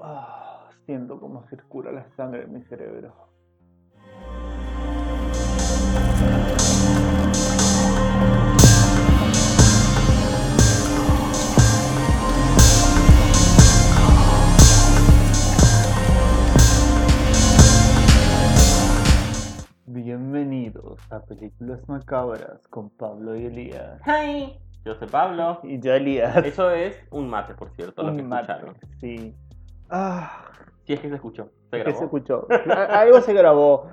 Ah, Siento cómo circula la sangre en mi cerebro. Bienvenidos a Películas Macabras con Pablo y Elías. ¡Hey! Yo soy Pablo. Y yo, Elías. Eso es un mate, por cierto, lo que Un mate, escucharon. Sí. Ah, Si es que se escuchó, se que se grabó. escuchó. A- Algo se grabó.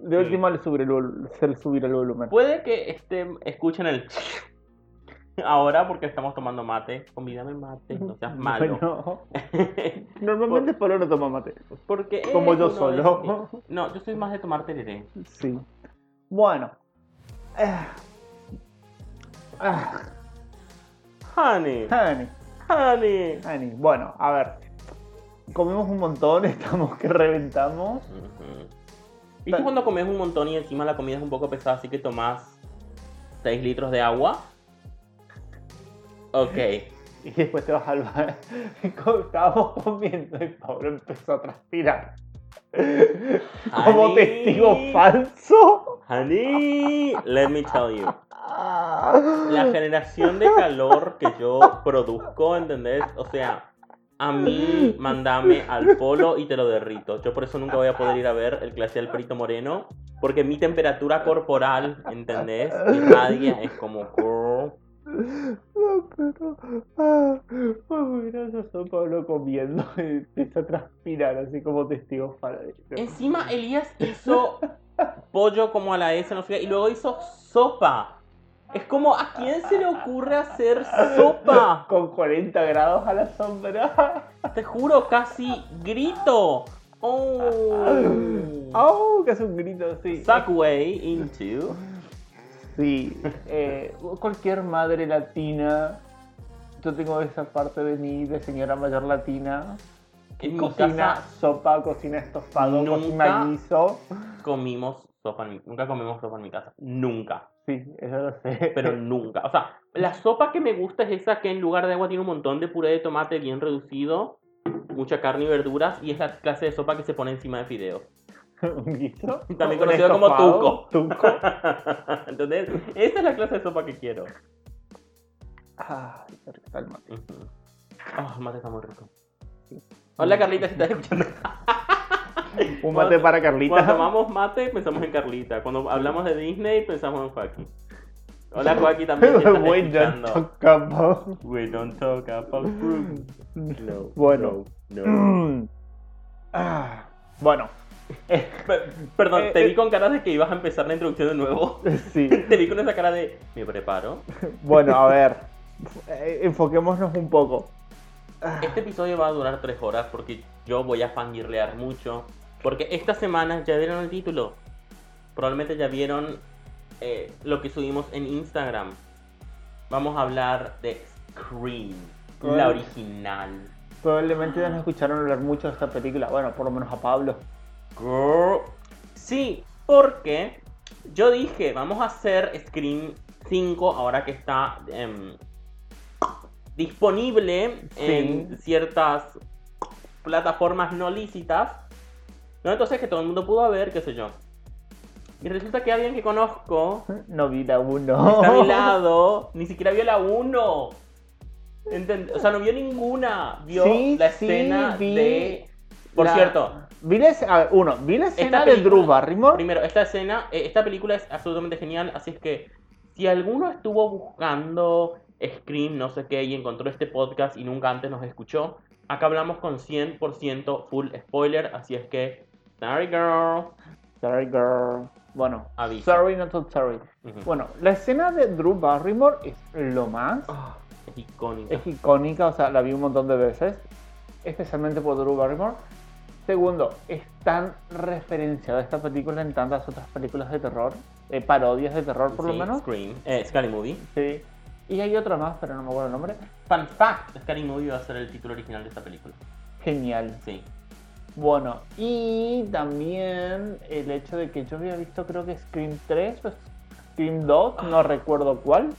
De Sí. última le subiré el, vol- se le subirá el volumen. Puede que este, escuchen el ahora porque estamos tomando mate. Convídame mate, no seas malo. Bueno, normalmente Pablo no toma mate. porque eh, Como es yo uno de solo. esos que- No, yo soy más de tomar tereré. Sí. Bueno. Ah. Ah, Honey, Ani, honey. Ani. Bueno, a ver. Comimos un montón, estamos que reventamos. Ujú. ¿Viste cuando comes un montón y encima la comida es un poco pesada, así que tomás 6 litros de agua? Ok. Y después te vas al baño. Estábamos comiendo y Pablo empezó a transpirar. Como Ani. testigo falso. Honey, let me tell you. La La generación de calor que yo produzco, ¿entendés? O sea, a mí mandame al polo y te lo derrito. Yo por eso nunca voy a poder ir a ver el glacial Perito Moreno, porque mi temperatura corporal, ¿entendés? Irradia, es como... girl. No, pero. Ah, fue muy gracioso Pablo comiendo y empieza a transpirar así como testigo falso. Encima Elías hizo pollo como a la S, no sé qué, y luego hizo sopa. Es como, ¿a quién se le ocurre hacer sopa? Con 40 grados a la sombra. Te juro, casi grito. Oh. ¡Oh! Que hace un grito así. Segway into. Sí, eh, cualquier madre latina. Yo tengo esa parte de mí, de señora mayor latina. En mi Cocina casa sopa, cocina estofado, Nunca- cocina guiso. comimos sopa en mi Nunca comemos sopa en mi casa. Nunca. Sí, eso lo sé. Pero nunca. O sea, la sopa que me gusta es esa que en lugar de agua tiene un montón de puré de tomate bien reducido, mucha carne y verduras, y es la clase de sopa que se pone encima de fideos. un guiso. También un conocido como estofado, tuco. Tuco. ¿Entendés? Esa es la clase de sopa que quiero. Ah, qué rico está el mate. Ujú. Ah, el mate está muy rico. Hola Carlita, si estás escuchando. Un mate para Cuando Carlita. tomamos mate, pensamos en Carlita. Cuando hablamos de Disney, pensamos en Joaquín. Hola Joaquín también. si estás Bueno, escuchando. tocamos. We don't talk about fruit. No. Bueno. no, no. Mm. Ah, Bueno, Pe- Perdón, Eh, te vi eh. con cara de que ibas a empezar la introducción de nuevo. sí. Te vi con esa cara de me preparo. Bueno, a ver. eh, Enfoquémonos un poco. Ah. Este episodio va a durar tres horas porque yo voy a fangirlear mucho. Porque esta semana ya vieron el título. Probablemente ya vieron eh, lo que subimos en Instagram. Vamos a hablar de Scream, la Ay. original. Probablemente ya nos escucharon hablar mucho de esta película. Bueno, por lo menos a Pablo. Girl. Sí, porque yo dije, vamos a hacer Scream 5 ahora que está em, disponible en ciertas plataformas no lícitas. ¿no? Entonces que todo el mundo pudo ver, qué sé yo. Y resulta que alguien que conozco No vi la que uno. está a mi lado, ni siquiera vio la 1. O sea, no vio ninguna. Vio Sí, la sí, escena vi de... Por La- cierto, Vi la, escena- a ver, uno, vi la escena de película- Drew Barrymore. Primero, esta escena, eh, esta película es absolutamente genial, así es que si alguno estuvo buscando Scream, no sé qué, y encontró este podcast y nunca antes nos escuchó, acá hablamos con 100% full spoiler, así es que, sorry girl, Sorry, girl. Bueno, Aviso. sorry, not so sorry. Ujú. Bueno, la escena de Drew Barrymore es lo más. Ah, es icónica. Es icónica, o sea, la vi un montón de veces. Especialmente por Drew Barrymore. Segundo, es tan referenciada esta película en tantas otras películas de terror. eh, parodias de terror, por Sí, lo menos. Scream, eh, Scary Movie. Sí. Y hay otra más, pero no me acuerdo el nombre. Fun fact, Scary Movie va a ser el título original de esta película. Genial. Sí. Bueno, y también el hecho de que yo había visto creo que Scream 3 o Scream 2, no recuerdo cuál,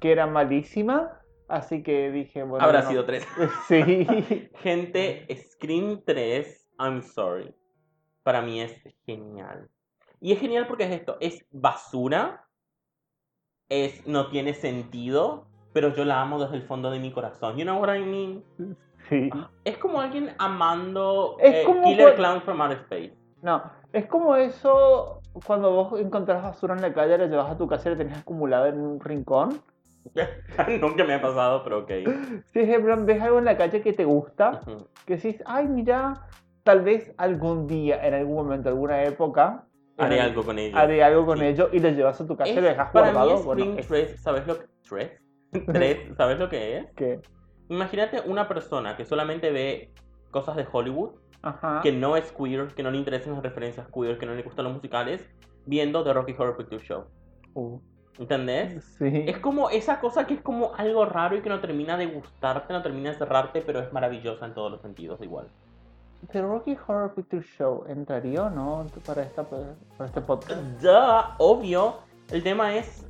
que era malísima, así que dije, bueno... Habrá no. sido tres. Sí, Gente, Scream 3 I'm sorry. Para mí es genial. Y es genial porque es esto, es basura, es, no tiene sentido, pero yo la amo desde el fondo de mi corazón. You know what I mean? Sí. Es como alguien amando Es eh, como Killer cual- Clown from Outer Space. No, es como eso cuando vos encontrás basura en la calle, la llevas a tu casa y la tenés acumulada en un rincón. Nunca me ha pasado, pero ok. Si es en plan, ves algo en la calle que te gusta, Ujú. que decís, ay, mira, tal vez algún día, en algún momento, alguna época, Haré en- algo con ello. haré algo con Sí. ello y lo llevas a tu casa y Es- lo dejas para mí guardado. es Bueno, Spring es Tres, ¿sabes lo que tres? Tres, ¿Sabes lo que es? que, Imagínate una persona que solamente ve cosas de Hollywood, ajá, que no es queer, que no le interesan las referencias queer, que no le gustan los musicales, viendo The Rocky Horror Picture Show. uh, ¿Entendés? sí, Es como esa cosa que es como algo raro y que no termina de gustarte, no termina de cerrarte, pero es maravillosa en todos los sentidos igual. The Rocky Horror Picture Show, ¿entraría o no para, esta, para este podcast? Ya, obvio, el tema es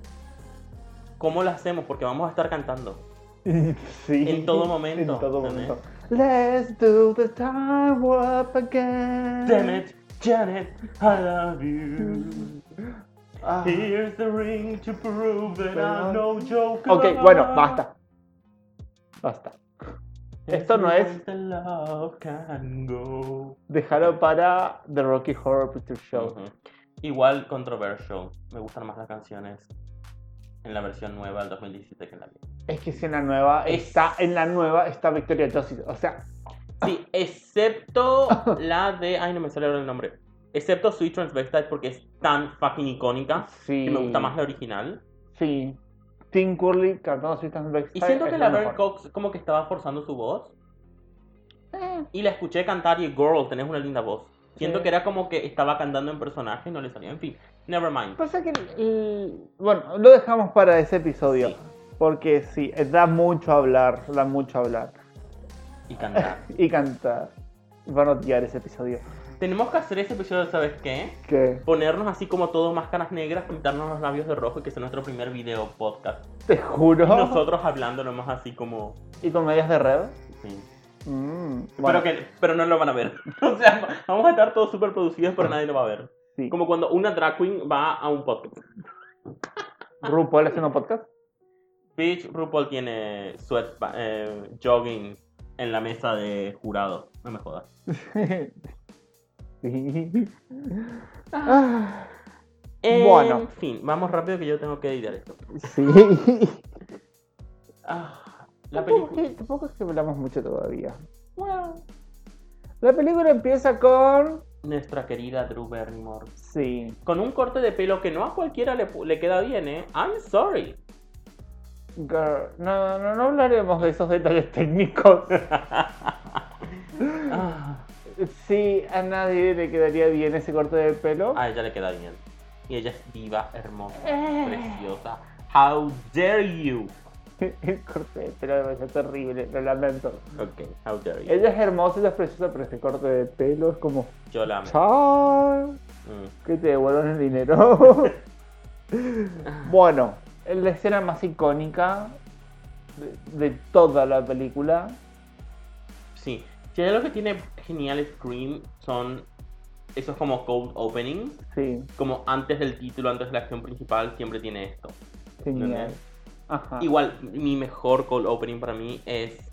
cómo lo hacemos, porque vamos a estar cantando. Sí. En todo momento, En todo ¿entendés? momento. Let's do the time warp again. Damn it, Janet, I love you. Ah. Here's the ring to prove that I'm no joker. Ok, bueno, basta. Basta. Esto no es The love can go. dejarlo para The Rocky Horror Picture Show. Ujú. Igual controversial. Me gustan más las canciones en la versión nueva del 2017 que en la vieja. Es que si en la nueva Es- está, en la nueva está Victoria Justice. O sea, Sí, excepto la de. Ay, no me sale ahora el nombre. Excepto Sweet Transvestite porque es tan fucking icónica sí. que me gusta más la original. Sí. Tim Curly cantando Sweet and Y siento que la Vern Cox como que estaba forzando su voz. Eh, Y la escuché cantar y girl, tenés una linda voz. Siento Sí. que era como que estaba cantando en personaje y no le salía. En fin, never mind. Pasa que, el- bueno, lo dejamos para ese episodio. Sí. Porque sí, eh, da mucho hablar, da mucho hablar. Y cantar. Y cantar. Van a odiar ese episodio. Tenemos que hacer ese episodio, ¿sabes qué? Que Ponernos así como todos máscaras negras, pintarnos los labios de rojo y que sea nuestro primer video podcast. te juro. Y nosotros hablando nomás así como. ¿Y comedias de red? Sí. Mm, Pero, bueno, que, pero no lo van a ver. o sea, vamos a estar todos súper producidos, pero nadie lo va a ver. sí. Como cuando una drag queen va a un podcast. RuPaul haciendo podcast. Bitch, RuPaul tiene sweat, eh, jogging en la mesa de jurado. No me jodas. Sí. Ah, En Bueno. fin, vamos rápido que yo tengo que editar esto. sí. Ah, la Tampoco película. es que- tampoco es que hablamos mucho todavía. Wow. La película empieza con. Nuestra querida Drew Barrymore. Sí. Con un corte de pelo que no a cualquiera le, pu- le queda bien, ¿eh? I'm sorry. Girl, No, no, no hablaremos de esos detalles técnicos. Ah, Sí, a nadie le quedaría bien ese corte de pelo. a ella le queda bien. Y ella es viva, hermosa, Eh. preciosa. How dare you. El corte de pelo me pareció terrible, lo lamento. Ok, how dare you. Ella es hermosa y ella es preciosa, pero ese corte de pelo es como, Yo la amo. chao, Mm. que te devuelvan el dinero. bueno, la escena más icónica de, de toda la película. Sí. Si hay algo que tiene genial Scream son esos como cold openings. Sí, Como antes del título, antes de la acción principal, siempre tiene esto. genial. Genial. Ajá. Igual, mi mejor cold opening para mí es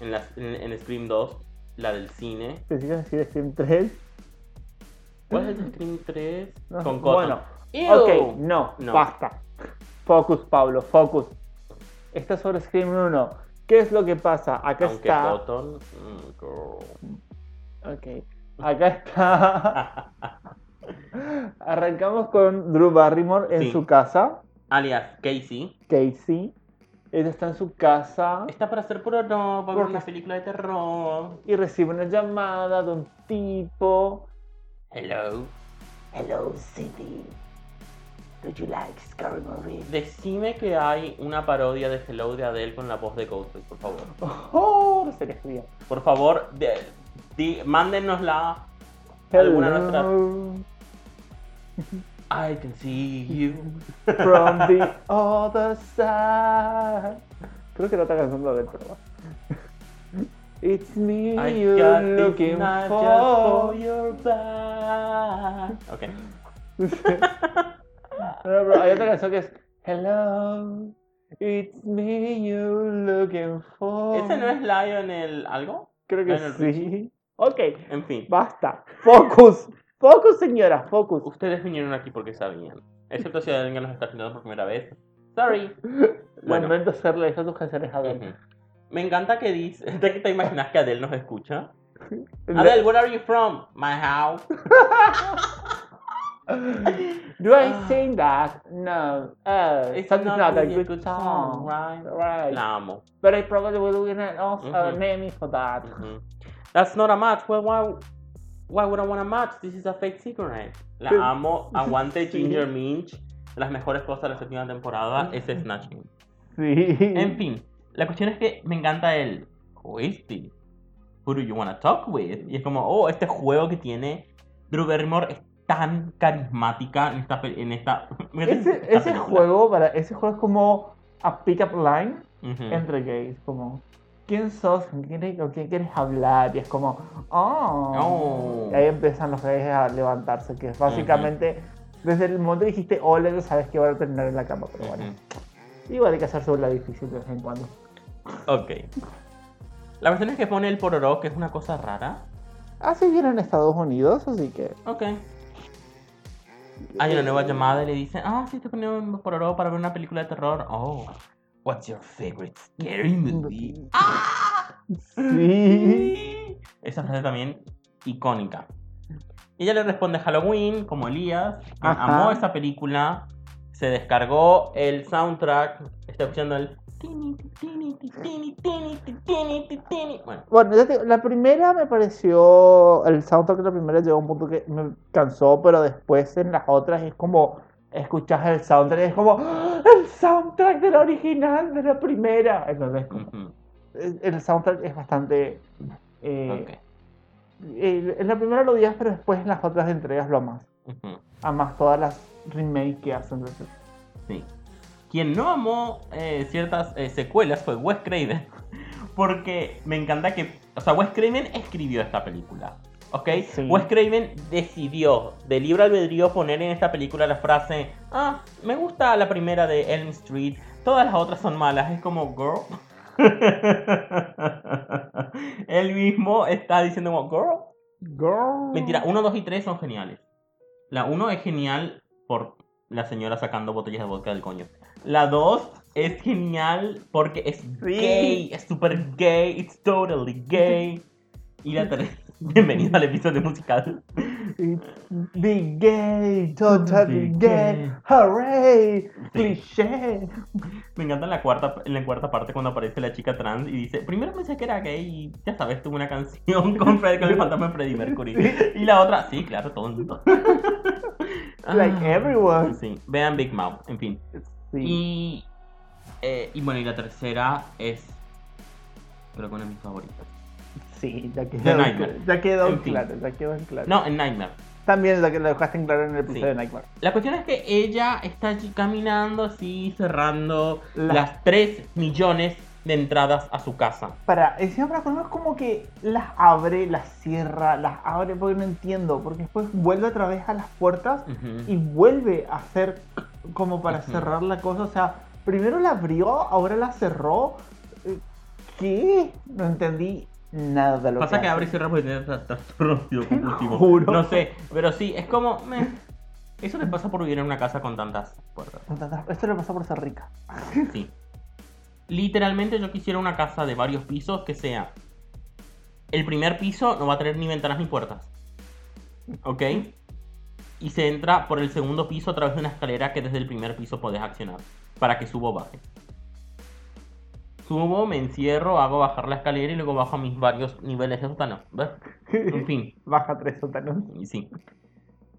en, la, en, en Scream 2, la del cine. ¿Te siguen decir Scream 3? ¿Cuál es el de Scream 3? No, Con Cotton. Ah, bueno, Ew. Ok, no, No. basta. Focus, Pablo, focus. Está sobre Scream 1. ¿Qué es lo que pasa? Acá Aunque está. Cotton... mm, girl. Ok. Acá está. Arrancamos con Drew Barrymore en Sí. su casa. Alias Casey. Casey. Ella está en su casa Está para hacer puro no, para ver Porque- una película de terror. y recibe una llamada de un tipo. Hello. Hello, City. Do you like scary movies? Decime que hay una parodia de Hello de Adele con la voz de Ghostface, por favor. Oh, no sería genial. Por favor, de- di- mándennosla. Hello Alguna de nuestras- I can see you. from the other side. Creo que no está cantando Adele, pero bueno. It's me I got you're this looking knife for. just for your back. Ok. No, pero hay otra canción que es Hello, it's me you're looking for. ¿Ese no es Lionel algo? Creo que Lionel sí. Ok, En fin. basta. Focus. Focus, señora, focus. Ustedes vinieron aquí porque sabían. Excepto si alguien nos está escuchando por primera vez. Sorry. Bueno. Lamento hacerle esas sugerencias a Adele. Ujú. Me encanta que dice. ¿Te, te imaginas que Adele nos escucha? No- Adele, where are you from? My house. Do I Ah. sing that? No. Oh, It's something's not, a really good, song. right? Right. La amo. But I probably will win an also Mhm. Emmy for that. Ujú. That's not a match. Well, why, why would I want a match? This is a fake cigarette. La Pero- amo. Aguante Sí. Ginger Minch. De las mejores cosas de la séptima temporada es Snatching. Sí. En fin, la cuestión es que me encanta el Who is this? Who do you wanna talk with? Y es como, oh, este juego que tiene Drew Barrymore es tan carismática en esta... pe- En esta en Ese, esta ese película. juego para ese juego es como a pick-up line Ujú. entre gays, como ¿quién sos? ¿Con quién, querés- con quién quieres hablar? Y es como oh. Oh. Y ahí empiezan los gays a levantarse, que es básicamente desde el momento que dijiste hola ya sabes que van a terminar en la cama, pero bueno. Ujú. Igual hay que hacer la difícil de vez en cuando. Ok. La cuestión es que pone el pororó, que es una cosa rara. Así Ah, viene en Estados Unidos, así que. eh, Ok. Hay una nueva llamada y le dicen, ah, sí, estoy poniendo un pororó para ver una película de terror. Oh, what's your favorite scary Mm, movie? Sí. Esa frase también icónica. Y ella le responde Halloween, como Elías, quien Ajá. amó esa película, se descargó el soundtrack, está escuchando el... tini, tini, tini, tini, tini, tini, tini. Bueno, Bueno, ya te digo, la primera me pareció. El soundtrack de la primera llegó a un punto que me cansó, pero después en las otras es como. Escuchas el soundtrack y es como. ¡Ah! ¡El soundtrack de la original, de la primera! Entonces, ujú, el el soundtrack es bastante. eh, ok, eh, en la primera lo odias, pero después en las otras entregas lo amas. ujú, Amas todas las remakes que hacen. de ese- sí. Quien no amó eh, ciertas eh, secuelas fue Wes Craven, porque me encanta que... O sea, Wes Craven escribió esta película. ¿Ok? Sí. Wes Craven decidió, de libre albedrío, poner en esta película la frase: Ah, me gusta la primera de Elm Street, todas las otras son malas. Es como, girl. Él mismo está diciendo, como, girl. Girl. Mentira, 1, 2 y 3 son geniales. La 1 es genial por la señora sacando botellas de vodka del coño. La 2 es genial porque es gay, es super gay, it's totally gay. Y la 3, bienvenida al episodio musical. Be gay, totally Be gay, gay. hooray, Sí. cliché. Me encanta en la cuarta, en la cuarta parte cuando aparece la chica trans y dice, primero pensé que era gay y ya sabes, tuvo una canción con, Fred, con el fantasma de Freddie Mercury. Y la otra, sí, claro, tonto. Like Ah, everyone. Sí, vean Big Mouth, en fin. Sí. Y, eh, y bueno, y la tercera es, creo que una de mis favoritas. Sí, ya The quedó, Nightmare. ya quedó En fin. claro, ya quedó en claro. No, en Nightmare. También lo que lo dejaste en claro en el episodio Sí. de Nightmare. La cuestión es que ella está allí caminando así, cerrando La- las 3 millones de entradas a su casa. Para, encima para colmo es como que las abre, las cierra, las abre porque no entiendo, porque después vuelve otra vez a las puertas Ujú. y vuelve a hacer como para Ujú. cerrar la cosa. O sea, primero la abrió, ahora la cerró. Eh, ¿Qué? No entendí nada de lo Pasa hace. que abre y cierra porque tiene tra- trastorno obsesivo compulsivo. juro. No sé, pero sí, es como. meh. Eso te pasa por vivir en una casa con tantas puertas. Con tantas- Esto le pasó por ser rica. Sí. Literalmente yo quisiera una casa de varios pisos que sea. El primer piso no va a tener ni ventanas ni puertas. ¿Ok? Y se entra por el segundo piso a través de una escalera que desde el primer piso podés accionar. Para que subo o baje. Subo, me encierro, hago bajar la escalera y luego bajo a mis varios niveles de sótano. ¿Ves? En fin. Baja tres sótanos. Y sí.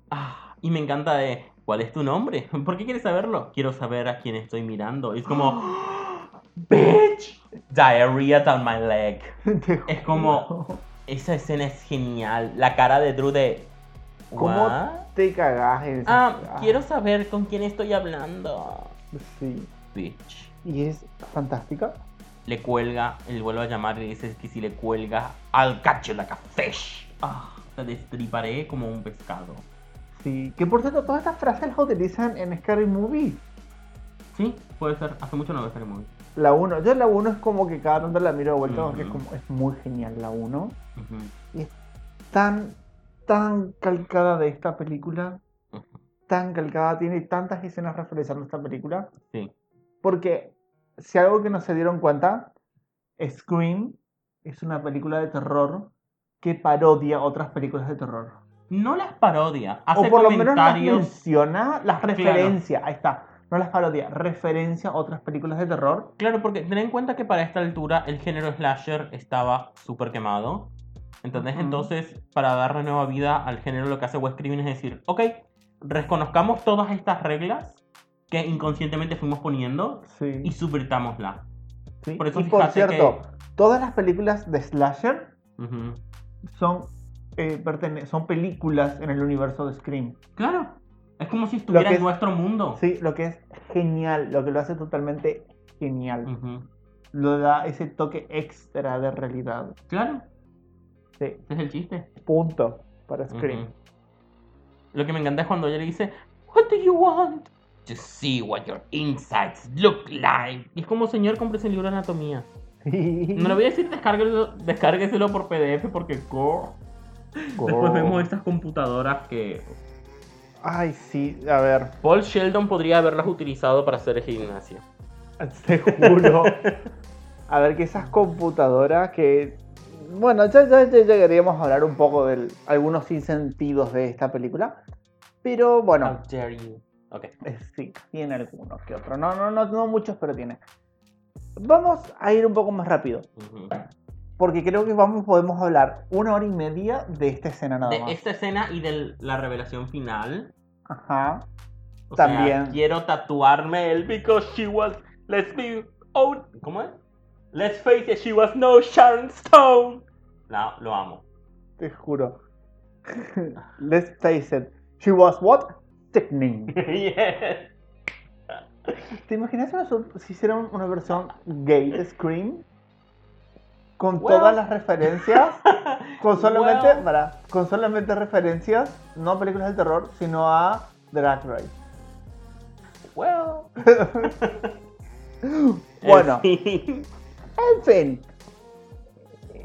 Ah, y me encanta de, ¿cuál es tu nombre? ¿Por qué quieres saberlo? Quiero saber a quién estoy mirando. Es como, bitch, diarrhea down my leg. Te juro. Es como- Esa escena es genial. La cara de Drew de, ¿Cómo "What?". te cagás en esa- Ah, quiero saber con quién estoy hablando. Sí. Bitch. Y es fantástica. le cuelga, él vuelve a llamar y le dice que si le cuelga al cacho la café, ah, te destriparé como un pescado. Sí, que por cierto, todas estas frases las utilizan en Scary Movie. Sí, puede ser. Hace mucho no veo Scary Movie. La 1, yo la 1 es como que cada tanto la miro de vuelta, porque es, Ujú. como, es muy genial la 1. Ujú, Y es tan, tan calcada de esta película, ujú. tan calcada, tiene tantas escenas referenciando esta película. Sí. Porque si algo que no se dieron cuenta, Scream es una película de terror que parodia otras películas de terror. No las parodia. Hace o por lo menos las comentarios. menciona, las referencia, ahí está. No las parodia, referencia a otras películas de terror. Claro, porque ten en cuenta que para esta altura el género slasher estaba súper quemado. ¿Entendés? Ujú. Entonces, para darle nueva vida al género, lo que hace Wes Craven es decir, ok, reconozcamos todas estas reglas que inconscientemente fuimos poniendo Sí. y subvertámoslas. Sí, Por eso y por fíjate cierto, todas las películas de slasher Ujú. son, eh, pertene- son películas en el universo de Scream. Claro. Es como si estuviera que es- en nuestro mundo. Sí, lo que es genial, lo que lo hace totalmente genial. Ujú. Lo da ese toque extra de realidad. Claro, Sí, ese es el chiste. punto para Scream. Ujú. Lo que me encanta es cuando ella le dice, What do you want? To see what your insides look like. Y es como, señor, cómprese el libro de anatomía. No le voy a decir descárguelo- descárgueselo por PDF porque co- Después vemos estas computadoras que Ay, sí, a ver, Paul Sheldon podría haberlas utilizado para hacer gimnasia. te juro. a ver, que esas computadoras que... Bueno, ya, ya, ya llegaríamos a hablar un poco de algunos sinsentidos de esta película. Pero bueno, How dare you. Ok. Eh, Sí, tiene algunos que otros. No, no, no, no muchos, pero tiene. Vamos a ir un poco más rápido, Ujú. porque creo que vamos, podemos hablar una hora y media de esta escena nada De este. más. esta escena y de la revelación final. Ajá. O También. sea, quiero tatuarme el because she was let's be oh, ¿Cómo es? Let's face it, she was no Sharon Stone. No, lo amo. Te juro. Let's face it. She was what? Sickening. yes. ¿Te imaginas una sub- si hicieran una versión gay de Scream? Con Well. todas las referencias. Con solamente, Well. para, con solamente referencias, no a películas de terror, sino a Drag Race. Well. Bueno. En fin. En fin,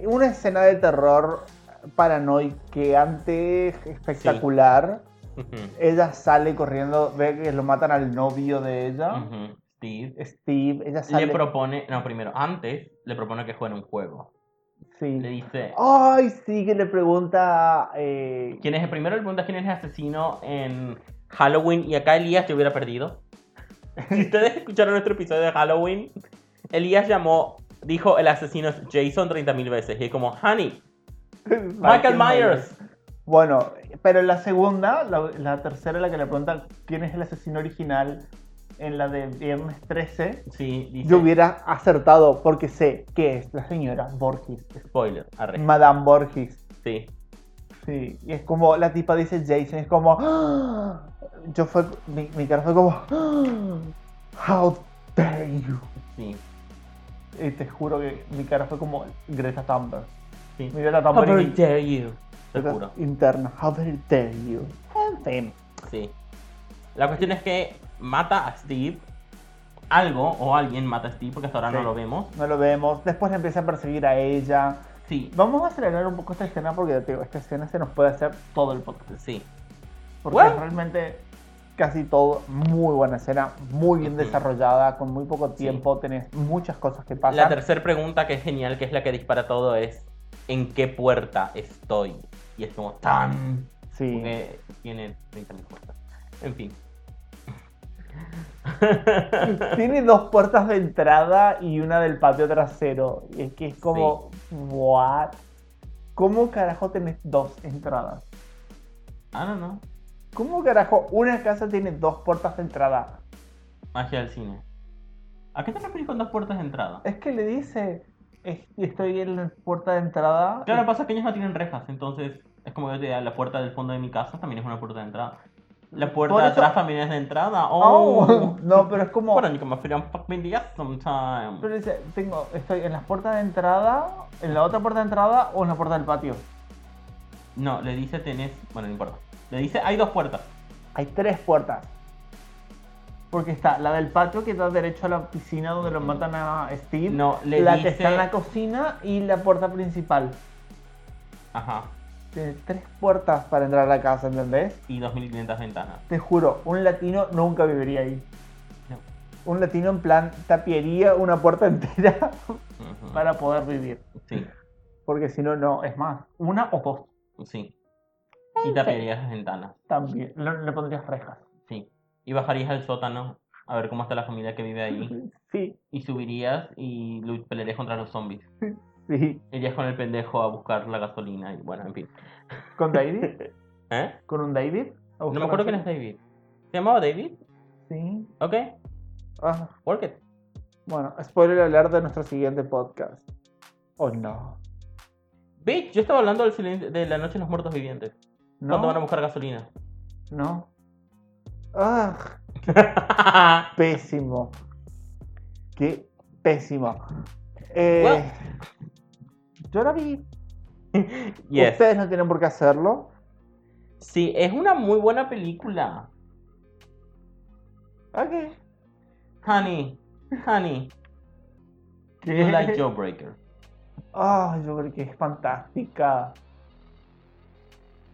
una escena de terror paranoiqueante, espectacular. Ujú, Ella sale corriendo, ve que lo matan al novio de ella, ujú. Steve Steve. Ella le sale. propone, no, primero, antes le propone que jueguen un juego. sí. Le dice, Ay, sí, que le pregunta. eh, ¿quién es el primero? Le pregunta quién es el asesino en Halloween y acá Elías te hubiera perdido. Si ustedes escucharon nuestro episodio de Halloween, Elías llamó, dijo el asesino es Jason 30.000 veces. Y es como, honey, Michael Myers. Bueno, pero en la segunda, la, la tercera, la que le pregunta quién es el asesino original, en la de Viernes 13, Sí, dice, yo hubiera acertado porque sé que es la señora Borges. spoiler, arre. Madame Borges. Sí, Sí, y es como la tipa dice Jason, es como. "Ah". Yo fue. Mi, mi cara fue como. "Ah, How dare you. sí, Y te juro que mi cara fue como Greta Thunberg. sí. Mi Greta How Thunberg very in- dare you. Te Greta juro, interna. How very dare you. En fin. sí. La cuestión es que mata a Steve. Algo o alguien mata a Steve porque hasta ahora no Sí. lo vemos. No lo vemos. Después le empieza a perseguir a ella. Sí, Vamos a acelerar un poco esta escena porque te digo, esta escena se nos puede hacer todo el podcast. sí. Porque Bueno. es realmente casi todo muy buena escena, muy bien Ujú. desarrollada, con muy poco tiempo, tenés muchas cosas que pasan. La tercera pregunta que es genial, que es la que dispara todo, es ¿en qué puerta estoy? Y es como tan... Sí. Porque tiene 30.000 puertas. En fin. Tiene dos puertas de entrada y una del patio trasero. Y es que es como, what? ¿Cómo carajo tenés dos entradas? Ah, no, no. ¿Cómo carajo una casa tiene dos puertas de entrada? Magia del cine. ¿A qué te referís con dos puertas de entrada? Es que le dice, es- estoy en la puerta de entrada. Claro, pasa que ellas no tienen rejas, entonces es como yo te diga, la puerta del fondo de mi casa también es una puerta de entrada. La puerta Por de eso- atrás también es de entrada. Oh. Oh, no, pero es como. Bueno, ni que me fueran fuck me in the ass sometime. Pero dice, tengo, estoy en las puertas de entrada, en la otra puerta de entrada o en la puerta del patio. No, le dice tenés. Bueno, no importa. Le dice hay dos puertas. Hay tres puertas. Porque está la del patio que da derecho a la piscina donde lo matan a Steve. No, le la dice. que está en la cocina y la puerta principal. Ajá. Tiene tres puertas para entrar a la casa, ¿entendés? Y 2500 ventanas. Te juro, un latino nunca viviría ahí. No. Un latino en plan tapiaría una puerta entera Ujú. para poder vivir. Sí, Porque si no, no, es más, una o dos sí. Y tapiarías las ventanas. también. Le, le pondrías rejas. Sí. Y bajarías al sótano a ver cómo está la familia que vive ahí. Sí, Y subirías y lu- pelearías contra los zombies. sí. Irías con el pendejo a buscar la gasolina y bueno, en fin. ¿Con David? ¿Eh? ¿Con un David? No me acuerdo quién es David. ¿Se llamaba David? Sí. Ok, Ah, work it. bueno, spoiler alert de nuestro siguiente podcast. Oh no. Bitch, yo estaba hablando del silencio- de la noche de los muertos vivientes. No. ¿Cuándo van a buscar gasolina? No. Ah, pésimo. Qué pésimo. Eh, Well. Yo la vi. yes. Ustedes no tienen por qué hacerlo. Sí, es una muy buena película. Ok. Honey, honey, ¿Qué? you like Jawbreaker. Ah, yo creo que es fantástica.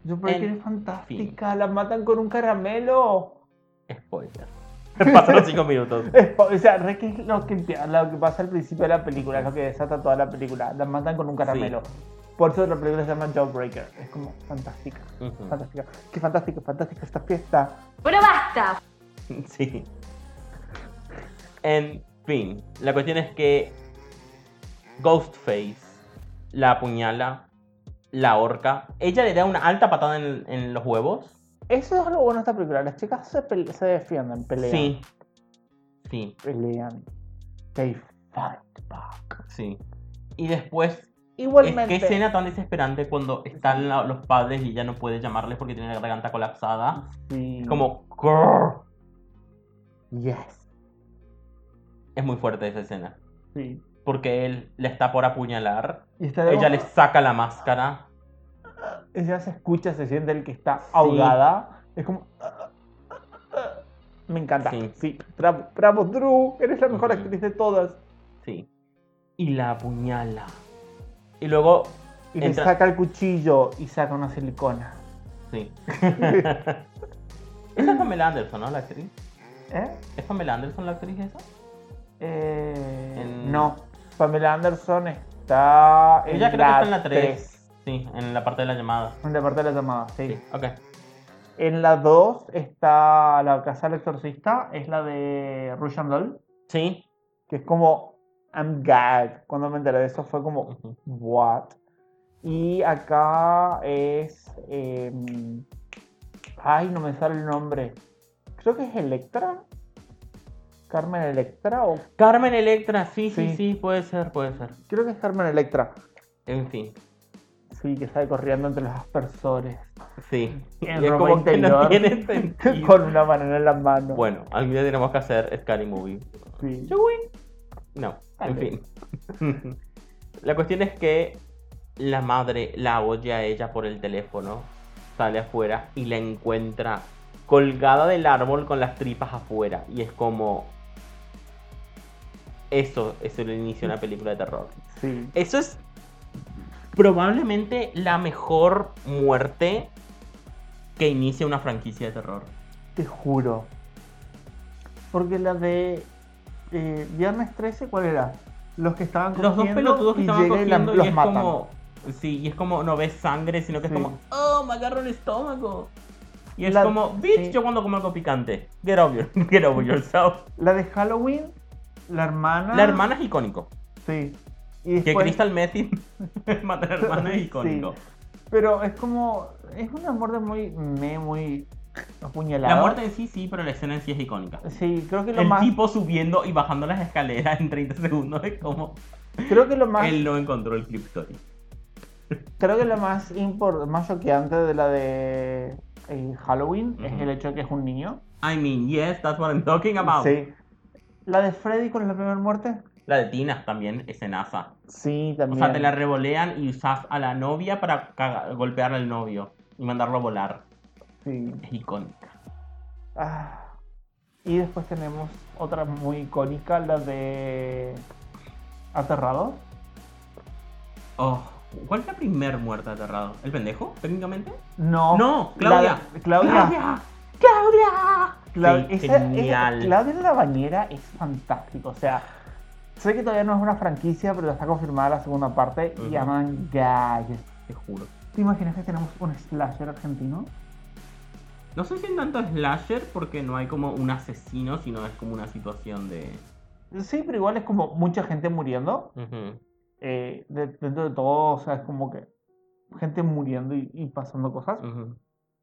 Yo creo que En es fantástica. La matan con un caramelo. Spoiler. Pasaron 5 minutos. Es po- O sea, re que es lo que, empieza- lo que pasa al principio de la película, es lo que desata toda la película. La matan con un caramelo. Por eso la película se llama Jawbreaker. Es como fantástica, Ujú. fantástica. Qué fantástico, fantástica esta fiesta. Bueno, basta. Sí. En fin, la cuestión es que Ghostface la apuñala, la horca. Ella le da una alta patada en, en los huevos. Eso es lo bueno de esta película. Las chicas se, pele- se defienden, pelean. Sí. Sí, Pelean. They fight back. sí. Y después Igualmente. Es que escena tan desesperante cuando están la- los padres y ella no puede llamarles porque tiene la garganta colapsada. Sí. Es como. "Grrr". Yes. Es muy fuerte esa escena. Sí. Porque él la está por apuñalar. Y está de- Ella le saca la máscara. Ella se escucha, se siente el que está ahogada. Es como. "Ah, Me encanta. Sí. Sí. Bravo, bravo, Drew. Eres la mejor Ujú. actriz de todas. Sí. Y la apuñala. Y luego. Y le entra- saca el cuchillo y saca una silicona. Sí. esa es Pamela Anderson, ¿no? La actriz. ¿Eh? ¿Es Pamela Anderson la actriz esa? Eh, En- No. Pamela Anderson está. Ella creo que está en la 3. tres. Sí, en la parte de la llamada. En la parte de la llamada, sí. Sí, ok. En la 2 está la casa del exorcista, es la de Russian Doll, Sí. que es como. I'm gagged. Cuando me enteré de eso fue como. Ujú. What? Y acá es. em, ay, no me sale el nombre. Creo que es Electra. Carmen Electra o. Carmen Electra, sí, sí, Sí. sí, puede ser, puede ser. Creo que es Carmen Electra. En fin. Sí, que sale corriendo entre los aspersores. Sí. En Y es ropa como que no interior. tiene sentido. Con una banana en la mano. Bueno, algún día tenemos que hacer Scary Movie. Sí. No, Tal en vez. fin. la cuestión es que la madre la oye a ella por el teléfono, sale afuera y la encuentra colgada del árbol con las tripas afuera. Y es como... Eso es el inicio de una película de terror. Sí. Eso es probablemente la mejor muerte que inicia una franquicia de terror. Te juro. Porque la de. eh, Viernes 13, ¿cuál era? Los que estaban Los dos cogiendo pelotudos que y estaban llega y la- cogiendo y, los es matan. como... Sí, y es como no ves sangre, sino que Sí. es como... ¡Oh, me agarro el estómago! Y es La- como... ¡Bitch, sí. yo cuando como algo picante! Get over, get over yourself. La de Halloween, la hermana. La hermana es icónico. Sí. Y Que después- Crystal Method mata a la hermana es Pues- Sí. icónico. Pero es como. Es una muerte muy. Me, muy. apuñalada. La muerte en sí, sí, pero la escena en sí es icónica. Sí, creo que lo El más. tipo subiendo y bajando las escaleras en 30 segundos es como... Creo que lo más. Él no encontró el clip story. Creo que lo más impor- más choqueante de la de en Halloween es Ujú. el hecho de que es un niño. I mean, yes, that's what I'm talking about. Sí. ¿La de Freddy con la primera muerte? La de Tina también es enaza. Sí, O también. sea, te la revolean y usas a la novia para caga- golpear al novio y mandarlo a volar. Sí. Es icónica. Ah. Y después tenemos otra muy icónica, la de. Aterrado. Oh, ¿cuál es la primer muerte aterrado? ¿El pendejo, técnicamente? No. No, la de- Claudia. Claudia. Claudia. Cla- Sí, esa- genial. esa- Claudia en la bañera es fantástico. O sea, sé que todavía no es una franquicia, pero ya está confirmada la segunda parte. Ujú. Y aman galles. Te juro. ¿Te imaginas que tenemos un slasher argentino? No sé si en tanto slasher porque no hay como un asesino, sino es como una situación de... Sí, pero igual es como mucha gente muriendo. eh, de- dentro de todo, o sea, es como que gente muriendo y, y pasando cosas, Ujú,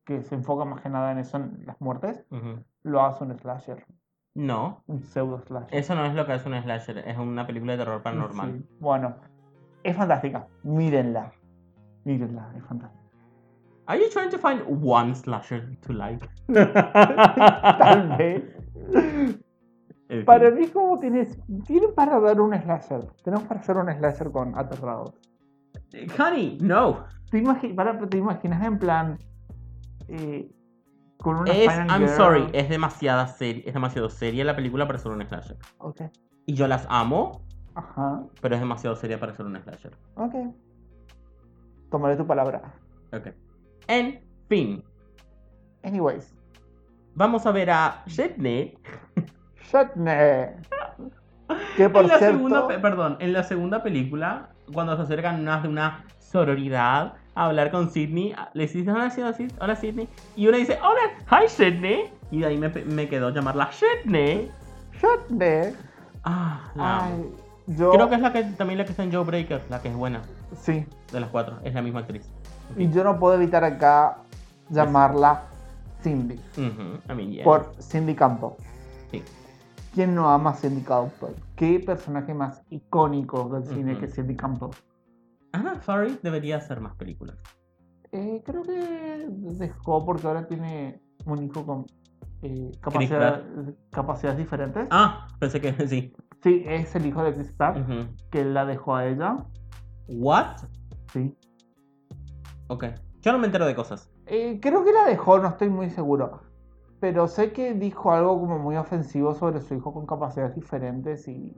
que se enfoca más que nada en eso, en las muertes, ujú. lo hace un slasher, No, un pseudo slasher. eso no es lo que es un slasher, es una película de terror paranormal. Sí, Bueno, es fantástica, mírenla, mírenla, es fantástica. Are you trying to find one slasher to like? Tal vez. En fin. Para mí, como tienes, tienen para dar un slasher, tenemos para hacer un slasher con aterrados. Honey, no. ¿Te, imagi- para- te imaginas en plan... eh, con una Es, Final I'm Girl? sorry, es demasiada serie, es demasiado seria la película para ser un slasher. Ok, Y yo las amo, Ajá. pero es demasiado seria para ser un slasher. Ok. Tomaré tu palabra. Ok. En fin, Anyways, vamos a ver a Shetney Shatner. Que por en la cierto. segunda, pe- perdón, en la segunda película, cuando se acercan unas de una sororidad a hablar con Sidney, a- les dicen hola, Sid- Sid- hola Sidney, y una dice hola, hi Sidney, y de ahí me, pe- me quedó llamarla Sidney. Shatner. Ah, la amo. Ay, yo. Creo que es la que también la que está en Joe Breaker, la que es buena Sí. de las cuatro, es la misma actriz. Y yo no puedo evitar acá llamarla Cindy. Ujú, I mean, yeah. Por Cindy Campo. Sí. ¿Quién no ama a Cindy Campo? ¿Qué personaje más icónico del cine Ujú. que Cindy Campo? Ah, sorry, debería hacer más películas. Eh, creo que dejó porque ahora tiene un hijo con eh, capacidad- capacidades diferentes. Ah, pensé que sí. Sí, es el hijo de Chris Pratt Ujú. que la dejó a ella. What? Sí. Ok. Yo no me entero de cosas. Eh, creo que la dejó, no estoy muy seguro. Pero sé que dijo algo como muy ofensivo sobre su hijo con capacidades diferentes y,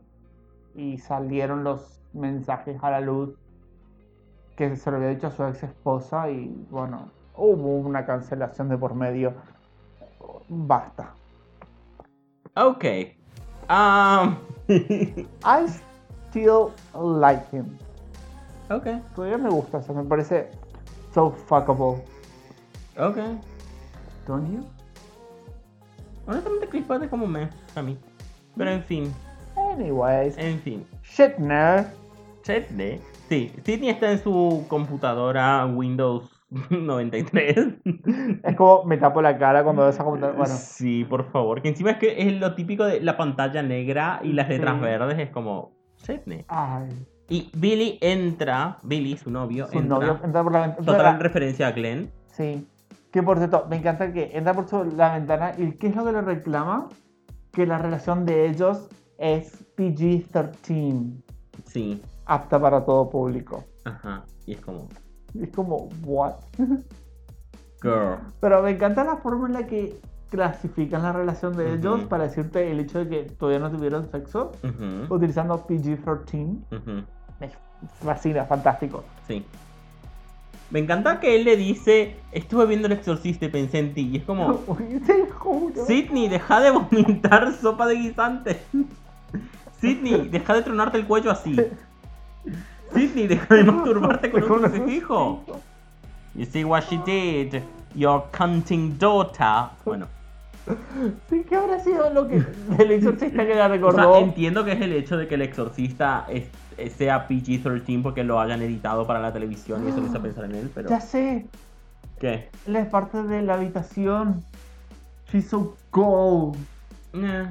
y salieron los mensajes a la luz que se lo había dicho a su ex esposa y bueno, hubo una cancelación de por medio. Basta. Ok. Ah. I still like him. ok, Todavía me gusta, o sea, me parece so fuckable. ok. Don't you? Honestamente, Chris Pratt es como me, a mí. Pero en fin, Anyways, en fin. Shatner Shetney. Sí, Sidney está en su computadora Windows 93. Es como me tapo la cara cuando veo esa computadora. Bueno, Sí, por favor. Que encima es que es lo típico de la pantalla negra y las letras Sí. verdes. Es como. Shetney. ay, Y Billy entra, Billy, su novio, su entra. novio entra por la ventana. Total referencia a Glenn. Sí. Que por cierto, me encanta que entra por su- la ventana y ¿qué es lo que le reclama? Que la relación de ellos es PG-13, Sí. apta para todo público. Ajá. Y es como, Y Es como, what? girl. Pero me encanta la forma en la que clasifican la relación de ellos Ujú. para decirte el hecho de que todavía no tuvieron sexo Ujú, utilizando PG-13. ujú, Me fascina, fantástico. Sí. Me encanta que él le dice, estuve viendo el exorcista y pensé en ti. Y es como, Te juro. Sidney, deja de vomitar sopa de guisante. Sidney, deja de tronarte el cuello así. Sidney, deja de masturbarte con un crucifijo. You see what she did? Your cunting daughter. Bueno. Sí, ¿qué habrá sido lo que el exorcista que la O sea, recordó? entiendo que es el hecho de que el exorcista es- es- sea PG-13 porque lo hayan editado para la televisión y eso les hizo pensar en él, pero... Ah. ya sé, ¿Qué? él es parte de la habitación. She's so cold. Eh,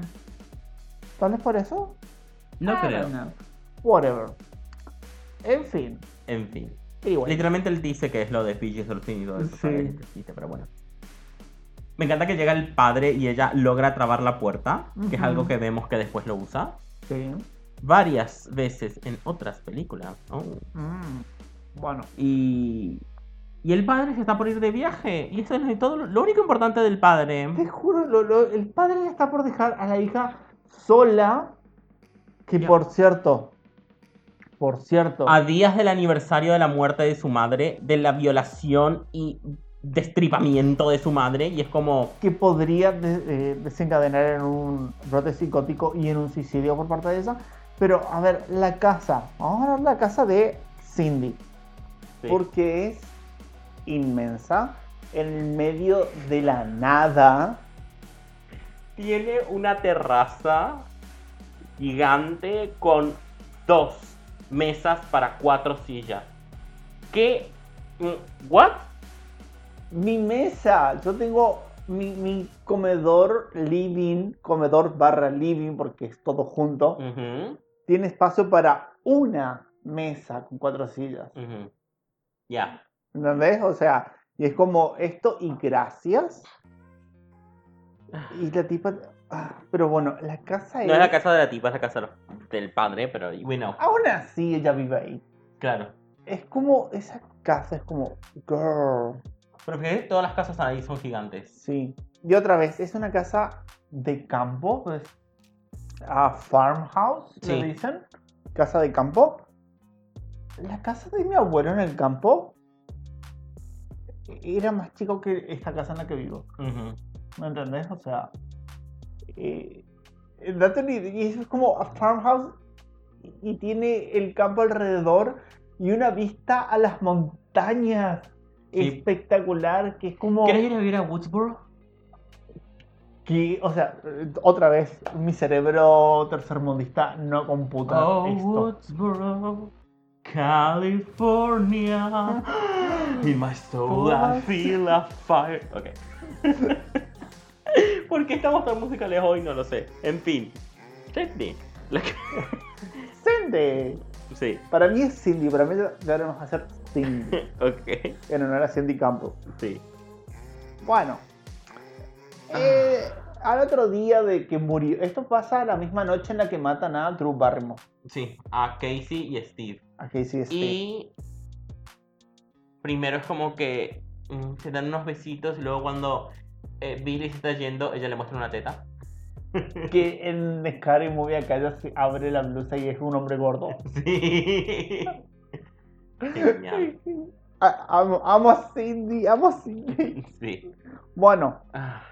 ¿Tal vez por eso? no I creo. don't know. Whatever. En fin. En fin. Anyway. Literalmente él dice que es lo de PG-13 y todo eso. Sí. ¿sabes? Existe, Pero bueno. Me encanta que llega el padre y ella logra trabar la puerta, que es Ujú. algo que vemos que después lo usa Sí. varias veces en otras películas. Oh. Mm. Bueno. Y... y el padre se está por ir de viaje. Y eso es todo lo- lo único importante del padre. Te juro, lo- lo- el padre está por dejar a la hija sola. Que Ya. por cierto, por cierto, A días del aniversario de la muerte de su madre, de la violación y destripamiento de su madre, y es como... que podría de- eh, desencadenar en un brote psicótico y en un suicidio por parte de ella. Pero a ver, la casa. Vamos a ver la casa de Cindy. Porque es inmensa. En medio de la nada. tiene una terraza gigante con dos mesas para cuatro sillas. ¿Qué? Mm, ¿What? Mi mesa, yo tengo mi, mi comedor living, comedor barra living, porque es todo junto, Mm. Ujú, tiene espacio para una mesa con cuatro sillas. ujú. Ya. ¿Entendés? O sea, y es como esto y gracias. Y la tipa. ah, Pero bueno, la casa No es la casa de la tipa, es la casa de los- del padre, pero bueno, Aún así ella vive ahí. claro. Es como. Esa casa es como. Girl. Pero fíjate, todas las casas ahí son gigantes. Sí. Y otra vez, es una casa de campo, pues, a farmhouse, le Sí. dicen, casa de campo. La casa de mi abuelo en el campo era más chico que esta casa en la que vivo, Ujú. ¿me entendés? O sea, eh, date una idea, y eso es como a farmhouse y- y tiene el campo alrededor y una vista a las montañas Sí. espectacular que es como... ¿Quieres ir a vivir a Woodsboro? Que, o sea, eh, otra vez, mi cerebro tercermundista no computa Oh, esto. Woodsboro, California. In my soul I feel a fire. Ok. ¿Por qué estamos tan musicales hoy? No lo sé. En fin. Cindy. La ca- Cindy. Sí. Para mí es Cindy, para mí ya ya vamos a hacer Cindy. Ok. en honor a Cindy Campos. Sí. Bueno. Eh, al otro día de que murió. Esto pasa la misma noche en la que matan a Drew Barrymore. este, Sí. A Casey y Steve. A Casey Steve. Y primero es como que mm, se dan unos besitos y luego cuando eh, Billy se está yendo, ella le muestra una teta. Que en Scary Movie acá ella se abre la blusa y es un hombre gordo. Sí. Genial. A- Ah, amo, amo a Cindy, amo a Cindy. Sí. Bueno. Ah.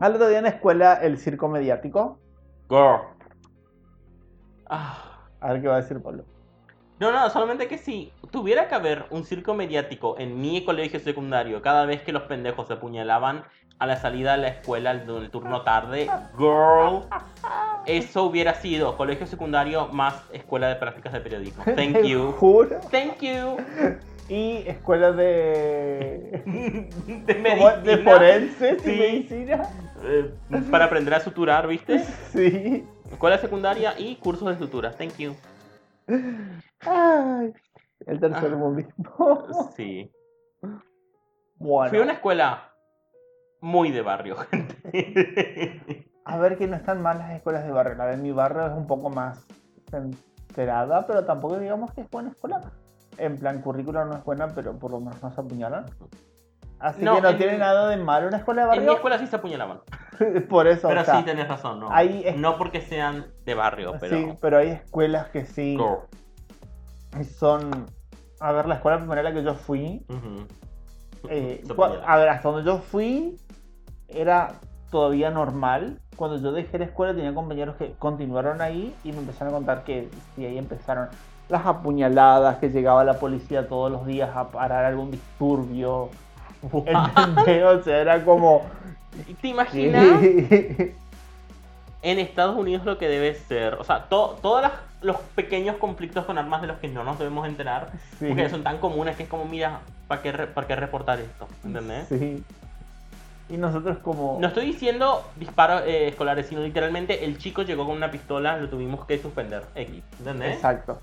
Al otro día en la escuela, el circo mediático. Girl. Ah. A ver qué va a decir Pablo. No, no, solamente que si tuviera que haber un circo mediático en mi colegio secundario cada vez que los pendejos se apuñalaban a la salida de la escuela en el turno tarde, girl, eso hubiera sido colegio secundario más escuela de prácticas de periodismo. Thank Te you. Juro. Thank you. Y escuela de. De ¿Cómo es? De medicina. forenses Sí. y medicina. Eh, para aprender a suturar, ¿viste? Sí. Escuela secundaria y cursos de sutura. Thank you. Ay, el tercer Ah. mundismo. Sí. Oh. Bueno, Fui a una escuela muy de barrio, gente. a ver que no están mal las escuelas de barrio. La de mi barrio es un poco más centrada, pero tampoco digamos que es buena escuela. En plan, currículo no es buena, pero por lo menos no se apuñalan. Así No, que no en- tiene nada de malo una escuela de En mi barrio. escuela sí se apuñalaban. Por eso, Pero o sea, sí, tenés razón, ¿no? ahí es- No porque sean de barrio, pero... Sí, pero hay escuelas que sí Girl. son. A ver, la escuela primaria a la que yo fui. Ujú. eh, Se cua- apuñalan. a ver, hasta donde yo fui era todavía normal. Cuando yo dejé la escuela tenía compañeros que continuaron ahí y me empezaron a contar que sí, ahí empezaron las apuñaladas, que llegaba la policía todos los días a parar algún disturbio. ¿Entendés? O sea, era como. ¿Te imaginas en Estados Unidos lo que debe ser? O sea, to- todos los pequeños conflictos con armas de los que no nos debemos enterar, Sí. porque son tan comunes que es como, mira, ¿para qué, re- pa' qué reportar esto? ¿Entendés? Sí. Y nosotros como. ¿eh? No estoy diciendo disparos eh, escolares, sino literalmente el chico llegó con una pistola, lo tuvimos que suspender. X, ¿entendés? Exacto.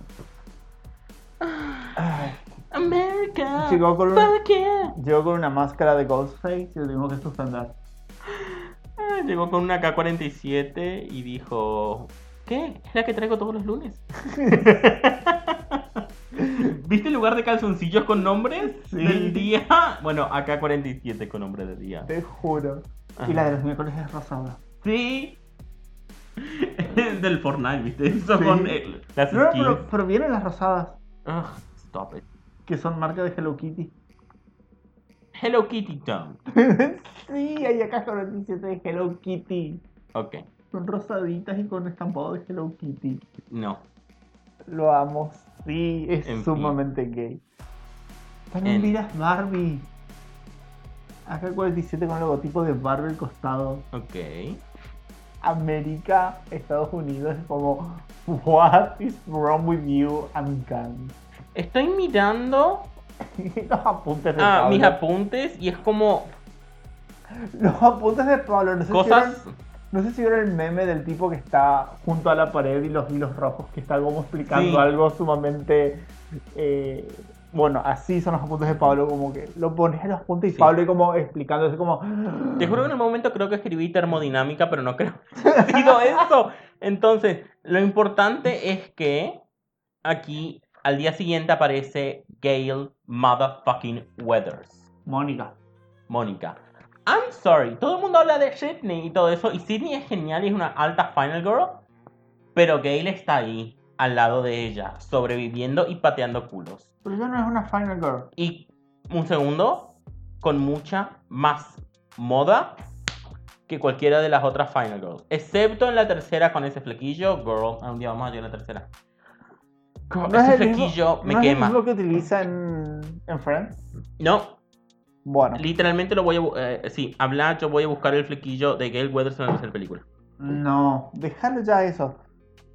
Ay, America. Llegó con un- fuck yeah. Llegó con una máscara de Ghostface y lo tuvimos que suspender. Ah, llegó con una K-47 y dijo, ¿qué? ¿Es la que traigo todos los lunes? ¿Viste el lugar de calzoncillos con nombres Sí. del día? Bueno, acá 47 con nombre del día. Te juro. Ajá. Y la de los miércoles es rosada. Sí. del Fortnite, ¿viste? Eso Sí. con el- las No, no, skins. pero, pero vienen las rosadas, Ugh, stop it. que son marca de Hello Kitty. Hello Kitty Town. sí, hay acá 47 de Hello Kitty. Ok, Son rosaditas y con estampado de Hello Kitty. no. Lo amo. Sí, es En fin. sumamente gay. También En- miras Barbie. Acá 47 con el logotipo de Barbie al costado. Ok. América, Estados Unidos, es como, what is wrong with you, American? Estoy mirando Los apuntes de ah, Pablo. mis apuntes y es como Los apuntes de Pablo, no sé, si cosas. vieron, no sé si vieron el meme del tipo que está junto a la pared y los hilos rojos, que está como explicando Sí. algo sumamente... eh, bueno, así son los apuntes de Pablo, como que lo pones en los apuntes y Sí. Pablo como explicando, así como... Te juro que en el momento creo que escribí termodinámica, pero no creo que haya sido eso. Entonces, lo importante es que aquí al día siguiente aparece Gail Motherfucking Weathers. Mónica. Mónica. I'm sorry, todo el mundo habla de Sydney y todo eso, y Sydney es genial y es una alta final girl, pero Gail está ahí, al lado de ella, sobreviviendo y pateando culos. Pero ella no es una final girl. Y un segundo, con mucha más moda que cualquiera de las otras final girls, excepto en la tercera con ese flequillo, girl, algún día vamos a llegar a la tercera. Girl, No ese el mismo- flequillo me no quema. es lo que utiliza en, en Friends. No, Bueno. literalmente lo voy a... bu- eh, sí, habla, yo voy a buscar el flequillo de Gail Weathers en la tercera película. No, déjalo ya eso.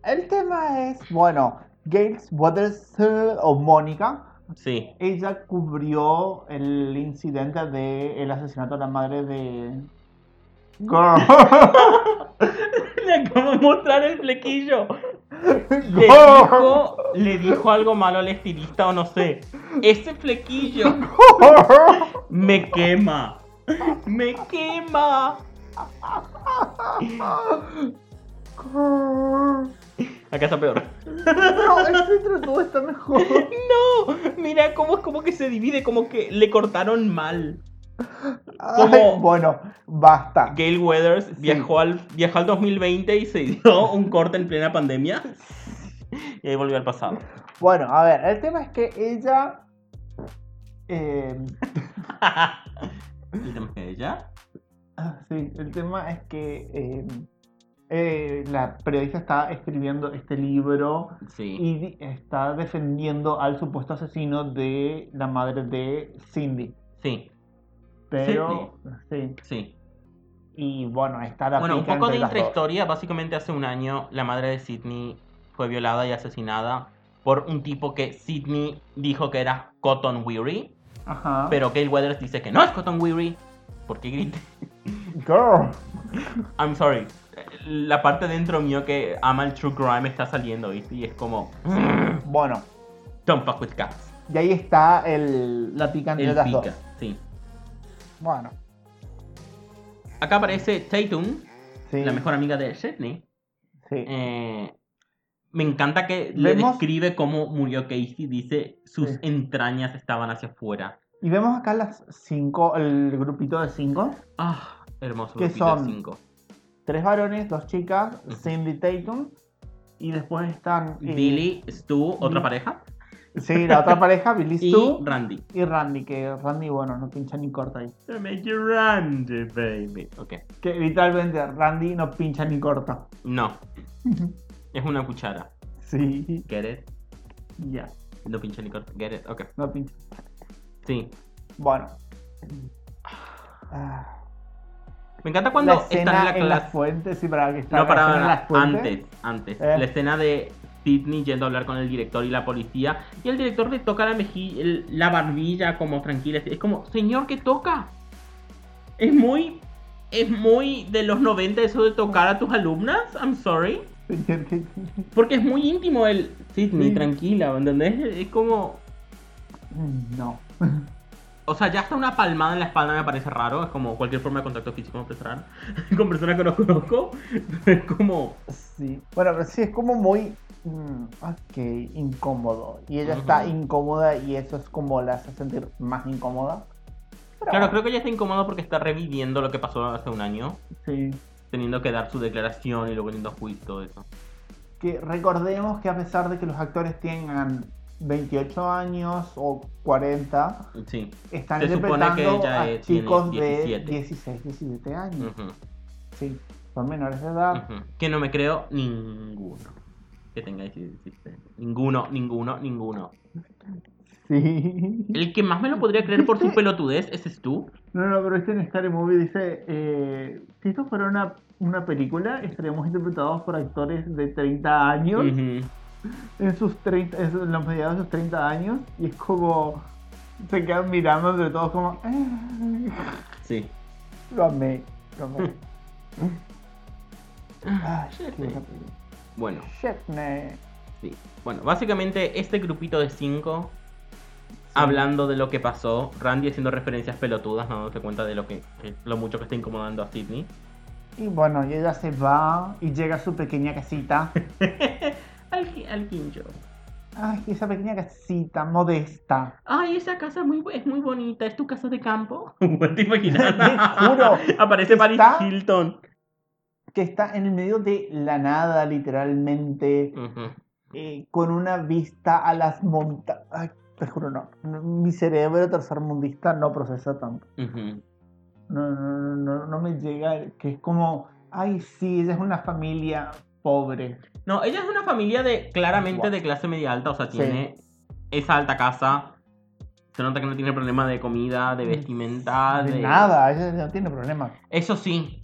El tema es, bueno, Gates Waters o Mónica, Sí. ella cubrió el incidente de el asesinato de la madre de Girl. Le acabo de mostrar el flequillo. Le Girl. dijo, le dijo algo malo al estilista o no sé. Ese flequillo me quema. Me quema. Acá está peor. No, ese entre todo está mejor. No, mira cómo es como que se divide, como que le cortaron mal. Ay, bueno, basta. Gail Weathers viajó al viajó al 2020 y se dio un corte en plena pandemia. Y ahí volvió al pasado. Bueno, a ver, el tema es que ella eh, ¿Y también ella? Ah, Sí, el tema es que eh, eh, la periodista está escribiendo este libro Sí. y di- está defendiendo al supuesto asesino de la madre de Cindy. Sí, Pero, sí, sí. y bueno, está la Bueno, un pica poco de entre las dos. intrahistoria. Básicamente hace un año la madre de Sidney fue violada y asesinada por un tipo que Sidney dijo que era Cotton Weary, Ajá. pero Gail Weathers dice que no es Cotton Weary. ¿Por qué grita? Girl. I'm sorry. La parte dentro mío que ama el true crime está saliendo, ¿viste? Y es como, "Mm, Bueno, don't fuck with cats. y ahí está el, la pica entre Él las pica, dos. sí. Bueno, Acá aparece Tatum, sí. la mejor amiga de Sidney. sí. Eh, me encanta que le Vemos- describe cómo murió Casey. Dice, sus Sí. entrañas estaban hacia afuera. Y vemos acá las cinco, el grupito de cinco. Ah, hermoso. ¿Qué grupito de son? cinco. Tres varones, dos chicas, Ujú. Cindy Tatum. Y después están... eh, Billy, Stu, otra Billy, pareja. Sí, la otra pareja, Billy Y Stu Randy. y Randy, que Randy, bueno, no pincha ni corta ahí. Make you Randy, baby. Ok. Que literalmente Randy no pincha ni corta. No, es una cuchara. sí, Get it? ya, No pinche ni corta. Get it? Ok. no pincha. Sí. Bueno. Ah, Me encanta cuando la escena están en la en las clase. fuentes, sí, para que está No, la escena para, en las fuentes. antes, antes. Eh. La escena de Sidney yendo a hablar con el director y la policía. Y el director le toca la mejilla, la barbilla como tranquila. Es como, señor, ¿qué toca? Es muy, es muy de los 90 eso de tocar a tus alumnas. I'm sorry. Señor, que- Porque es muy íntimo el Sidney, Sí. tranquila, ¿me ¿entendés? Es como, No. O sea, ya hasta una palmada en la espalda me parece raro. Es como cualquier forma de contacto físico me parece raro. Con personas que no conozco. Es como. Sí. Bueno, pero sí, es como muy. mm, ok, incómodo. Y ella está Ujú. incómoda y eso es como la hace sentir más incómoda. Pero Claro, bueno, creo que ella está incómoda porque está reviviendo lo que pasó hace un año. Sí. Teniendo que dar su declaración y luego yendo a juicio y todo eso. Que recordemos que a pesar de que los actores tengan 28 años o 40, Sí. están Se supone interpretando que ella, a eh, tiene chicos 17. de 16, 17 años. Ujú, Sí, son menores de edad. ujú. Que no me creo ninguno. Que tenga 16. Ninguno, ninguno, ninguno. Sí. El que más me lo podría creer por su ¿Viste? pelotudez, ese es tú. No, no, pero este en Scary Movie dice, eh, si esto fuera una, una película, estaríamos interpretados por actores de 30 años, Ujú. en sus 30, en, su- en los mediados de sus 30 años, y es como, se quedan mirando entre todos como, "Ah". Sí. lo amé, lo amé. Ah, qué Shit, buena eh. película. Bueno, Shit, ne. sí. Bueno, básicamente este grupito de cinco Sí. hablando de lo que pasó, Randy haciendo referencias pelotudas, no dándose cuenta de lo que, que- lo mucho que está incomodando a Sidney. Y bueno, y ella se va y llega a su pequeña casita. al, qui- al quincho. Ay, esa pequeña casita modesta. Ay, esa casa es muy, bu- es muy bonita, es tu casa de campo. ¿Te imaginas? Te juro. Aparece Paris Está- Hilton. que está en el medio de la nada, literalmente, Ujú. eh, con una vista a las montañas. Ay, te juro, no. No, Mi cerebro tercermundista no procesa tanto. Ujú. No, no, no, no, no me llega, que es como, ay, sí, ella es una familia pobre. No, ella es una familia de claramente Guau. de clase media alta, o sea, Sí. tiene esa alta casa. Se nota que no tiene problema de comida, de vestimenta, de Ah, de nada, ella no tiene problema. Eso sí,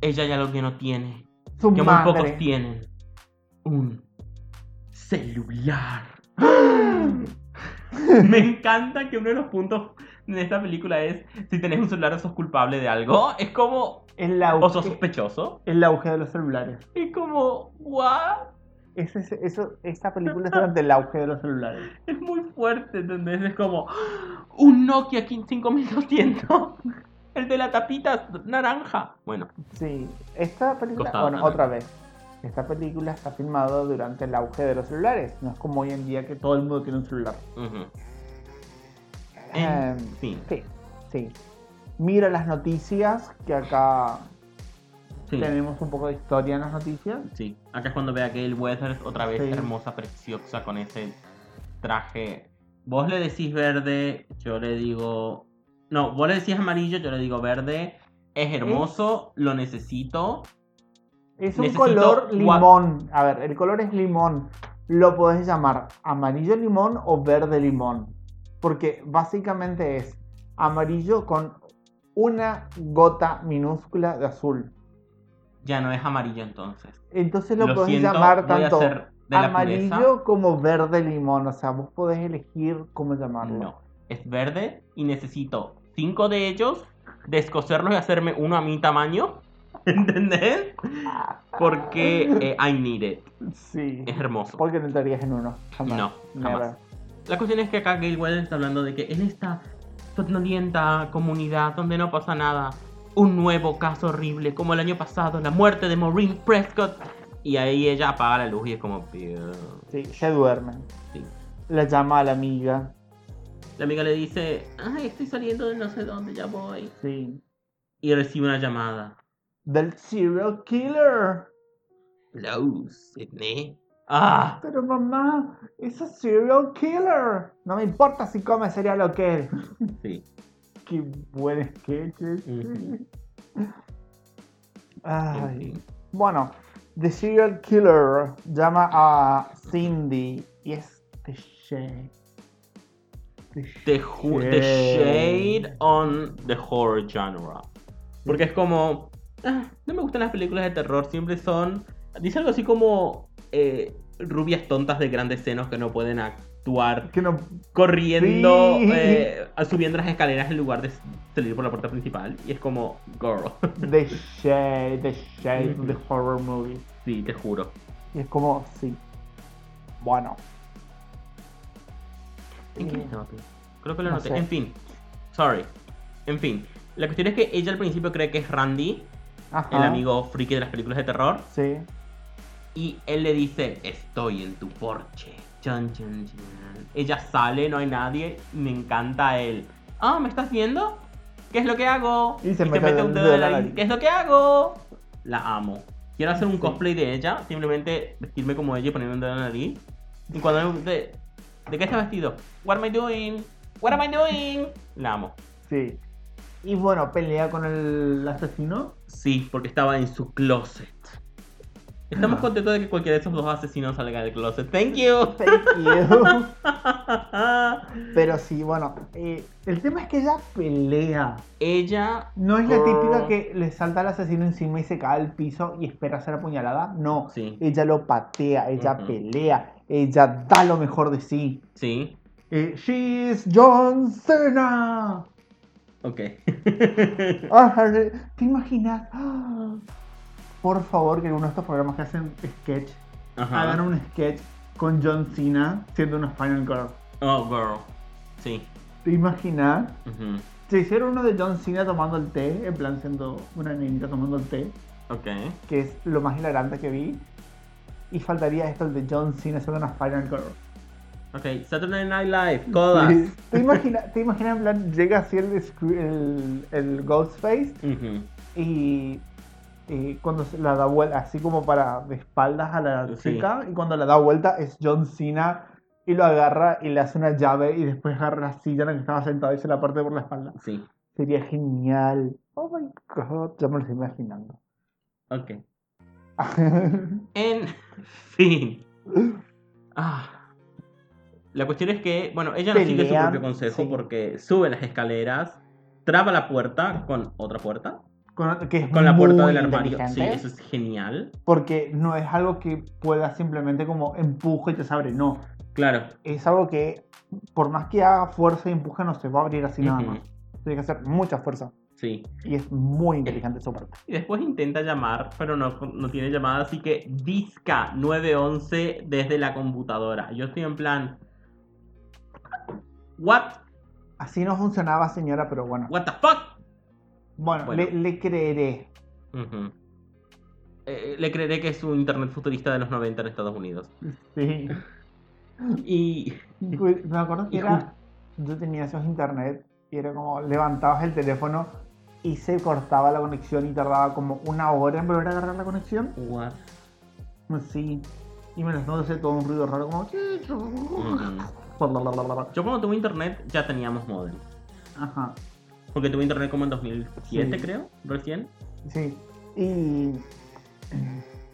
ella ya lo que no tiene, Su que madre. muy pocos tienen, un celular. Me encanta que uno de los puntos en esta película es si tenés un celular o sos culpable de algo, es como El o sos auge, sospechoso, el auge de los celulares. es como what. Ese, es- eso, esta película es durante el auge de los celulares. Es muy fuerte, ¿entendés? Es como ¡ah! un Nokia 15 5200. El de la tapita naranja. Bueno, Sí, esta película, Costado, bueno, ¿no? otra vez, esta película está filmada durante el auge de los celulares, no es como hoy en día que todo el mundo tiene un celular. ujú. Eh, en fin. sí, sí. Mira las noticias, que acá Sí, tenemos un poco de historia en las noticias. sí. Acá es cuando ve a Gail Weathers otra vez Sí. hermosa, preciosa, con ese traje. Vos le decís verde, yo le digo. No, vos le decís amarillo, yo le digo verde. Es hermoso, lo necesito. Es un Necesito color gua- limón, a ver, el color es limón, lo podés llamar amarillo limón o verde limón, porque básicamente es amarillo con una gota minúscula de azul. Ya no es amarillo entonces. Entonces lo, podés siento, llamar voy a tanto ser de la pureza. amarillo como verde limón. O sea, vos podés elegir cómo llamarlo. No, es verde y necesito cinco de ellos, descoserlos y hacerme uno a mi tamaño. ¿Entendés? Ah. Porque eh, I need it. Sí. Es hermoso. Porque no entrarías en uno. Jamás. No, Never. jamás. La cuestión es que acá Gail Weathers está hablando de que en esta somnolienta comunidad donde no pasa nada, un nuevo caso horrible como el año pasado, la muerte de Maureen Prescott. Y ahí ella apaga la luz y es como... "Pew". Sí, se duermen. Sí. La llama a la amiga. La amiga le dice, ay, estoy saliendo de no sé dónde, ya voy. Sí. Y recibe una llamada. Del serial killer. Luz, Sidney. Ah, Pero mamá, es un serial killer. No me importa si come cereal o qué. sí. Qué buen sketch. ese. Ujú. en Ay. fin. Bueno, The Serial Killer llama a Cindy y es The Shade. The The, ju- the shade on the horror genre. Porque es como. "Ah, no me gustan las películas de terror, siempre son. Dice algo así como. eh, rubias tontas de grandes senos que no pueden actuar. Que no. Corriendo, Sí. eh, subiendo las escaleras en lugar de salir por la puerta principal. Y es como, girl. The Shade, The Shade, Ujú. The Horror Movie. Sí, te juro. Y es como, sí. Bueno. ¿En qué Eh, estaba pensando? Creo que lo No noté. sé. En fin. Sorry. En fin. La cuestión es que ella al principio cree que es Randy, Ajá. el amigo friki de las películas de terror. Sí. Y él le dice, estoy en tu porche. Chan, chan, chan. Ella sale, no hay nadie. Me encanta él. Ah, ¿me estás viendo? ¿Qué es lo que hago? Y se mete un el dedo en la nariz. ¿Qué es lo que hago? La amo. Quiero hacer un Sí. cosplay de ella. Simplemente vestirme como ella y ponerme un dedo en la nariz. Y cuando me pregunte, ¿de qué está vestido? What am I doing? What am I doing? La amo. Sí. Y bueno, pelea con el asesino. Sí, porque estaba en su closet. Estamos contentos de que cualquiera de esos dos asesinos salga del closet. Thank you. Thank you. Pero sí, bueno, eh, el tema es que ella pelea. Ella. No es la Ah. típica que le salta al asesino encima y se cae al piso y espera ser apuñalada. No. Sí, Ella lo patea, ella Ujú. pelea, ella da lo mejor de sí. sí. Eh, she's John Cena. Ok. Ah, ¿Te imaginas? Ah, Por favor, que en uno de estos programas que hacen sketch, hagan Ajá. un sketch con John Cena siendo una Final Girl. Oh, girl. Sí. ¿Te imaginas? Ujú. Se hicieron uno de John Cena tomando el té, en plan siendo una nenita tomando el té, Ok. que es lo más hilarante que vi. Y faltaría esto, el de John Cena siendo una Final Girl. Ok. Saturday Night Live. Codas. ¿Te imaginas, ¿Te imaginas, en plan, llega así el, scre- el, el Ghostface Ujú. y, y cuando se la da vuelta, así como para de espaldas a la Sí. chica, y cuando la da vuelta es John Cena y lo agarra y le hace una llave y después agarra la silla en la que estaba sentado y se la parte por la espalda. Sí. Sería genial. Oh my god, ya me lo estoy imaginando. Ok. En fin. Ah. La cuestión es que, bueno, ella no sigue su Pelean, propio consejo sí. porque sube las escaleras, traba la puerta con otra puerta, Con, que es con la puerta muy del armario. Sí, inteligente, eso es genial. Porque no es algo que puedas simplemente como empuje y te se abre. No, Claro. es algo que por más que haga fuerza y empuje no se va a abrir así nada Ujú. más. Tiene que hacer mucha fuerza. Sí. Y es muy inteligente su parte. Y después intenta llamar, pero no, no tiene llamada, así que disca 911 desde la computadora. Yo estoy en plan. What? Así no funcionaba, señora, pero bueno. What the fuck? Bueno, Bueno. Le, le creeré. Ujú. Eh, le creeré que es un internet futurista de los 90 en Estados Unidos. Sí. Y. Pues, Me acuerdo que Y era. Yo tenía esos internet y era como levantabas el teléfono y se cortaba la conexión y tardaba como una hora en volver a agarrar la conexión. What? Sí. Y me las no sé todo un ruido raro como. Yo cuando tuve internet ya teníamos modem. Ajá. Porque tuve internet como en 2007, Sí. creo, recién. Sí. Y.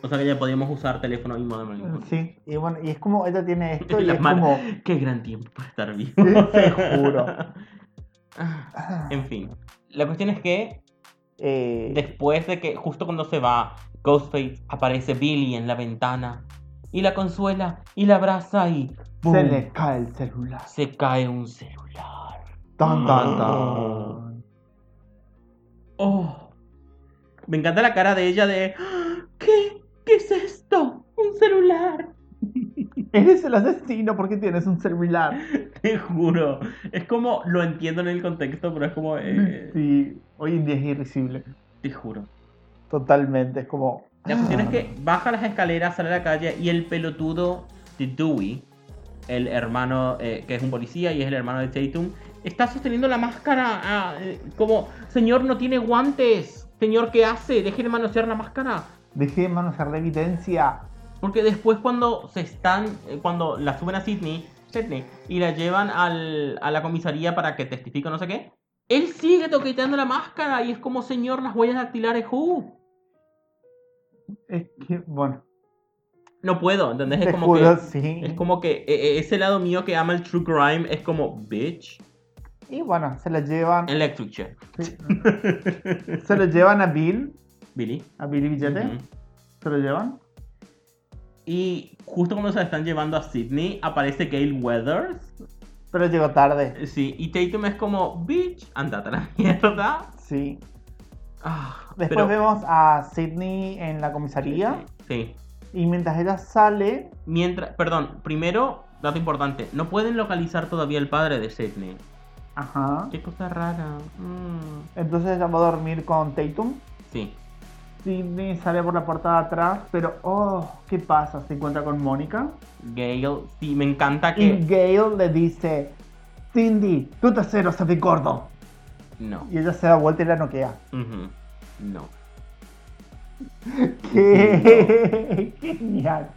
O sea que ya podíamos usar teléfono y modem. al mismo tiempo. Sí. Y bueno, y es como ella tiene esto y La es mala- como. Qué gran tiempo para estar vivo. Te juro. En fin, la cuestión es que Eh, después de que, justo cuando se va, Ghostface aparece Billy en la ventana y la consuela y la abraza y ¡boom! se le cae el celular. se cae un celular. Tan, tan, Ah. tan. Oh, me encanta la cara de ella de "Ah, ¿qué? ¿Qué es esto? Un celular. Eres el asesino porque tienes un celular. Te juro, es como lo entiendo en el contexto, pero es como eh, Sí, hoy en día es irrisible. te juro. Totalmente, es como. La cuestión Ah. es que baja las escaleras, sale a la calle y el pelotudo de Dewey, el hermano eh, que es un policía y es el hermano de Tatum, está sosteniendo la máscara ah, eh, como, señor, no tiene guantes. Señor, ¿qué hace? Deje de manosear la máscara. Dejé de manosear la evidencia. Porque después cuando se están, eh, cuando la suben a Sydney, Sydney y la llevan al, a la comisaría para que testifique o no sé qué, él sigue toqueteando la máscara y es como, señor, las huellas dactilares, who? Es que, bueno. No puedo, ¿entendés? te Es como juro, que... sí. Es como que eh, eh, ese lado mío que ama el true crime es como, bitch, Y bueno, se la llevan. electric chair. sí. se lo llevan a Bill. Billy. A Billy Billete. Ujú. Se lo llevan. Y justo cuando se la están llevando a Sydney, aparece Gail Weathers. Pero llegó tarde. Eh, Sí, y Tatum es como, bitch, andate a la mierda. Sí. Ah, Después pero- vemos a Sidney en la comisaría. Sí. Y mientras ella sale. Mientras, perdón, primero, dato importante, no pueden localizar todavía el padre de Sydney. Ajá. Qué cosa rara. Mm. Entonces vamos a dormir con Tatum. Sí. Sidney sale por la puerta de atrás, pero oh, ¿qué pasa? Se encuentra con Mónica. Gale, sí, me encanta que. Y Gail le dice, Cindy, tu trasero está de gordo. No. Y ella se da vuelta y la noquea. Ujú. No. ¡Qué genial!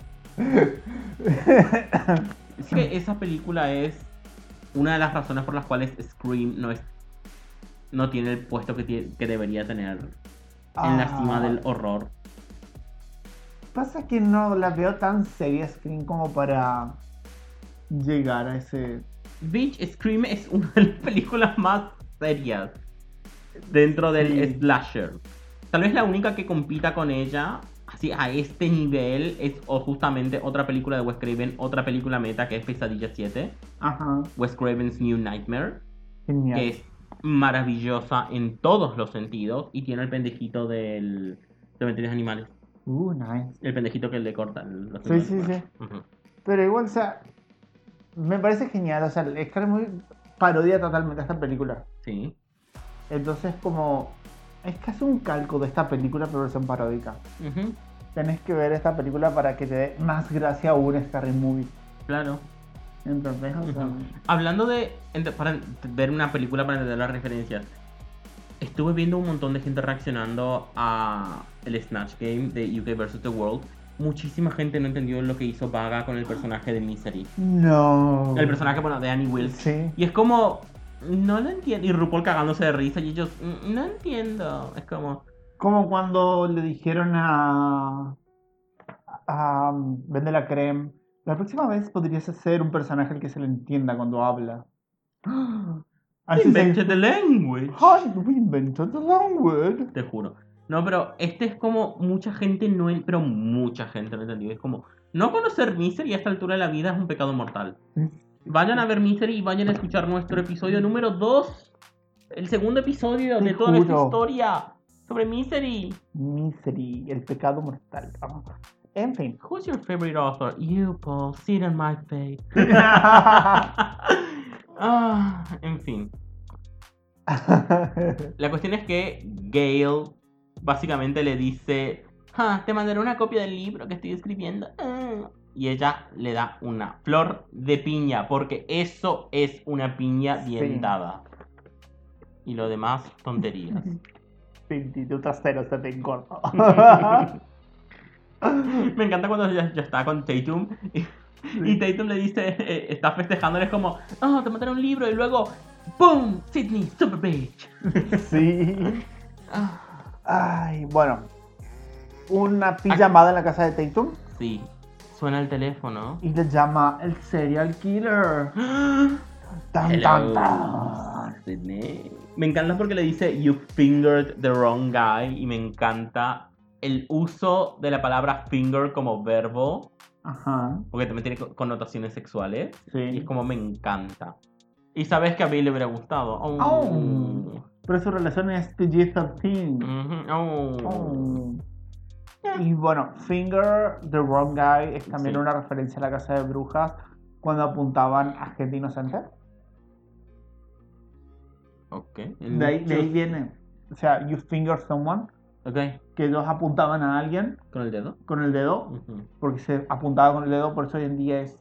Es que esa película es una de las razones por las cuales Scream no es. No tiene el puesto que, tie- que debería tener en la cima Ah, del horror. Pasa que no la veo tan seria Screen como para llegar a ese... Bitch, Scream es una de las películas más serias dentro del Sí. slasher. Tal vez la única que compita con ella, así a este nivel, es o justamente otra película de Wes Craven, otra película meta que es Pesadilla 7, Ajá, Wes Craven's New Nightmare, genial. que es maravillosa en todos los sentidos y tiene el pendejito del cementerio de animales, Uh, nice. el pendejito que le corta los Sí, sí, sí. Ujú. Pero igual, o sea, me parece genial. O sea, Scream parodia totalmente esta película. Sí. Entonces, como... Es casi un calco de esta película, pero versión paródica. Ujú. Tenés que ver esta película para que te dé más gracia aún Scary Movie. Claro. Entonces, o sea, Ujú. Hablando de. ente- Para ent- ver una película para entender las referencias. Estuve viendo un montón de gente reaccionando a el Snatch Game de UK vs. The World. Muchísima gente no entendió lo que hizo Vaga con el personaje de Misery. No. El personaje, bueno, de Annie Wilkes. Sí. Y es como. No lo entiendo. Y RuPaul cagándose de risa. Y ellos. "Mm, No entiendo. Es como. Como cuando le dijeron a. a. um, Vende la creme. La próxima vez podrías hacer un personaje al que se le entienda cuando habla. Así se. Invented the language. Hi, we invented the language. Te juro. No, pero este es como mucha gente no, en- pero mucha gente no entendió. Es como no conocer Misery a esta altura de la vida es un pecado mortal. Vayan a ver Misery y vayan a escuchar nuestro episodio número 2. El segundo episodio Te de toda nuestra juro. historia sobre Misery. Misery, el pecado mortal. Ah, En fin. Who's your favorite author? You, Paul. Sit on my face. Ah, en fin. La cuestión es que Gail básicamente le dice, "Ah, te mandaré una copia del libro que estoy escribiendo. Ah. Y ella le da una flor de piña, porque eso es una piña Sí. bien dada. Y lo demás, tonterías. Cinti, tu trasero se te engorda. Me encanta cuando ya, ya está con Tatum y, y Tatum le dice, eh, está festejándole es como, oh, te mandaré un libro y luego, ¡boom! Sydney, super bitch. sí. Ah, Ay, bueno. Una pijamada en la casa de Tatum sí, suena el teléfono. y le llama el serial killer. Tan, Hello. tan, tan. Sydney. Me encanta porque le dice You fingered the wrong guy y me encanta el uso de la palabra finger como verbo Ajá, porque también tiene co- connotaciones sexuales y es sí. como me encanta. Y sabes que a Bill le hubiera gustado. Oh. Oh. Pero su relación es PG-13. Mhm, oh. Oh. Y bueno, Finger, The Wrong Guy, es también Sí. una referencia a la casa de brujas cuando apuntaban a gente inocente. Ok. De ahí, de ahí viene, o sea, You Finger Someone, Ok. que ellos apuntaban a alguien Con el dedo. con el dedo Ujú. porque se apuntaba con el dedo, por eso hoy en día es,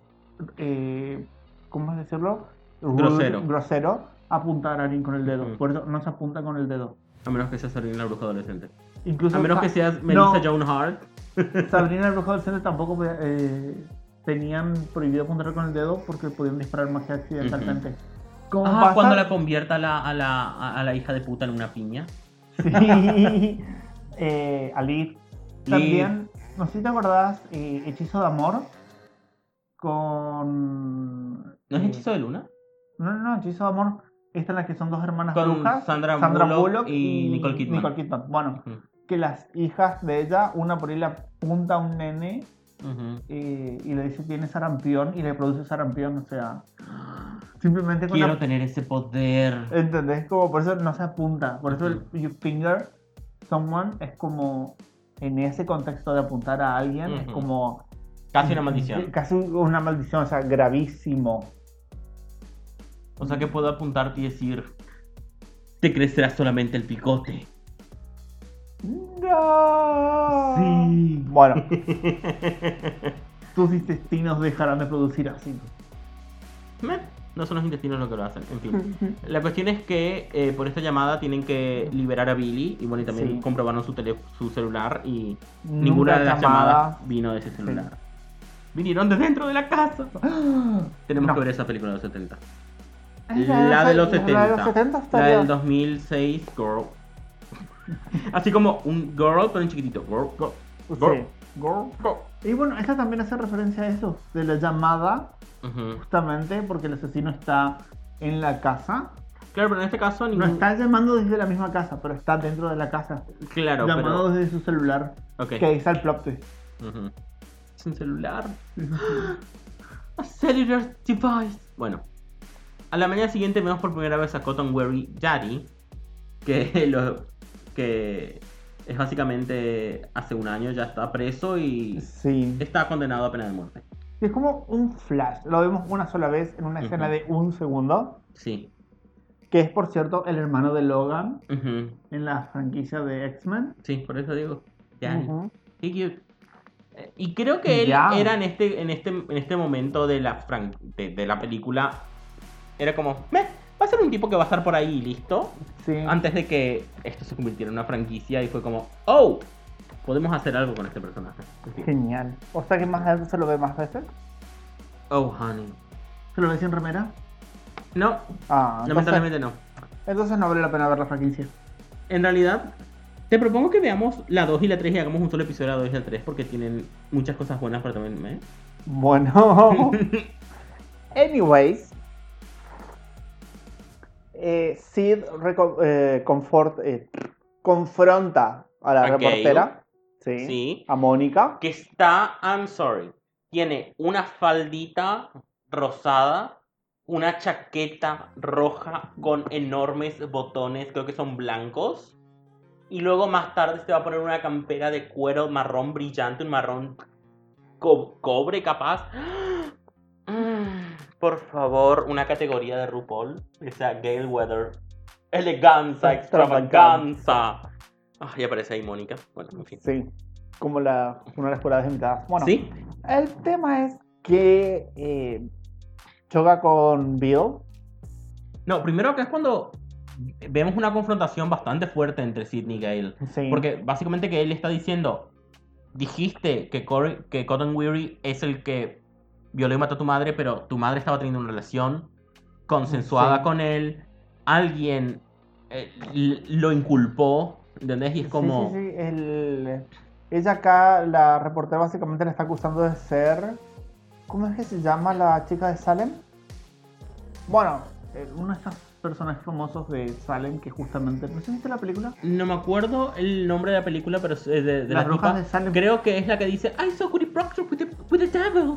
eh, ¿cómo decirlo? Rude, Grosero. Mm. Grosero, apuntar a alguien con el dedo. Ujú. Por eso no se apunta con el dedo. A menos que seas Sabrina la bruja adolescente. Incluso A menos Sa- que seas Melissa No. Joan Hart. Sabrina el Brujo del Centro tampoco eh, tenían prohibido apuntar con el dedo porque podían disparar magia accidentalmente. Como Ah, pasa- cuando la convierta a la, a, la, a- a la hija de puta en una piña. Sí. eh, Alif. También, no sé si te acordás, eh, Hechizo de Amor con... ¿No es eh, hechizo de luna? No, no, no, Hechizo de Amor. Esta es la que son dos hermanas Con brujas. Sandra Bullock y Nicole Kidman. Nicole Bueno, Ujú, que las hijas de ella, una por ahí le apunta a un nene ujú. eh, y le dice tiene sarampión y le produce sarampión. O sea, simplemente con Quiero la- tener ese poder. ¿Entendés? Como por eso no se apunta. Por eso el Ujú. you finger someone es como en ese contexto de apuntar a alguien, es Ujú. como Casi una maldición. Casi una maldición, o sea, gravísimo. O sea que puedo apuntarte y decir, te crecerá solamente el picote. No. Sí. Bueno, tus intestinos dejarán de producir así. Meh, No son los intestinos lo que lo hacen, en fin. La cuestión es que eh, por esta llamada tienen que liberar a Billy y bueno, y también Sí. comprobaron su, tele- su celular y Nunca ninguna de las llamada. llamadas vino de ese celular. Vinieron de dentro de la casa. Tenemos No. que ver esa película de los 70. Es La de los La de 70. los 70 está La del bien. 2006, girl. Así como un girl, pero en chiquitito. Girl, girl, girl, girl, girl. Pues Y bueno, esta también hace referencia a eso, de la llamada, Ujú. justamente porque el asesino está en la casa. Claro, pero en este caso No ningún... está llamando desde la misma casa, pero está dentro de la casa. Claro, llamando pero... desde su celular. Ok. Que ahí está el plot twist. Ujú. Es un celular. A cellular device. Bueno. A la mañana siguiente vemos por primera vez a Cotton Weary Daddy. Que lo. que es básicamente hace un año ya está preso y Sí. está condenado a pena de muerte. Es como un flash. Lo vemos una sola vez en una escena Ujú. de un segundo. Sí. Que es, por cierto, el hermano de Logan Ujú. en la franquicia de X-Men. Sí, por eso digo. Daddy. Ujú. Qué cute. Eh, Y creo que él Ya. era en este, en este, en este momento de la fran- de, de la película. Era como, "Meh, va a ser un tipo que va a estar por ahí y listo. Sí. Antes de que esto se convirtiera en una franquicia y fue como, oh, podemos hacer algo con este personaje. En fin. Genial. O sea que más adelante se lo ve más veces. Oh, honey. ¿Se lo ve sin remera? No, Ah, entonces, lamentablemente no. entonces no vale la pena ver la franquicia. En realidad, te propongo que veamos la 2 y la 3 y hagamos un solo episodio de la 2 y la 3 porque tienen muchas cosas buenas para también. ¿eh? Oh, Bueno. Anyways. eh, Sid reco- eh, confort- eh, confronta a la A Gale. reportera. Sí. Sí. A Mónica. que está, I'm sorry, tiene una faldita rosada, una chaqueta roja con enormes botones, creo que son blancos. Y luego más tarde se va a poner una campera de cuero marrón brillante, un marrón co- cobre capaz. Mm, Por favor, una categoría de RuPaul que sea Gale Weather. Eleganza, extravaganza. Ah, y aparece ahí Mónica. Bueno, en fin. Sí, como la, una de las curadas invitadas. Bueno, ¿Sí? el tema es que eh, choca con Bill. No, primero que es cuando vemos una confrontación bastante fuerte entre Sidney y Gale. Sí. Porque básicamente que él está diciendo, dijiste que, Corey- que Cotton Weary es el que violó y mató a tu madre, pero tu madre estaba teniendo una relación consensuada Sí. con él, alguien eh, l- lo inculpó, ¿entendés? Y es Sí, como... Sí, sí, el- ella acá, la reportera, básicamente la está acusando de ser. ¿Cómo es que se llama la chica de Salem? Bueno, eh, uno de estos personajes famosos de Salem que justamente. ¿No sé viste la película? No me acuerdo el nombre de la película, pero es, eh, de, de Las la brujas tipa. de Salem. Creo que es la que dice, I saw Woody Proctor with the, with the devil.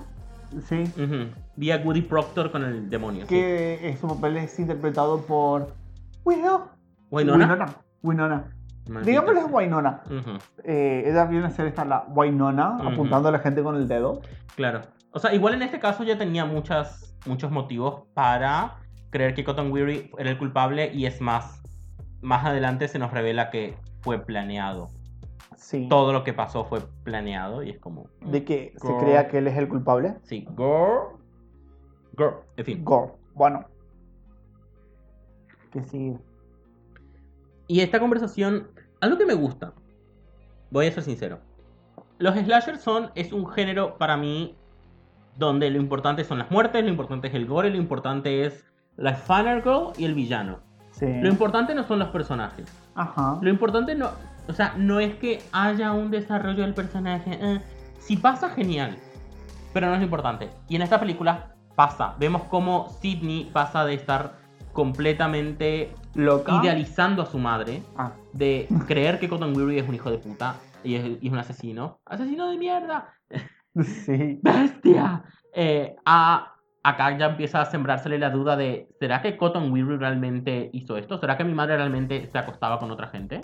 Sí. Ujú. Vi a Woody Proctor con el demonio. sí. Que eh, su papel es interpretado por. Widow. Winona. Winona. Winona. Maldita Digámosle sea. Winona. Ujú, Eh, ella viene a ser esta la Wainona, Ujú. apuntando a la gente con el dedo. Claro. O sea, igual en este caso ya tenía muchas, muchos motivos para creer que Cotton Weary era el culpable y es más, más adelante se nos revela que fue planeado. Sí. Todo lo que pasó fue planeado y es como... De que se Girl. crea que él es el culpable. Sí, girl. Girl, en fin. Gore. Bueno. Que sí. Y esta conversación, algo que me gusta, voy a ser sincero. Los slashers son, es un género para mí donde lo importante son las muertes, lo importante es el gore, lo importante es la final girl y el villano. Sí. Lo em- importante no son los personajes. Ajá. Lo importante no, o sea, no es que haya un desarrollo del personaje. eh, si pasa, genial. Pero no es lo importante. Y en esta película pasa. Vemos cómo Sidney pasa de estar completamente Loca. idealizando a su madre Ah, de creer que Cotton Weary es un hijo de puta y es, y es un asesino. ¡Asesino de mierda! sí. ¡Bestia! Eh, a, acá ya empieza a sembrársele la duda de: ¿será que Cotton Weary realmente hizo esto? ¿Será que mi madre realmente se acostaba con otra gente?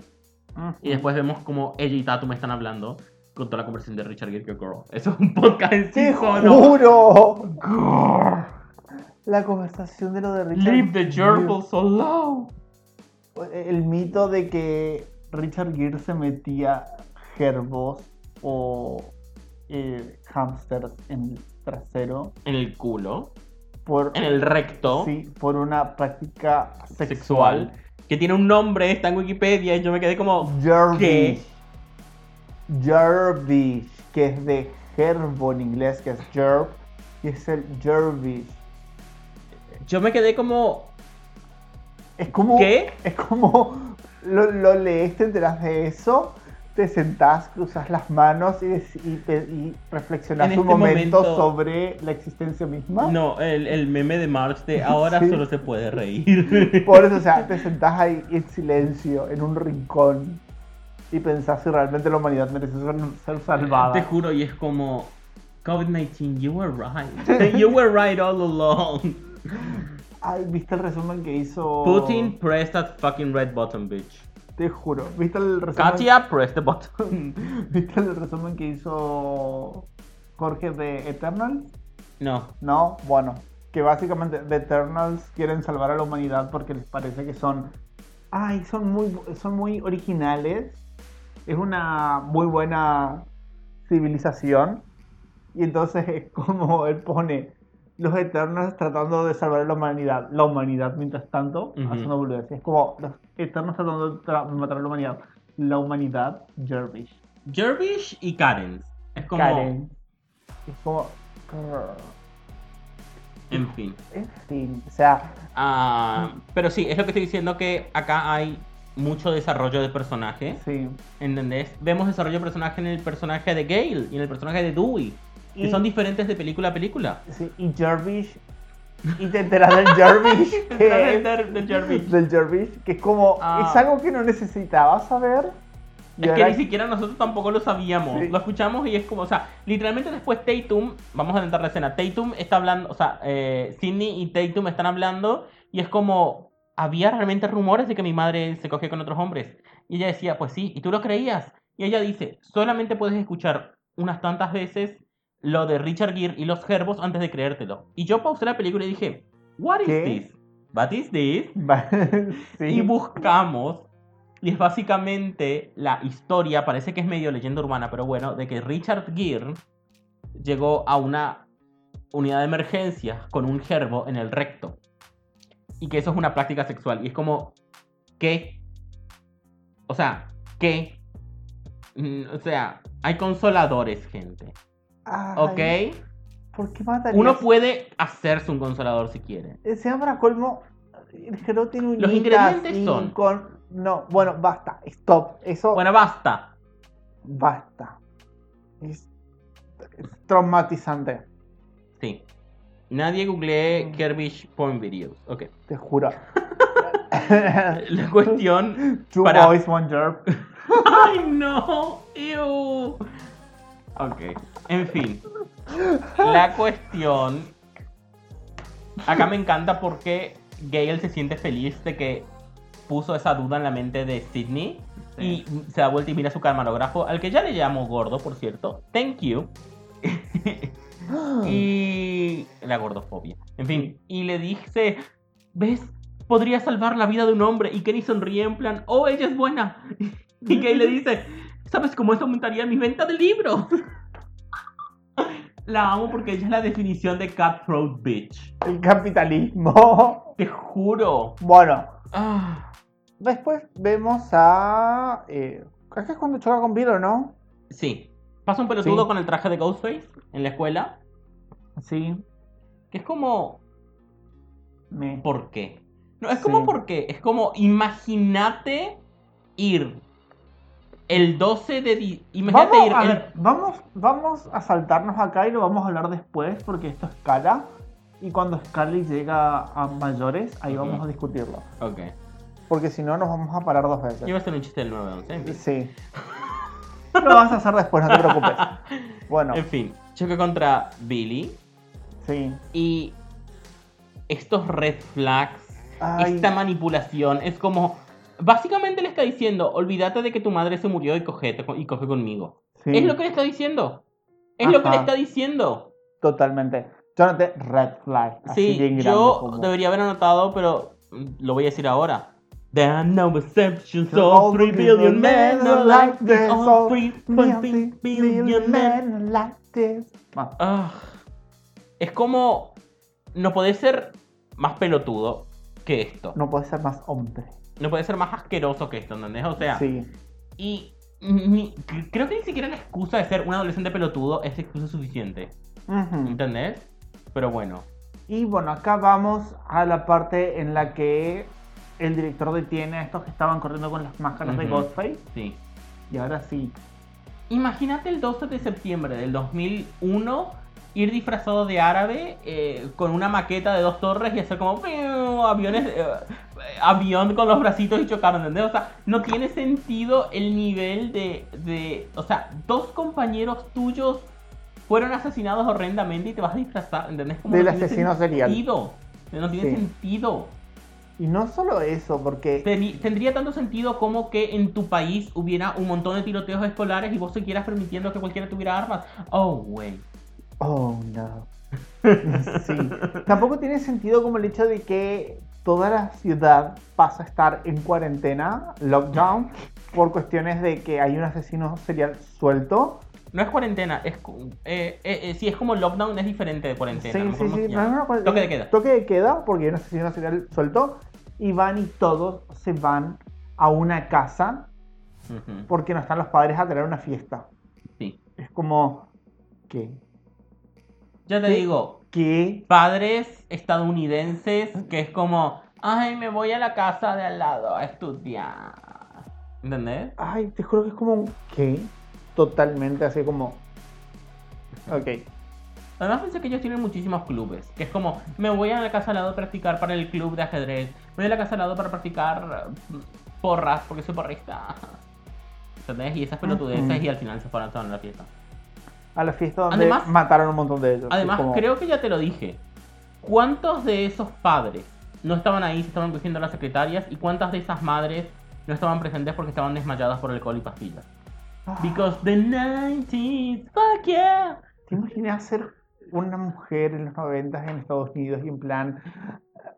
Mm. Y después vemos como ella y Tatum están hablando con toda la conversación de Richard Gere Girl. Eso es un podcast en sí ¡Te solo. juro! Gore. La conversación de lo de Richard. Leave the Gere. gerbils alone. El mito de que Richard Gere se metía gerbos o eh, hamsters en el trasero En el culo, por, en el recto sí, por una práctica sexual, sexual. que tiene un nombre, está en Wikipedia, y yo me quedé como. ¿Qué? Jervish. Jervish, que es de gerbo en inglés, que es gerb, y es el jervish. Yo me quedé como. Es como. ¿Qué? Es como. Lo, lo lees, te enteras de eso, te sentás, cruzas las manos y, dec- y, pe- y reflexionas En un este momento, momento- sobre la existencia misma. No, el, el meme de Marx de ahora ¿Ah? Sí. solo se puede reír. Por eso, o sea, te sentás ahí en silencio, en un rincón, y pensás si realmente la humanidad merece ser, ser salvada. Te juro, y es como. COVID-19, you were right. You were right all along. Ay, ¿viste el resumen que hizo? Putin, press that fucking red button, bitch. Te juro. ¿Viste el resumen? Katia, press the button. ¿Viste el resumen que hizo Jorge de Eternal? No. No, bueno, que básicamente The Eternals quieren salvar a la humanidad porque les parece que son, ay, son muy, son muy originales. Es una muy buena civilización. Y entonces es como él pone los Eternos tratando de salvar a la humanidad. La humanidad, mientras tanto, Ujú. hace una boludez. Es como los Eternos tratando de tra- matar a la humanidad. La humanidad, Jervish. Jervish y Karen. Es como. Karen. Es como... grrr. En fin. En fin, o sea, Ah, pero sí, es lo que estoy diciendo que acá hay mucho desarrollo de personaje. sí. ¿Entendés? Vemos desarrollo de personaje en el personaje de Gale y en el personaje de Dewey. Que Y- son diferentes de película a película. Sí, y Jervish. Y te enteras del Jervish. que es- Del- del Jervish. Del Jervish, que es como. Ah. Es algo que no necesitabas saber. Y Es que ahora- ni siquiera nosotros tampoco lo sabíamos. Sí. Lo escuchamos y es como, o sea, literalmente después Tatum, vamos a adelantar la escena, Tatum está hablando, o sea, eh, Sidney y Tatum están hablando y es como, había realmente rumores de que mi madre se cogía con otros hombres. Y ella decía, pues sí, y tú lo creías. Y ella dice, solamente puedes escuchar unas tantas veces lo de Richard Gere y los gerbos antes de creértelo. Y yo pausé la película y dije, what is ¿Qué? this? What is this? Va- sí. y buscamos. Y es básicamente la historia, parece que es medio leyenda urbana, pero bueno, de que Richard Gere llegó a una unidad de emergencia con un gerbo en el recto. Y que eso es una práctica sexual. Y es como, ¿qué? O sea, ¿qué? Mm, O sea, hay consoladores, gente. Ay, ¿Ok? ¿Por qué matarías? Uno puede hacerse un consolador si quiere. Eh, Sea para colmo. El Jero tiene un. Los ingredientes son- Con... No, bueno, basta. Stop. Eso. Bueno, basta. Basta. Es, es traumatizante. Sí. Nadie googleé Kerbish Point Videos. Ok. Te juro. La cuestión. Two para- boys, one jerk. ¡Ay, no! ¡Ew! Ok. En fin. La cuestión. Acá me encanta porque Gail se siente feliz de que puso esa duda en la mente de Sidney. Sí. Y se da vuelta y mira su camarógrafo, al que ya le llamo gordo, por cierto. Thank you. Ah. Y la gordofobia. En fin, y le dice, ¿ves? Podría salvar la vida de un hombre. Y Kenny sonríe en plan, oh, ella es buena. Y Kay le dice, ¿sabes cómo eso aumentaría mi venta de libros? La amo porque ella es la definición de cutthroat bitch. El capitalismo. Te juro. Bueno, Ah. después vemos a. Eh, creo que es cuando choca con Viro, ¿no? Sí. Pasa un pelotudo Sí. con el traje de Ghostface en la escuela. Sí. Que es como, Me. ¿por qué? No, es Sí. como por qué. Es como, imagínate ir el 12 de... di- Imagínate Vamos ir a, el- ver, vamos, vamos a saltarnos acá y lo vamos a hablar después porque esto escala. Y cuando Scarlett llega a mayores, ahí Ujú. vamos a discutirlo. Ok. Porque si no, nos vamos a parar dos Yo iba veces. a hacer un chiste del 911. En fin. Sí. Lo vas a hacer después, no te preocupes. Bueno, En fin, choque contra Billy sí. y estos red flags, Ay. esta manipulación, es como... Básicamente le está diciendo, olvídate de que tu madre se murió y cogete con- y coge conmigo. sí. Es lo que le está diciendo. Es lo que le Ajá. está diciendo. Totalmente. Jonathan, red flag. así Sí, bien grande yo como- debería haber anotado, pero mm, lo voy a decir ahora. There are no exceptions, all All 3 the billion men are like this, all all 3 billion men. are like this. Bueno, Ah, es como. No puede ser más pelotudo que esto. no puede ser más hombre. No puede ser más asqueroso que esto, ¿entendés? O sea, Sí. y ni- cre- creo que ni siquiera la excusa de ser un adolescente pelotudo es excusa suficiente. Ujú. ¿Entendés? Pero bueno. Y bueno, acá vamos a la parte en la que el director detiene a estos que estaban corriendo con las máscaras de Ujú. Ghostface. Sí. Y ahora sí. Imagínate el 12 de septiembre del 2001 ir disfrazado de árabe eh, con una maqueta de dos torres y hacer como "Piu", aviones eh, avión con los bracitos y chocar, ¿entendés? O sea, no tiene sentido el nivel de, de o sea, dos compañeros tuyos fueron asesinados horrendamente y te vas a disfrazar, ¿entendés? Como Del no tiene asesino serial. sentido. No tiene Sí. sentido. Y no solo eso, porque Teni- Tendría tanto sentido como que en tu país hubiera un montón de tiroteos escolares y vos siguieras permitiendo que cualquiera tuviera armas. Oh, güey. Oh, no. Sí. Tampoco tiene sentido como el hecho de que toda la ciudad pasa a estar en cuarentena, lockdown, por cuestiones de que hay un asesino serial suelto. No es cuarentena, es. cu- Eh, eh, eh, sí, es como lockdown, es diferente de cuarentena. no sí, me sí, acuerdo sí. cómo se no, llama. no, no, cuarentena. Toque de queda. Toque de queda, porque hay un asesino serial suelto. Y van y todos se van a una casa Ujú, porque no están los padres a tener una fiesta. sí. Es como, ¿qué? Ya te Sí. digo, ¿Qué? padres estadounidenses que es como. Ay, me voy a la casa de al lado a estudiar. ¿Entendés? Ay, te juro que es como un ¿qué? Totalmente así como... Ok. Además pensé que ellos tienen muchísimos clubes, que es como, me voy a la casa al lado a practicar para el club de ajedrez, me voy a la casa al lado para practicar eh, porras, porque soy porrista. ¿Entendés? Y esas pelotudeces Ujú. y al final se fueron todas en la fiesta. A la fiesta donde Además- mataron un montón de ellos. Además, Es como- creo que ya te lo dije, ¿cuántos de esos padres no estaban ahí, se estaban cogiendo a las secretarias? ¿Y cuántas de esas madres no estaban presentes porque estaban desmayadas por alcohol y pastillas? "Ah, Because the 90s, fuck yeah. ¿Te imaginas ser una mujer en los 90 en Estados Unidos y en plan...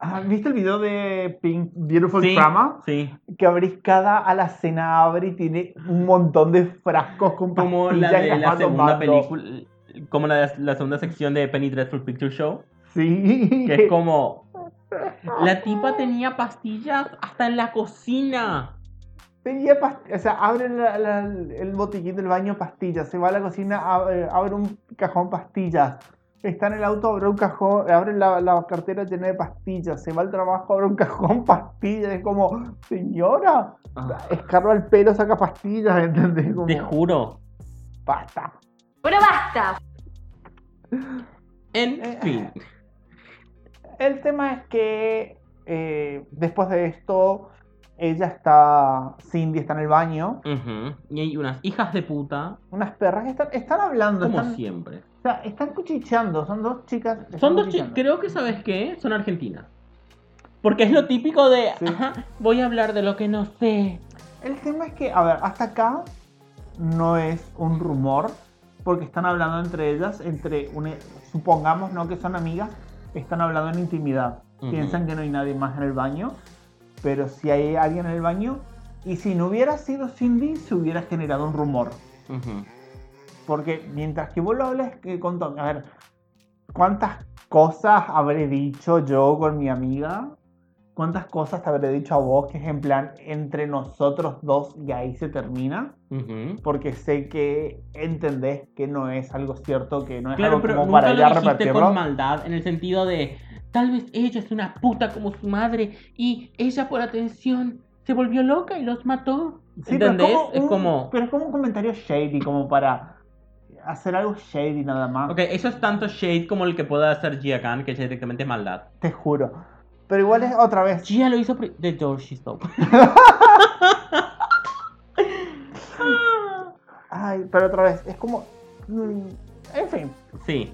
Ah, ¿Viste el video de Pink Beautiful Sí, Drama? sí. Que abrís cada alacena, abre y tiene un montón de frascos con como la pastillas de que la va tomando. segunda película como la, de la segunda sección de Penny Dreadful Picture Show Sí. que es como la tipa tenía pastillas hasta en la cocina Tenía past- o sea, abren la- la- el botiquín del baño pastillas, se va a la cocina, abre, abre un cajón pastillas, está en el auto, abre un cajón, abre la, la cartera llena de pastillas, se va al trabajo, abre un cajón pastillas, es como, señora, escarba el pelo, saca pastillas, ¿entendés? Como, te juro basta. Bueno, basta. Eh, en fin El tema es que eh, después de esto, ella está, Cindy está en el baño, Ujú. y hay unas hijas de puta unas perras que están, están hablando, como están, siempre o sea, están cuchicheando, son dos chicas. que están son dos chi- cuchicheando. creo que sabes qué son argentinas porque es lo típico de Sí. "Ajá, voy a hablar de lo que no sé El tema es que, a ver, hasta acá no es un rumor, porque están hablando entre ellas, entre, una- supongamos no que son amigas, están hablando en intimidad. Ujú. Piensan que no hay nadie más en el baño, pero si hay alguien en el baño, y si no hubiera sido Cindy, se hubiera generado un rumor. Ujú. Porque mientras que vos lo hablas que con Tom- a ver, ¿cuántas cosas habré dicho yo con mi amiga? ¿Cuántas cosas te habré dicho a vos que es en plan entre nosotros dos y ahí se termina? Ujú. Porque sé que entendés que no es algo cierto, que no es Claro, algo pero como nunca para lo ya dijiste repetirlo. con maldad, en el sentido de tal vez ella es una puta como su madre y ella por atención se volvió loca y los mató. Sí, pero ¿Entendés? un- es como... Pero es como un comentario shady, como para hacer algo shady nada más. Ok, eso es tanto shade como el que pueda hacer Gia Khan, que es directamente maldad. Te juro. Pero igual es otra vez. Gia lo hizo pri- de George Stop. Ay, pero otra vez. Es como. mm, En fin. sí.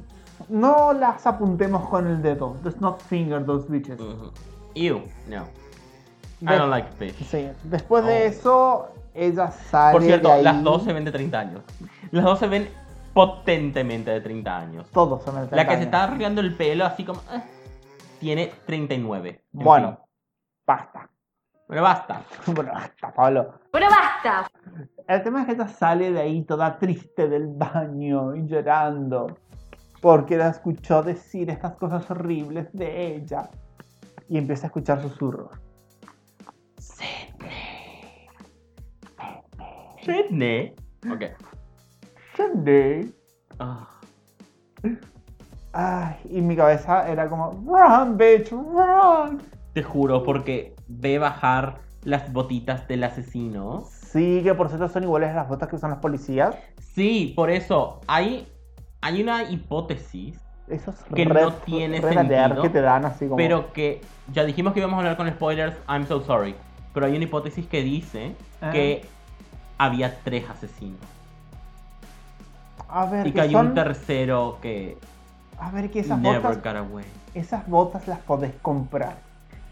No las apuntemos con el dedo. Let's not finger those bitches. Ujú. Ew, no. Mm. I Des- don't like fish. Sí. Después Oh. de eso, ella sale. Por cierto, de ahí. las dos se ven de 30 años. Las dos se ven potentemente de 30 años. Todos son el La que se está arreglando el pelo así como... ah, tiene 39. En Bueno, fin. basta. Pero basta. Bueno, basta, Pablo. Bueno, basta. El tema es que ella sale de ahí toda triste del baño y llorando. Porque la escuchó decir estas cosas horribles de ella. Y empieza a escuchar susurros. Sidney. Ok. Sandy. Ah, Ay, y mi cabeza era como, run, bitch, run. te juro, porque ve bajar las botitas del asesino. Sí, que por cierto son iguales a las botas que usan los policías. Sí, por eso hay, hay una hipótesis, Esos Que red- no tiene red alert sentido, que te dan así como... pero que ya dijimos que íbamos a hablar con spoilers, I'm so sorry. Pero hay una hipótesis que dice Ah. que había tres asesinos a ver, y que que hay son- un tercero que a ver que esas never botas, got away. esas botas las podés comprar.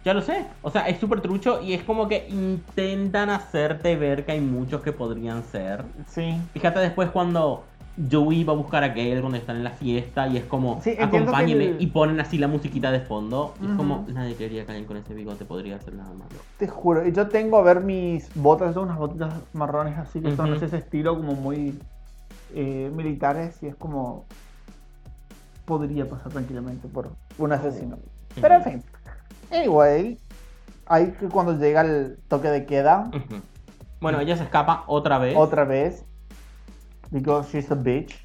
Ya lo sé, o sea, es súper trucho y es como que intentan hacerte ver que hay muchos que podrían ser. Sí. Fíjate después cuando Joey va a buscar a Gail cuando están en la fiesta y es como, Sí, entiendo que acompáñeme. el- Y ponen así la musiquita de fondo. Y es Ujú. como, nadie quería que alguien con ese bigote podría hacer nada malo. Te juro, yo tengo a ver mis botas, son unas botitas marrones así que son Ujú. de ese estilo como muy eh, militares y es como podría pasar tranquilamente por un asesino. Oh, Pero en fin, anyway, ahí que cuando llega el toque de queda Ujú. Bueno, ella se escapa otra vez. otra vez, digo she's a bitch.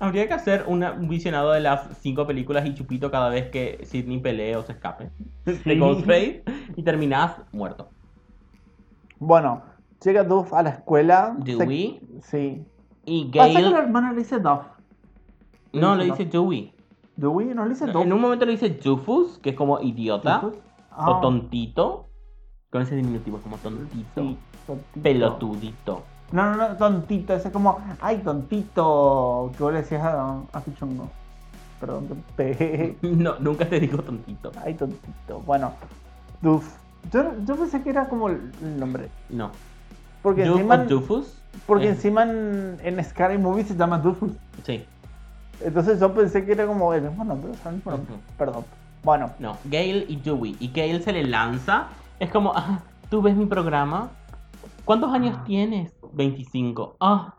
Habría que hacer una- un visionado de las cinco películas y chupito cada vez que Sidney pelee o se escape de Ghostface y terminás muerto. Bueno, llega Duff a la escuela. se- Dewey Sí. y Pasa que la Gail. hermana le dice Duff. No, le dice Dewey. Dewey, no le dice Duff. En un momento le dice Jufus, que es como idiota. Ah. O tontito. Con ese diminutivo, como tontito. Sí, tontito. Pelotudito. No, no, no, tontito. Ese es como, ay, tontito. Que vos le decías a, a tu chongo. Perdón, te pegué. No, nunca te digo tontito. Ay, tontito. Bueno, Duf. Yo, yo pensé que era como el el nombre. No. Porque Juf encima, o Jufus? porque eh. encima en, en Scary Movie se llama Dufus. Sí. Entonces yo pensé que era como el mismo nombre. o sea, el mismo nombre. Ujú. Perdón. Bueno, No. Gale y Dewey. Y Gale se le lanza. Es como, ah, ¿tú ves mi programa? ¿Cuántos Ah. años tienes? 25. Ah.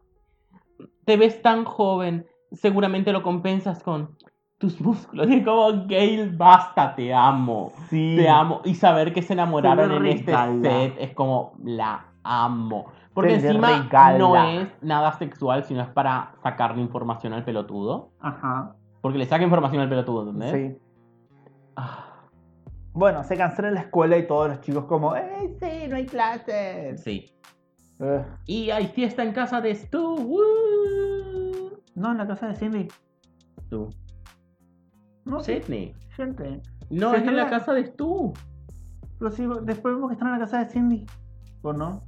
Te ves tan joven. Seguramente lo compensas con tus músculos. Y es como, Gale, basta, te amo. sí. Te amo. Y saber que se enamoraron Te lo en este Mm. regala. set es como la amo. Porque Te lo encima regala. no es nada sexual, sino es para sacarle información al pelotudo. Ajá. Porque le saca información al pelotudo, ¿entendés? Sí. Ah, Bueno, se cancela la escuela y todos los chicos como, ¡eh, sí, no hay clases! Eh. sí. Ugh. Y hay fiesta en casa de Stu. woo. No, en la casa de Cindy. Stu. No, sí. Sidney. gente. No, Se es en la llama- casa de Stu. Pero sí, después vemos que están en la casa de Cindy. ¿O no?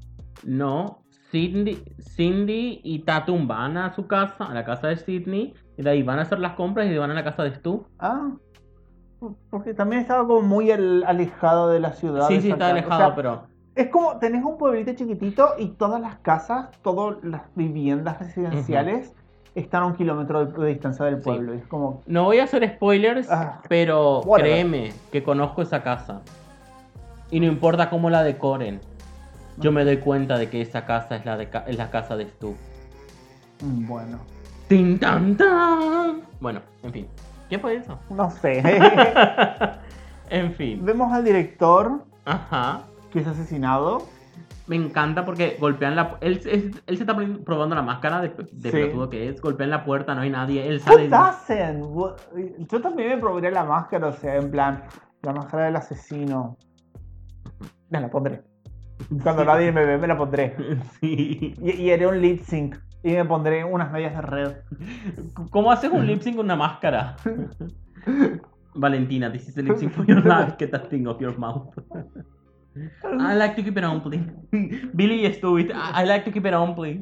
No. Cindy, Cindy y Tatum van a su casa, a la casa de Sidney. Y de ahí van a hacer las compras y van a la casa de Stu. Ah. Porque también estaba como muy al- alejado de la ciudad. Sí, de sí, está Santa- o alejado, sea, pero. Es como, tenés un pueblito chiquitito y todas las casas, todas las viviendas residenciales están a un kilómetro de, de distancia del Sí. pueblo. Y es como, No voy a hacer spoilers, Ah, pero whatever. créeme que conozco esa casa. Y no importa cómo la decoren, yo me doy cuenta de que esa casa es la, de ca- es la casa de Stu. mm, bueno, ¡Tin, tan, tan! Bueno, en fin. ¿Qué fue eso? no sé. en fin. Vemos al director Ajá. que es asesinado. Me encanta porque golpean la... Él, es- él se está poniendo- probando la máscara de, de Sí. pelotudo que es. Golpean la puerta, no hay nadie. Él What sale... y- doesn't? What- Yo también me probaré la máscara, o sea, en plan, la máscara del asesino. Me la pondré. Cuando nadie me ve, me la pondré. Sí. Y, y haré un lip sync. Y me pondré unas medias de red. ¿Cómo haces un lip sync con una máscara? Valentina, this is the lip sync for your life. Get that thing off your mouth. I like to keep it on, please. Billy is do it. I I like to keep it on, please.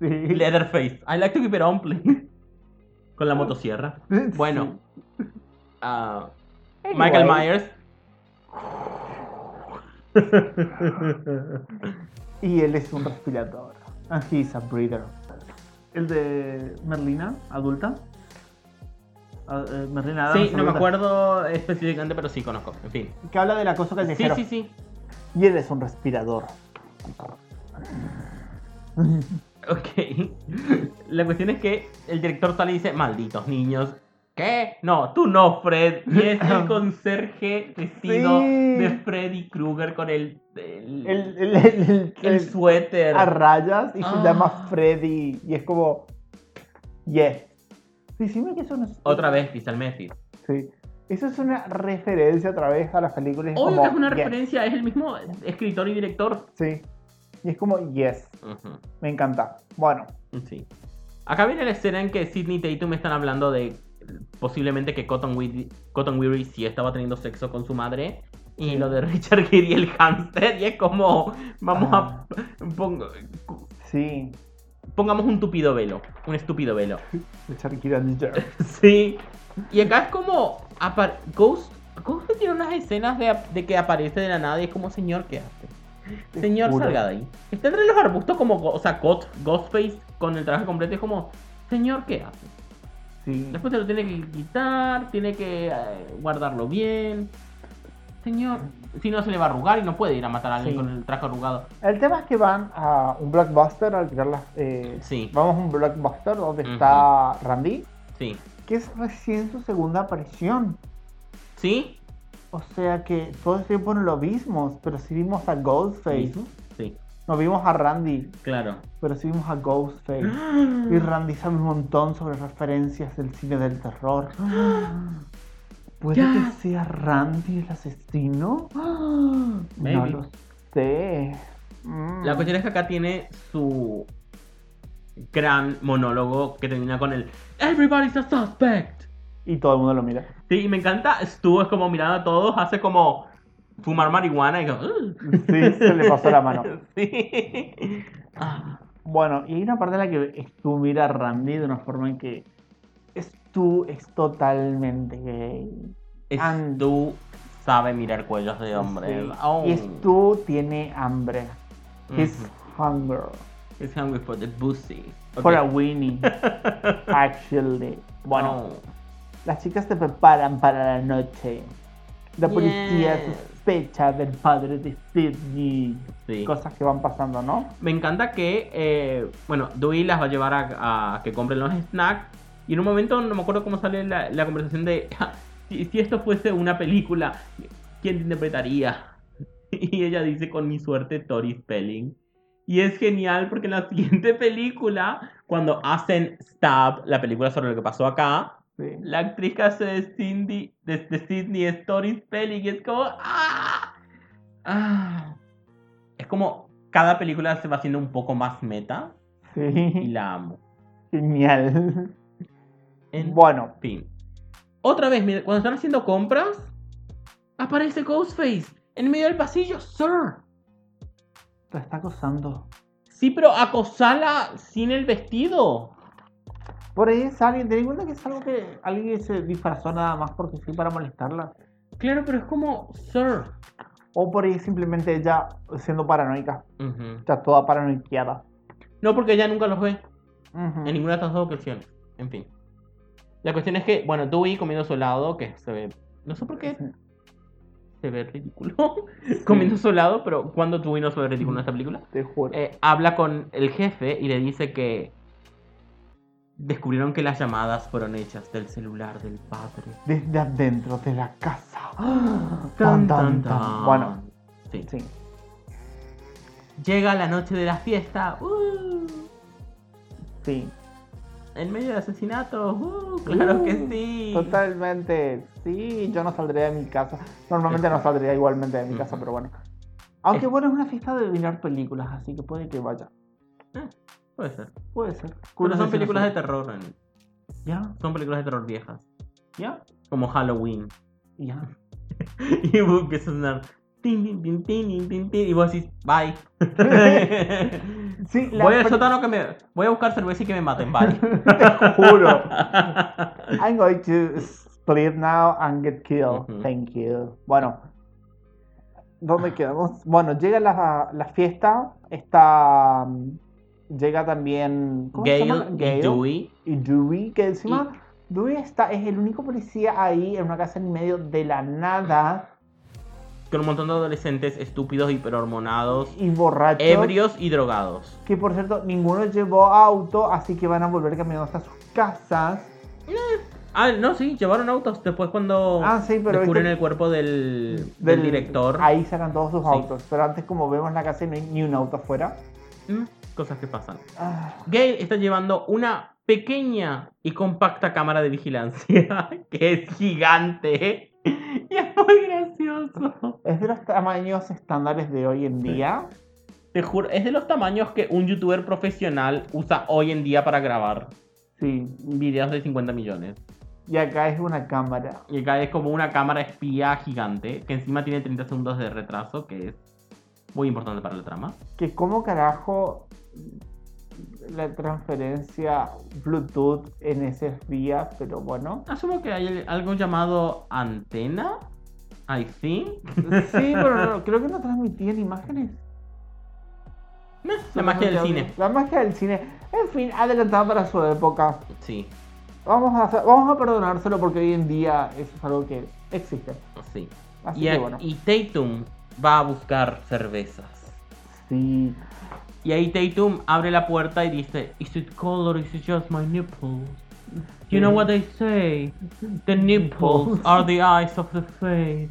Sí. Leatherface. I like to keep it on, please. Con la motosierra. Bueno. ah, Michael Anyway. Myers. Y él es un respirador. And he's a Ah, breather. el de Merlina, adulta. Ah, eh, Merlina Adams, Sí, no me adulta, acuerdo específicamente, pero sí conozco. En fin. Que habla del acoso Sí, callejero. sí, sí. Y él es un respirador. Ok. La cuestión es que el director sale y dice, malditos niños. ¿Qué? No, tú no, Fred. Y es el conserje vestido Sí. de Freddy Krueger con el, El, el, el, el, el- el el- suéter. a rayas y Ah. se llama Freddy. Y es como. Yes. Decime que eso no es. Otra vez, pisa el Messi. Sí. Eso es una referencia otra vez a las películas. Obvio como, que es una yes. referencia, es el mismo escritor y director. Sí. Y es como, yes. Ujú, Me encanta. Bueno, Sí. Acá viene la escena en que Sidney Tatum están hablando de posiblemente que Cotton Weary, Cotton Weary sí estaba teniendo sexo con su madre. Y lo de Richard Gere y el hamster. Y es como, vamos Ah. a. pong- sí. pongamos un tupido velo. Un estúpido velo. Richard Gere and the Jerk. Sí. Y acá es como. apar- Ghost. Ghost tiene unas escenas de, de que aparece de la nada y es como, señor, ¿qué hace? Te Señor, juro. salga de ahí. Está entre los arbustos como, go- o sea, Ghost, Ghostface con el traje completo y es como, señor, ¿qué hace? Sí. Después se lo tiene que quitar, tiene que eh, guardarlo bien. Señor, si no se le va a arrugar y no puede ir a matar a alguien Sí. con el traje arrugado. El tema es que van a un blockbuster a alquilar las. eh, Sí, Vamos a un blockbuster donde Ujú. está Randy, sí. que es recién su segunda aparición. ¿Sí? O sea que todo el tiempo no lo vimos, pero sí vimos a Ghostface. Sí. Sí, No vimos a Randy, claro. pero sí vimos a Ghostface. Y Randy sabe un montón sobre referencias del cine del terror. ¿Puede Ya. que sea Randy el asesino? No Maybe. lo sé. Mm. La cuestión es que acá tiene su gran monólogo que termina con el Everybody's a suspect. Y todo el mundo lo mira. Sí, y me encanta Stu, es como mirando a todos, hace como fumar marihuana y como... "Ugh". Sí, se le pasó la mano. Sí. Ah, Bueno, y hay una parte en la que Stu mira a Randy de una forma en que Stu es totalmente gay. And- Stu sabe mirar cuellos de hombre. Sí. Oh. Y Stu tiene hambre. His Mhm. hunger He's hungry for the pussy. for a Ok. Winnie, actually. Bueno, Oh. las chicas se preparan para la noche. La policía Yes. sospecha del padre de Sidney. Sí. Cosas que van pasando, ¿no? Me encanta que, eh, bueno, Dewey las va a llevar a, a que compren los snacks. Y en un momento, no me acuerdo cómo sale la, la conversación de, "Ja, si, si esto fuese una película, ¿quién te interpretaría? Y ella dice, con mi suerte, Tori Spelling. Y es genial porque en la siguiente película, cuando hacen Stab, la película sobre lo que pasó acá, Sí. la actriz que hace de Cindy, de, de Sidney es Tori Spelling, y es como. ¡ah! ¡Ah! Es como cada película se va haciendo un poco más meta y Sí. la amo. Genial. En Bueno, fin. Otra vez, mira, cuando están haciendo compras, aparece Ghostface en medio del pasillo, Sir. la está acosando. Sí, pero acosala sin el vestido. Por ahí es alguien, ten en cuenta que es algo que alguien se disfrazó nada más porque sí para molestarla. Claro, pero es como, Sir. O por ahí simplemente ella siendo paranoica, Ujú. está toda paranoiqueada. No, porque ella nunca los ve. Ujú. En ninguna de estas dos ocasiones. En fin. La cuestión es que, bueno, Dewey comiendo su helado, que se ve. No sé por qué. Se ve ridículo. comiendo su helado, pero cuando Dewey no se ve ridículo en esta película. Te juro. Eh, habla con el jefe y le dice que. Descubrieron que las llamadas fueron hechas del celular del padre. Desde adentro de la casa. Tan, tan, tan. Bueno, Ah, Sí. sí. Llega la noche de la fiesta. ¡uh! Sí. en medio de asesinatos. ¡uh! claro que sí. Totalmente. Sí, yo no saldría de mi casa. Normalmente no saldría igualmente de mi casa, Ujú. pero bueno. Aunque bueno, es una fiesta de mirar películas, así que puede que vaya. Puede ser. Puede ser. Pero son Curioso, películas de no sé. terror. en- Ya, Son películas de terror viejas. ya, Como Halloween. ya. Y vos empiezas a sonar. tin, tin, tin, tin, tin, tin, tin, y vos decís, bye. Sí, la voy al peli- sótano que me. Voy a buscar cerveza y que me maten, bye. Te juro. I'm going to split now and get killed. Ujú. Thank you. Bueno, ¿dónde quedamos? Bueno, llega la, la fiesta. Está mm, llega también ¿cómo se llama? Gale, y Dewey. y Dewey, que encima Dewey está, es el único policía ahí en una casa en medio de la nada Con un montón de adolescentes estúpidos, hiperhormonados, y borracho. ebrios y drogados. Que por cierto, ninguno llevó auto, así que van a volver caminando hasta sus casas. Ah, no, sí, llevaron autos. Después cuando Ah, sí, pero Oh, descubren este- el cuerpo del, del director. Ahí sacan todos sus Sí. autos. Pero antes, como vemos la casa, y no hay ni un auto afuera. Mm, Cosas que pasan. Ah, Gale está llevando una pequeña y compacta cámara de vigilancia que es gigante y es muy gracioso. Es de los tamaños estándares de hoy en día. Te juro, es de los tamaños que un youtuber profesional usa hoy en día para grabar Sí. videos de 50 millones. Y acá es una cámara. Y acá es como una cámara espía gigante que encima tiene 30 segundos de retraso, que es muy importante para la trama. Que como carajo la transferencia Bluetooth en ese días, pero bueno. Asumo que hay algo llamado antena, I think. Sí, pero no, creo que no transmitían imágenes. Meh, La magia del cine. La magia del cine. En fin, adelantada para su época. Sí, Vamos a, hacer- vamos a perdonárselo porque hoy en día eso es algo que existe. sí. Así Y, que a- bueno. y Tatum va a buscar cervezas. Sí. Y ahí Tatum abre la puerta y dice, Is it cold or is it just my nipples? You know what they say? The nipples are the eyes of the face.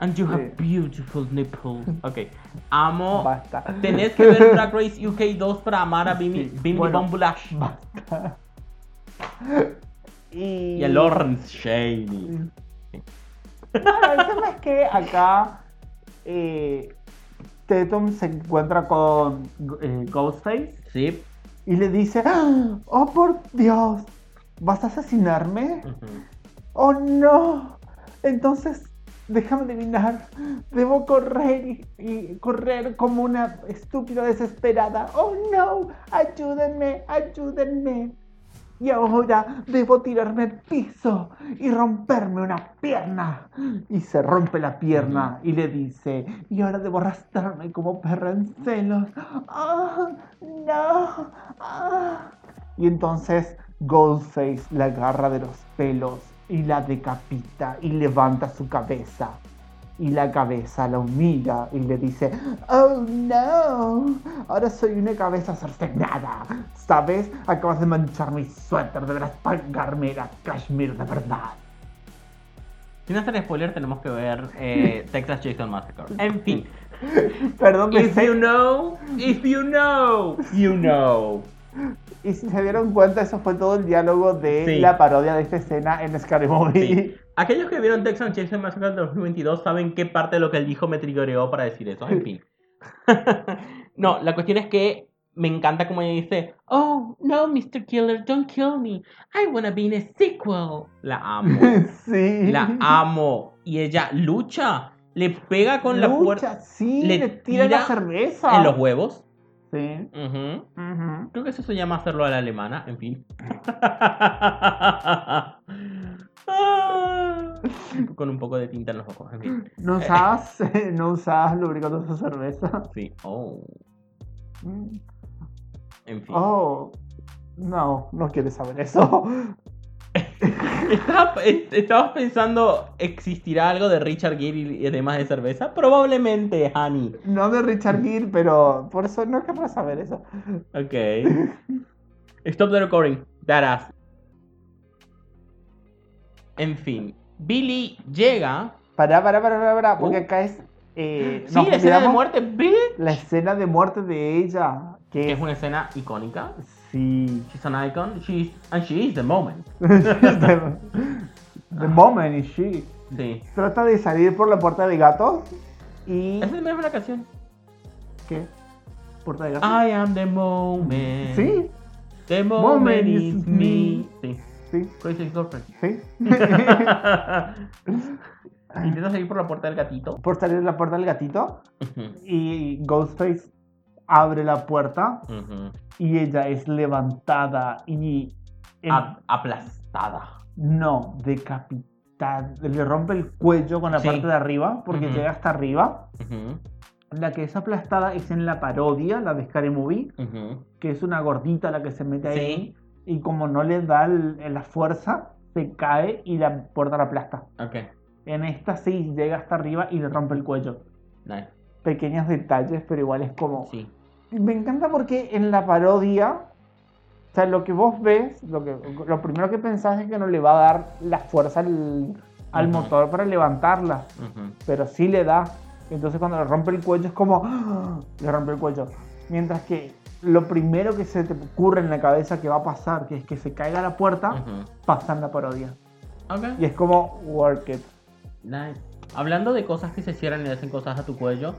And you have beautiful nipples. Ok, amo. Basta. Tenés que ver Drag Race UK 2 para amar a Bimmy Sí, Bimmy bueno. Bum Bulash. Y, Y a Lawrence Shady. Bueno, el tema es que acá eh, Tatum se encuentra con eh, Ghostface Sí. y le dice, "¡Ah! oh por Dios, ¿vas a asesinarme? Ujú. Oh no. Entonces, déjame adivinar, debo correr y, y correr como una estúpida desesperada. Oh no, ayúdenme, ayúdenme. Y ahora debo tirarme al piso y romperme una pierna. Y se rompe la pierna y le dice, y ahora debo arrastrarme como perra en celos. Ah, no. ah". Y entonces Goldface la agarra de los pelos y la decapita y levanta su cabeza. Y la cabeza la humilla y le dice, oh no, ahora soy una cabeza cercenada. ¿Sabes? Acabas de manchar mi suéter, deberás pagarme la cashmere de verdad. Sin hacer spoiler, tenemos que ver eh, Texas Jason Massacre. En fin. Perdón, me If sé- you know, if you know, you know. y si se dieron cuenta, eso fue todo el diálogo de Sí. la parodia de esta escena en Scary Movie. Sí. Aquellos que vieron Texas Chainsaw Massacre del 2022 saben qué parte de lo que él dijo me trigoreó para decir eso. En fin. no, la cuestión es que me encanta como ella dice, oh, no, Mr. Killer, don't kill me. I wanna be in a sequel. La amo. Sí. la amo. Y ella lucha, le pega con la Lucha, puerta Sí, le le, tira, tira la cerveza. en los huevos. Sí. Ujú. Ujú. Creo que eso se llama hacerlo a la alemana, en fin. Con un poco de tinta en los ojos, en fin. No usas, no usas lubricante de cerveza. Sí. Oh. En fin. Oh, no, no quieres saber eso. Estaba- est- estabas pensando, ¿existirá algo de Richard Gere y y temas de cerveza? Probablemente, honey. No de Mm. Richard Gere, pero por eso no querrás saber eso. Ok. Stop the recording. That ass. En fin. Billy llega. Pará, pará, pará, pará, pará, porque Uh. acá es. eh, Sí, nos la escena de olvidamos muerte, Billy. La escena de muerte de ella. Que Es una escena icónica. Sí. She's an icon. She's, and she is the moment. the, Ah. the moment is she. Sí. Trata de salir por la puerta de gatos y. Esa es la misma canción. ¿Qué? ¿Puerta de gatos? I am the moment. Sí, The moment, Moment is, is me. me. Sí. sí, Crazy Ex-Girlfriend. sí. Intenta salir por la puerta del gatito. por salir de la puerta del gatito y Ghostface abre la puerta y ella es levantada y en- A- aplastada. no decapitada le rompe el cuello con la Sí. parte de arriba porque Ujú. llega hasta arriba La que es aplastada es en la parodia, la de Scary Movie, Ujú. que es una gordita la que se mete ahí. Sí. Y como no le da el- la fuerza, se cae y la puerta la aplasta. Ok. En esta sí, llega hasta arriba y le rompe el cuello. Nice. Pequeños detalles, pero igual es como... Sí. Me encanta porque en la parodia, o sea, lo que vos ves, lo, que, lo primero que pensás es que no le va a dar la fuerza al, al Ujú. motor para levantarla, Ujú. pero sí le da. Entonces cuando le rompe el cuello es como, ¡ah! le rompe el cuello. Mientras que lo primero que se te ocurre en la cabeza que va a pasar, que es que se caiga la puerta, Ujú. pasa en la parodia. Ok. Y es como, work it. Nice. Hablando de cosas que se cierran y le hacen cosas a tu cuello.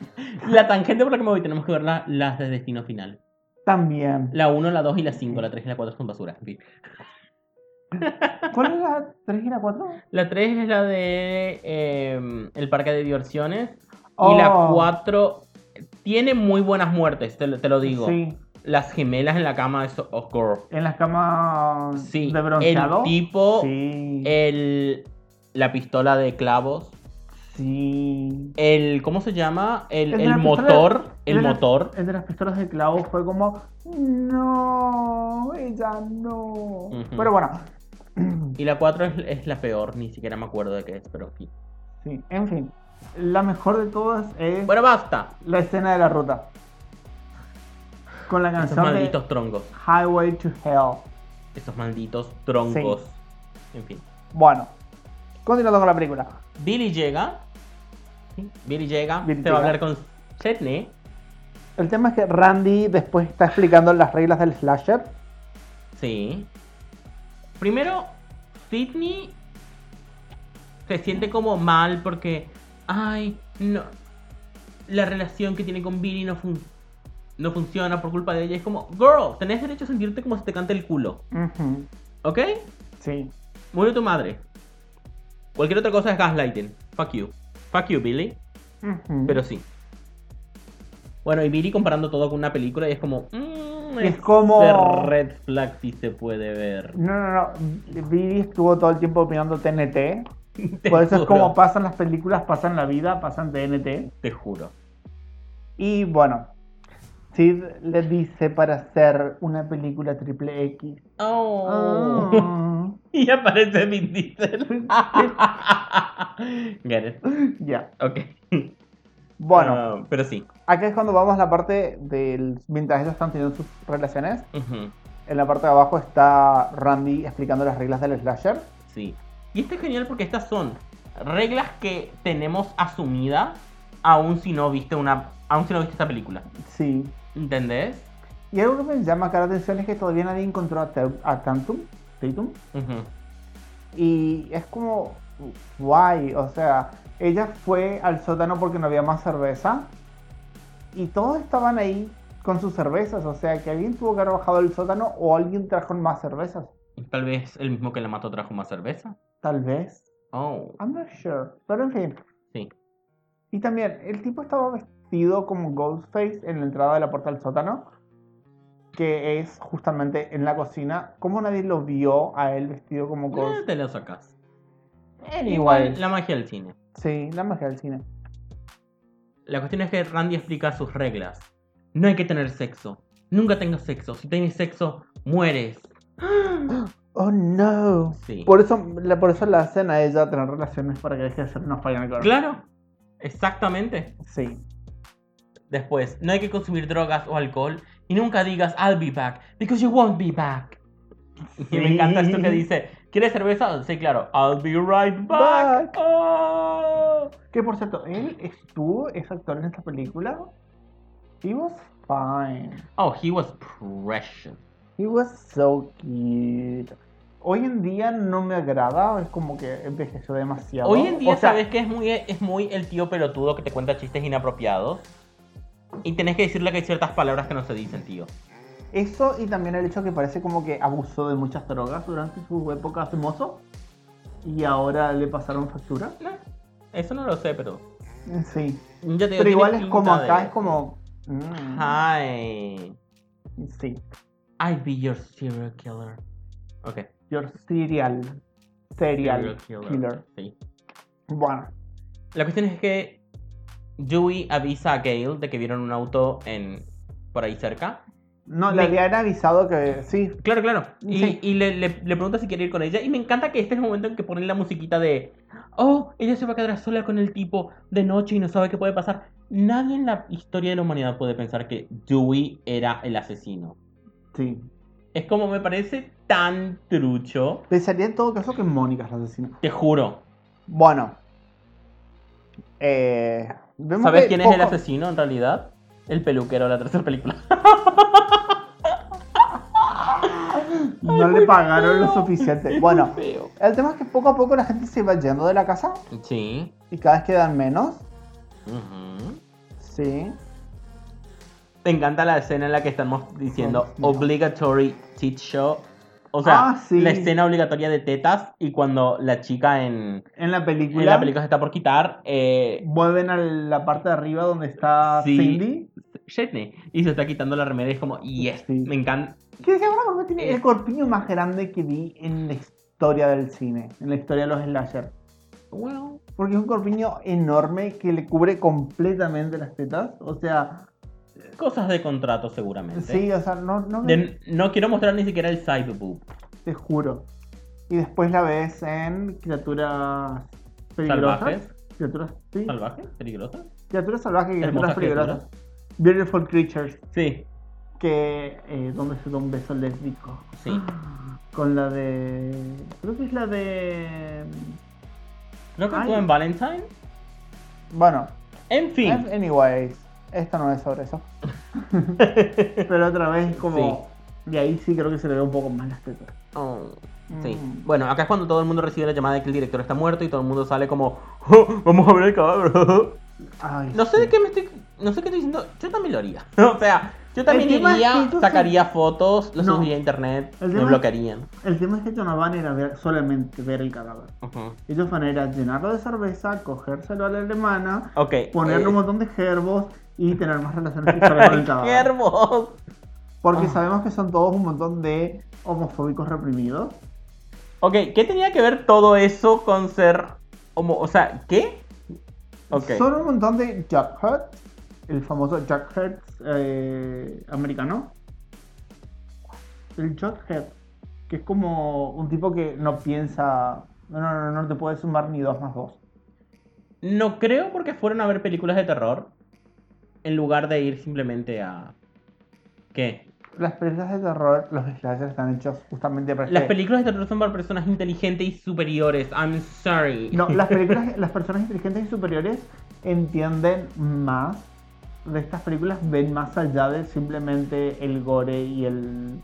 La tangente por la que me voy, tenemos que ver la- las de destino final. También. La 1, la 2 y la 5. La 3 y la 4 son basura. En fin. ¿Cuál es la 3 y la 4? La 3 es la de eh, el parque de diversiones. Oh. Y la 4 tiene muy buenas muertes, te, lo- te lo digo. Sí. Las gemelas en la cama de So- oh, girl. En las camas Sí. de bronceado. El tipo, Sí. el, la pistola de clavos. Sí. El, ¿cómo se llama? El, El de el la pistola- motor. el El de la- motor. Entre las pistolas de clavo fue como, no, ella no. Ujú. Pero bueno, Y la 4 es, es la peor, ni siquiera me acuerdo de qué es, pero sí. sí, en fin. La mejor de todas es Bueno, basta. la escena de la ruta. Con la Esos canción Ah, de malditos troncos. Highway to Hell. Esos malditos troncos. En fin. Bueno, continuando con la película. Billy llega. Sí, Billy llega. Billy se va a llega. hablar con Sidney. El tema es que Randy después está explicando las reglas del slasher. Sí. Primero, Sidney se siente como mal porque. Ay, no. La relación que tiene con Billy no, fun- no funciona por culpa de ella. Es como, girl, tenés derecho a sentirte como si te cante el culo. Ujú, ¿Ok? Sí. Muere tu madre. Cualquier otra cosa es gaslighting. Fuck you. Fuck you, Billy. ujú. Pero sí. Bueno, y Billy comparando todo con una película y es como. mm, Es ese como- Red flag si se puede ver. No, no, no. Billy estuvo todo el tiempo opinando TNT. Por Pues eso es como pasan las películas, pasan la vida, pasan TNT. Te juro. Y bueno, Sid le dice para hacer una película triple X. Oh. Ah, Y aparece Vin Diesel. Get it. Ya. Ok. Bueno, Ah, pero sí. acá es cuando vamos a la parte del. Mientras ellos están teniendo sus relaciones, Ujú. en la parte de abajo está Randy explicando las reglas del slasher. Sí. Y esto es genial porque estas son reglas que tenemos asumidas aún si no viste una. aún si no viste esta película. Sí. ¿Entendés? Y algo que me llama acá la atención es que todavía nadie encontró a, Teu- a Tantum. Tatum. Ujú. Y es como, guay, o sea, ella fue al sótano porque no había más cerveza. Y todos estaban ahí con sus cervezas, o sea, que alguien tuvo que haber bajado al sótano o alguien trajo más cervezas. Tal vez el mismo que la mató trajo más cerveza. Tal vez. Oh, I'm not sure. Pero en fin. sí. Y también, el tipo estaba vestido como Ghostface en la entrada de la puerta del sótano, que es justamente en la cocina. ¿Cómo nadie lo vio a él vestido como Eh, Ghostface? te lo sacas. Igual. La magia del cine. Sí, la magia del cine. La cuestión es que Randy explica sus reglas. No hay que tener sexo. Nunca tengas sexo. Si tienes sexo, mueres. Oh no. Sí. Por eso, la, por eso la hacen a ella tener relaciones para que deje de ser una Final Girl. Claro. Exactamente. Sí. Después, no hay que consumir drogas o alcohol. Y nunca digas, I'll be back. Because you won't be back. Y me encanta esto que dice, ¿quieres cerveza? Sí, claro. I'll be right back. Back. Oh. Que por cierto, él estuvo, es actor en esta película. He was fine. Oh, he was precious. He was so cute. Hoy en día no me agrada, es como que envejeció demasiado. Hoy en día O sea, sabes que es muy, es muy el tío pelotudo que te cuenta chistes inapropiados. Y tenés que decirle que hay ciertas palabras que no se dicen, tío. Eso y también el hecho que parece como que abusó de muchas drogas durante su época de mozo. Y ahora le pasaron factura. No, eso no lo sé, pero. Sí. ya te digo, Pero igual tiene es como pinta acá, de- es como. mm, Hi. Sí. I be your serial killer. Ok. Your serial. Serial killer. Sí. Bueno, La cuestión es que Dewey avisa a Gale de que vieron un auto en por ahí cerca. No, Me- le habían avisado que sí. Claro, claro. Y, Sí. y le, le- le pregunta si quiere ir con ella. Y me encanta que este es el momento en que ponen la musiquita de. Oh, ella se va a quedar sola con el tipo de noche y no sabe qué puede pasar. Nadie en la historia de la humanidad puede pensar que Dewey era el asesino. Sí. Es como me parece tan trucho. Pensaría en todo caso que Mónica es la asesina. Te juro. Bueno. Eh, vemos ¿Sabes que quién es el poco- asesino en realidad? El peluquero de la tercera película. No le pagaron lo suficiente. Bueno, Feo. el tema es que poco a poco la gente se va yendo de la casa Sí. y cada vez quedan menos. Ujú. Sí. Me encanta la escena en la que estamos diciendo Dios mío. obligatory tit show. O sea, Oh, Ah, sí. la escena obligatoria de tetas y cuando la chica en, En la en película, la película se está por quitar, eh, vuelven a la parte de arriba donde está Sí. Cindy. Shetney, y se está quitando la remera y es como, yes, Sí. me encanta. Que de alguna forma tiene el corpiño más grande que vi en la historia del cine, en la historia de los slasher. Well, Porque es un corpiño enorme que le cubre completamente las tetas. O sea, cosas de contrato seguramente. sí, o sea, no, no me- De- no quiero mostrar ni siquiera el side boob. te juro. Y después la ves en criaturas peligrosas. Salvajes. Criaturas, sí. ¿Salvaje? ¿Peligrosa? criaturas salvajes, criaturas Hermosas peligrosas. criaturas. Beautiful Creatures, Sí, que eh, donde se da un beso lésbico. sí. Ah. Con la de. Creo que es la de. Creo que Ay. fue en Valentine. Bueno, En fin. An- anyways, Pues, esto no es sobre eso. Pero otra vez, como. Y ahí sí creo que se le ve un poco más las tetas. Oh. Sí. Mm. Bueno, acá es cuando todo el mundo recibe la llamada de que el director está muerto y todo el mundo sale como, "Oh, vamos a ver el cadáver. Ay, No sé sí. de qué me estoy, no sé qué estoy diciendo. Yo también lo haría. O sea, yo también tema es que iría, entonces- sacaría fotos, lo No. subiría a internet, El me tema- bloquearían. El tema es que ellos no van a ir a ver, solamente ver el cadáver. Ellos van a ir a llenarlo de cerveza, cogérselo a la alemana, Ok. ponerle eh, un montón de gerbos y tener más relaciones sexuales con el ¡Qué cadáver. hermoso! Porque sabemos que son todos un montón de homofóbicos reprimidos. Ok, ¿qué tenía que ver todo eso con ser homo? O sea, ¿qué? Ok. Son un montón de jackheads, el famoso jackhead eh, americano. El jackhead, que es como un tipo que no piensa, no, no, no, no te puede sumar ni dos más dos. No creo porque fueron a ver películas de terror en lugar de ir simplemente a... ¿Qué? Las películas de terror, los slashers están hechos justamente para Las que- películas de terror son para personas inteligentes y superiores. I'm sorry. No, las películas, las personas inteligentes y superiores entienden más de estas películas, ven más allá de simplemente el gore y el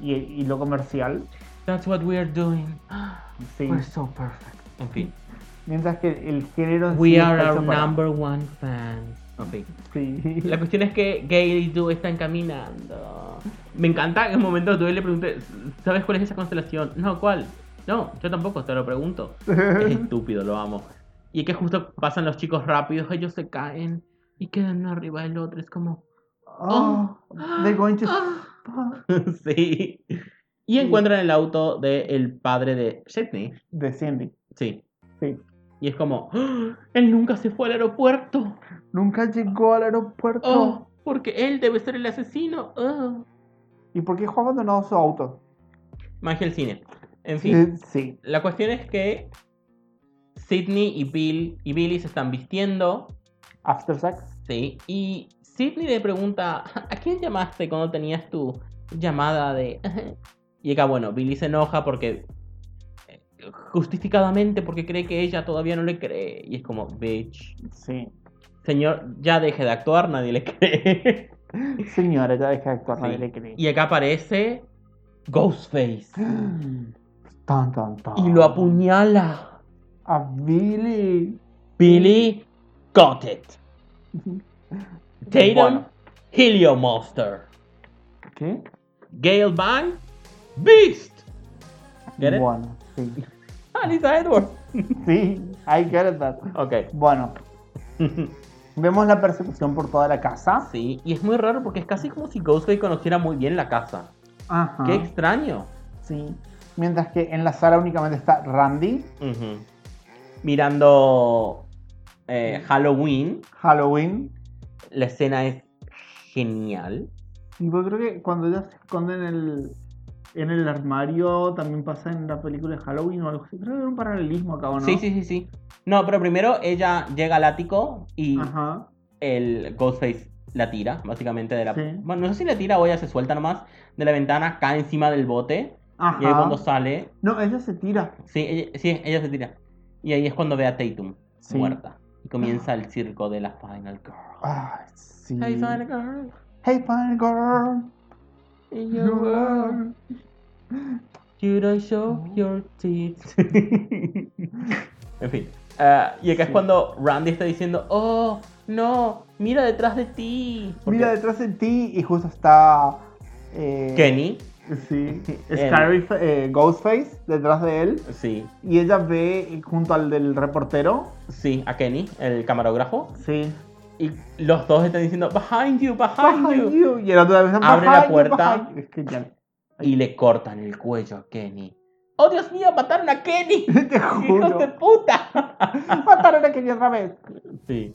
y, y lo comercial. That's what we are doing. Sí. We're so perfect. En fin. Mientras que el género en sí We está are our hecho para- number one fans. En fin. Sí. La cuestión es que Gale y Dewey están caminando. Me encanta que en un momento Dewey le pregunte, ¿sabes cuál es esa constelación? No, ¿cuál? No, yo tampoco, te lo pregunto. Es estúpido, lo amo. Y es que justo pasan los chicos rápidos, ellos se caen y quedan uno arriba del otro. Es como... Oh, they're going to Ah. sí. Y encuentran el auto del padre de Shetney. de Cindy. Sí. Sí. Y es como, "¡Ah! él nunca se fue al aeropuerto. Nunca llegó al aeropuerto. Oh, porque él debe ser el asesino. Oh. ¿Y por qué dejó abandonado su auto? Magia del cine. En fin, Eh, sí. la cuestión es que Sidney y Bill y Billy se están vistiendo. After sex. Sí. Y Sidney le pregunta, ¿a quién llamaste cuando tenías tu llamada de... Y acá, bueno, Billy se enoja porque... eh, Justificadamente porque cree que ella todavía no le cree. Y es como, bitch. Sí. Señor, ya deje de actuar, nadie le cree. Señora, ya dejé de actuar, nadie Sí. le cree. Y acá aparece Ghostface. Tan, tan, tan. Y lo apuñala. A Billy. Billy got it. Tatum Bueno. Heliomonster. ¿Qué? Gale Bang Beast. Get it? Bueno, sí. Ah, Lisa Edwards. Sí, I get that. Ok. Bueno, vemos la persecución por toda la casa. sí, y es muy raro porque es casi como si Ghostface conociera muy bien la casa. Ajá. Qué extraño. Sí. Mientras que en la sala únicamente está Randy. Ujú. Mirando eh, Halloween. Halloween. La escena es genial. Y yo creo que cuando ella se esconde en el, en el armario también pasa en la película de Halloween o algo así. Creo que era un paralelismo acá, ¿o ¿no? Sí, sí, sí, sí. No, pero primero ella llega al ático y Ajá. el Ghostface la tira, básicamente de la... Sí. Bueno, no sé si la tira o ella se suelta nomás de la ventana, cae encima del bote Ajá. y ahí cuando sale... No, ella se tira. Sí, ella, sí, ella se tira. Y ahí es cuando ve a Tatum Sí. muerta. Y comienza el circo de la Final Girl. Ay, sí. Hey, Final Girl. Hey, Final Girl. You are- you don't show your teeth. en fin. Ah, y acá es cuando Randy está diciendo, oh, no, mira detrás de ti. Porque Mira detrás de ti y justo está. eh, Kenny, Sí. El- Scary, eh, Ghostface detrás de él. sí, Y ella ve junto al del reportero. sí, a Kenny, el camarógrafo. Sí. Y los dos están diciendo, behind you, behind, Behind you. you. Y el otro vez Abre la puerta. Es que ya. Y le cortan el cuello a Kenny. ¡Oh, Dios mío, mataron a Kenny! Te ¡Hijos de juro. puta! Mataron a Kenny otra vez. sí.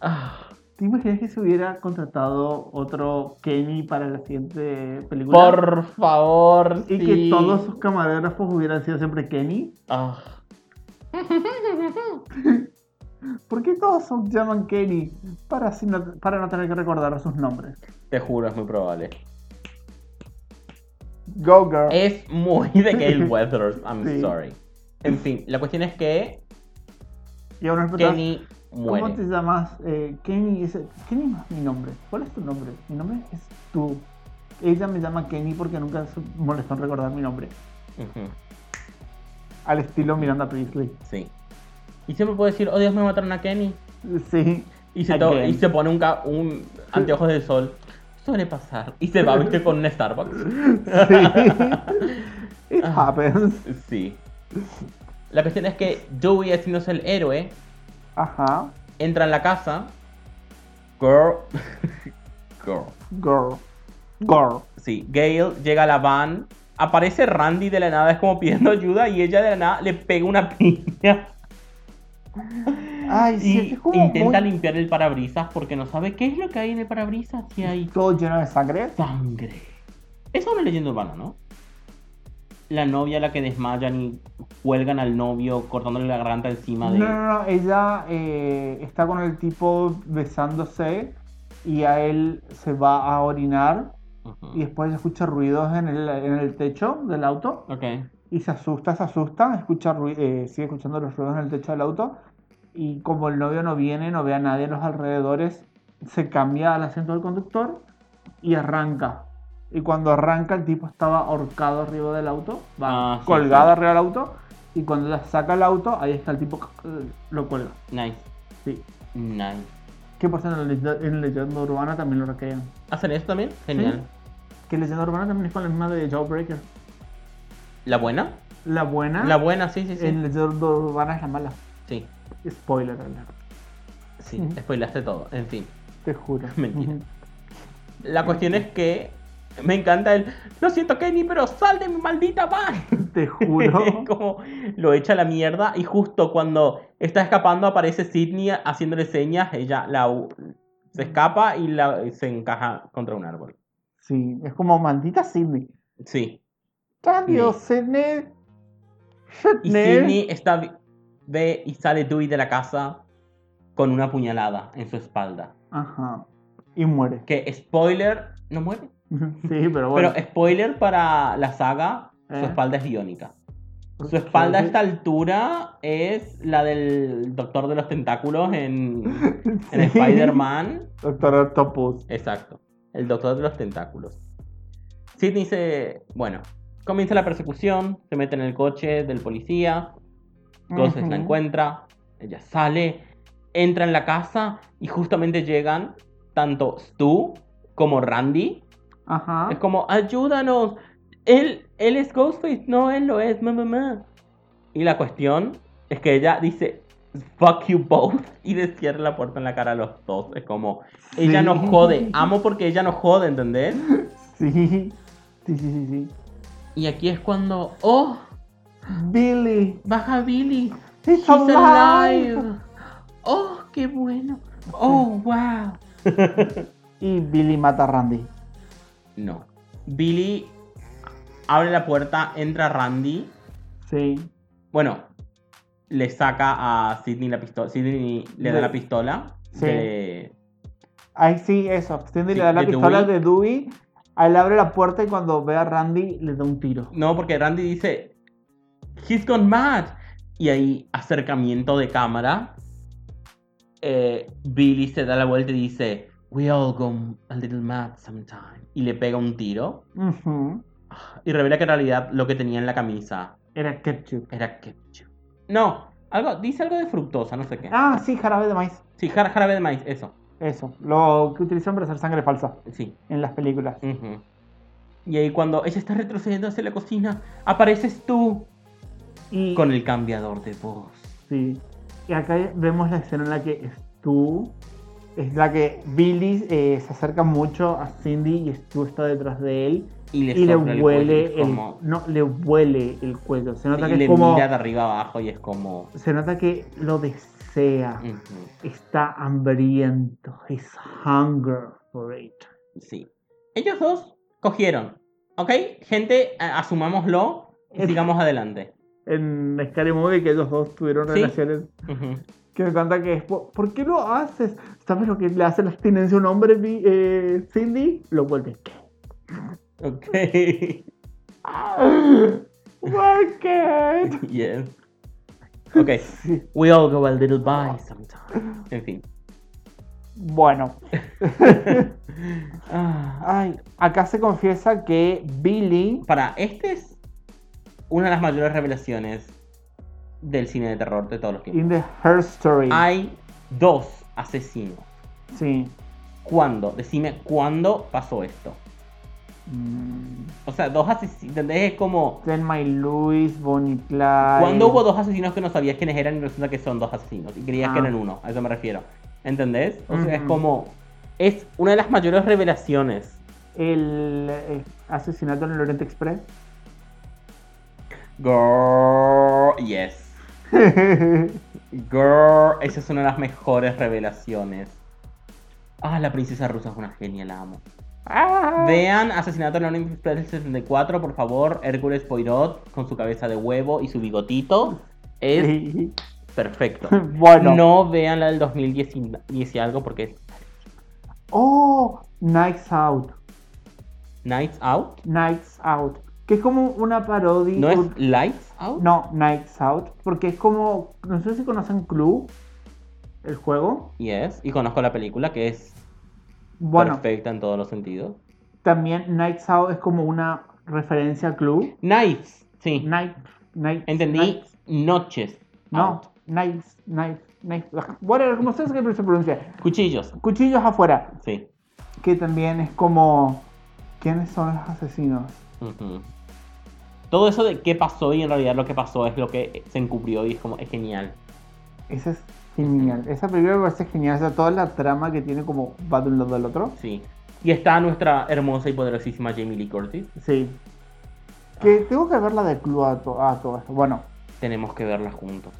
Ah, ¿Te imaginas que se hubiera contratado otro Kenny para la siguiente película? por favor, Y sí. que todos sus camarógrafos hubieran sido siempre Kenny. Ah. ¿Por qué todos se llaman Kenny? Para, así no, para no tener que recordar sus nombres. Te juro, es muy probable. Go Girl. Es muy de Gale Weathers, I'm Sí. sorry. En fin, la cuestión es que y ahora me preguntas, Kenny ¿Cómo muere. te llamas? Eh, Kenny es. Kenny no es mi nombre. ¿Cuál es tu nombre? Mi nombre es tú. Ella me llama Kenny porque nunca se molestó en recordar mi nombre. Ujú, Al estilo Miranda Priestley. Sí. Y siempre puedo decir, oh Dios, me mataron a Kenny. Sí. Y se, A to- Kenny. y se pone un, ca- un anteojos del sol. Suele pasar. Y se va, viste, con un Starbucks. It happens. Sí. La cuestión es que Joey, haciéndose el héroe, Ajá. entra en la casa. Girl. Girl. Girl. Girl. Sí, Gail llega a la van, aparece Randy de la nada, es como pidiendo ayuda y ella de la nada le pega una piña Ay, sí, y es como intenta muy- limpiar el parabrisas porque no sabe qué es lo que hay en el parabrisas, si hay todo lleno de sangre. sangre. Es una leyenda urbana, ¿no? La novia a la que desmayan y cuelgan al novio cortándole la garganta encima No, de... no, no, ella eh, está con el tipo besándose y a él se va a orinar Ujú. y después escucha ruidos en el, en el techo del auto Ok. y se asusta, se asusta, escucha rui- eh, sigue escuchando los ruidos en el techo del auto y como el novio no viene, no ve a nadie en los alrededores, se cambia al asiento del conductor y arranca. Y cuando arranca el tipo estaba ahorcado arriba del auto, va, Ah, sí, colgado sí. arriba del auto y cuando la saca el auto, ahí está el tipo, eh, lo cuelga. Nice. Sí. Nice. ¿Qué pasa en la leyenda, en leyenda urbana? También lo recrean. ¿Hacen eso también? Genial. Que leyenda urbana también es con la misma de Jawbreaker. ¿La buena? La buena, La buena, sí, sí, sí. Ah, en leyenda urbana es la mala. Sí, Spoiler alert, sí, Ujú. spoilaste todo. En fin. te juro. Mentira. La cuestión es que me encanta el Lo siento, Kenny, pero sal de mi maldita van. Te Es juro. como lo echa a la mierda y justo cuando está escapando aparece Sidney haciéndole señas, ella la se escapa y la se encaja contra un árbol. Sí, es como maldita Sidney. Sí. Cambio, Sí. Sidney. Y Sidney. Sidney está vi- ve y sale Dewey de la casa con una puñalada en su espalda. Ajá. Y muere. Que spoiler, no muere. Sí, pero bueno. Pero spoiler para la saga, su ¿Eh? espalda es biónica. ¿Por Su espalda a qué? esta altura es la del Doctor de los Tentáculos en, en Sí. Spider-Man. Doctor Octopus. Exacto, el Doctor de los Tentáculos. Sidney se... Bueno, comienza la persecución, se mete en el coche del policía, Ghostface la Ujú. encuentra, ella sale, entra en la casa y justamente llegan tanto Stu como Randy. Ajá. Es como, ayúdanos. Él, él es Ghostface, no él lo es, mamá. Y la cuestión es que ella dice, fuck you both. Y le cierra la puerta en la cara a los dos. Es como, ella Sí. no jode. Amo porque ella no jode, ¿entendés? Sí. Sí, sí, sí, sí. Y aquí es cuando, oh, Billy. baja Billy. Oh, He's She's alive. ¡Oh, qué bueno! ¡Oh, wow! Y Billy mata a Randy. No. Billy abre la puerta, entra Randy. Sí. Bueno, le saca a Sidney la pistola. Sidney le da De- la pistola. Sí. de- Ahí sí, eso. Cindy Sí, le da la de pistola Dewey. de Dewey. A él abre la puerta y cuando ve a Randy le da un tiro. No, porque Randy dice, He's gone mad. Y ahí, acercamiento de cámara. eh, Billy se da la vuelta y dice, We all go a little mad sometime. Y le pega un tiro. Ujú. Y revela que en realidad lo que tenía en la camisa Era ketchup. era ketchup. No, algo, dice algo de fructosa, no sé qué. Ah, sí, jarabe de maíz. Sí, jar- jarabe de maíz, eso. Eso. Lo que utilizan para hacer sangre falsa Sí. en las películas. Ujú. Y ahí cuando ella está retrocediendo hacia la cocina, apareces tú Y, con el cambiador de voz. sí. y acá vemos la escena en la que Stu es la que Billy eh, se acerca mucho a Cindy y Stu está detrás de él Y le, y le sopla el huele cuello, el, es como- no le huele el cuello. Se nota y que es le como mira de arriba abajo y es como... se nota que lo desea. ujú, está hambriento. His hunger for it. sí. Ellos dos cogieron. ¿Ok? Gente, a- asumámoslo y Es- sigamos adelante. En Scary Movie que ellos dos tuvieron Sí. relaciones Ujú. que me encanta que es "¿Por- ¿por qué lo haces? ¿Sabes lo que le hace la abstinencia a un hombre, Bi- eh, Cindy? Lo vuelve gay. Ok. Work it. yes. Ok. Sí. We all go a little by sometime. En fin. Bueno, Ah. ay, acá se confiesa que Billy Para, este es una de las mayores revelaciones del cine de terror de todos los tiempos. in the Her Story. Hay dos asesinos. Sí. ¿Cuándo? Decime cuándo pasó esto. Mm, O sea, dos asesinos. ¿Entendés? Es como. Thelma y Luis, Bonnie y Clyde. ¿Cuándo hubo dos asesinos que no sabías quiénes eran y resulta que son dos asesinos? Y creías que Ah. eran uno, a eso me refiero. ¿Entendés? O sea, es Ujú. como. Es una de las mayores revelaciones. El eh, asesinato en el Oriente Express. Girl. Yes. Girl, esa es una de las mejores revelaciones. Ah, la princesa rusa es una genia, la amo. Ah. Vean Asesinato en la Orient Express del 64, por favor. Hércules Poirot con su cabeza de huevo y su bigotito. Es Sí. perfecto. Bueno. No vean la del 2010 y- y algo porque es Oh, Nights Out. Nights Out. Nights Out. Que es como una parodia. ¿No es Lights Out? No, Nights Out. Porque es como. No sé si conocen Clue, el juego. Yes. Y conozco la película que es Bueno, perfecta en todos los sentidos. también Nights Out es como una referencia a Clue. Nights, sí. Night. Night. Entendí. night- Noches. no, Out. Nights. Night. Night. Whatever, como sé que se pronuncia. Cuchillos. Cuchillos afuera. Sí. Que también es como. ¿Quiénes son los asesinos? Ujú. Todo eso de qué pasó y en realidad lo que pasó es lo que se encubrió y es como, es genial. Esa es genial. Esa película me parece genial. O sea, toda la trama que tiene como va de un lado al otro. Sí. Y está nuestra hermosa y poderosísima Jamie Lee Curtis. Sí. Que tengo que ver la de club a, to- a todo esto. Bueno, Tenemos que verla juntos.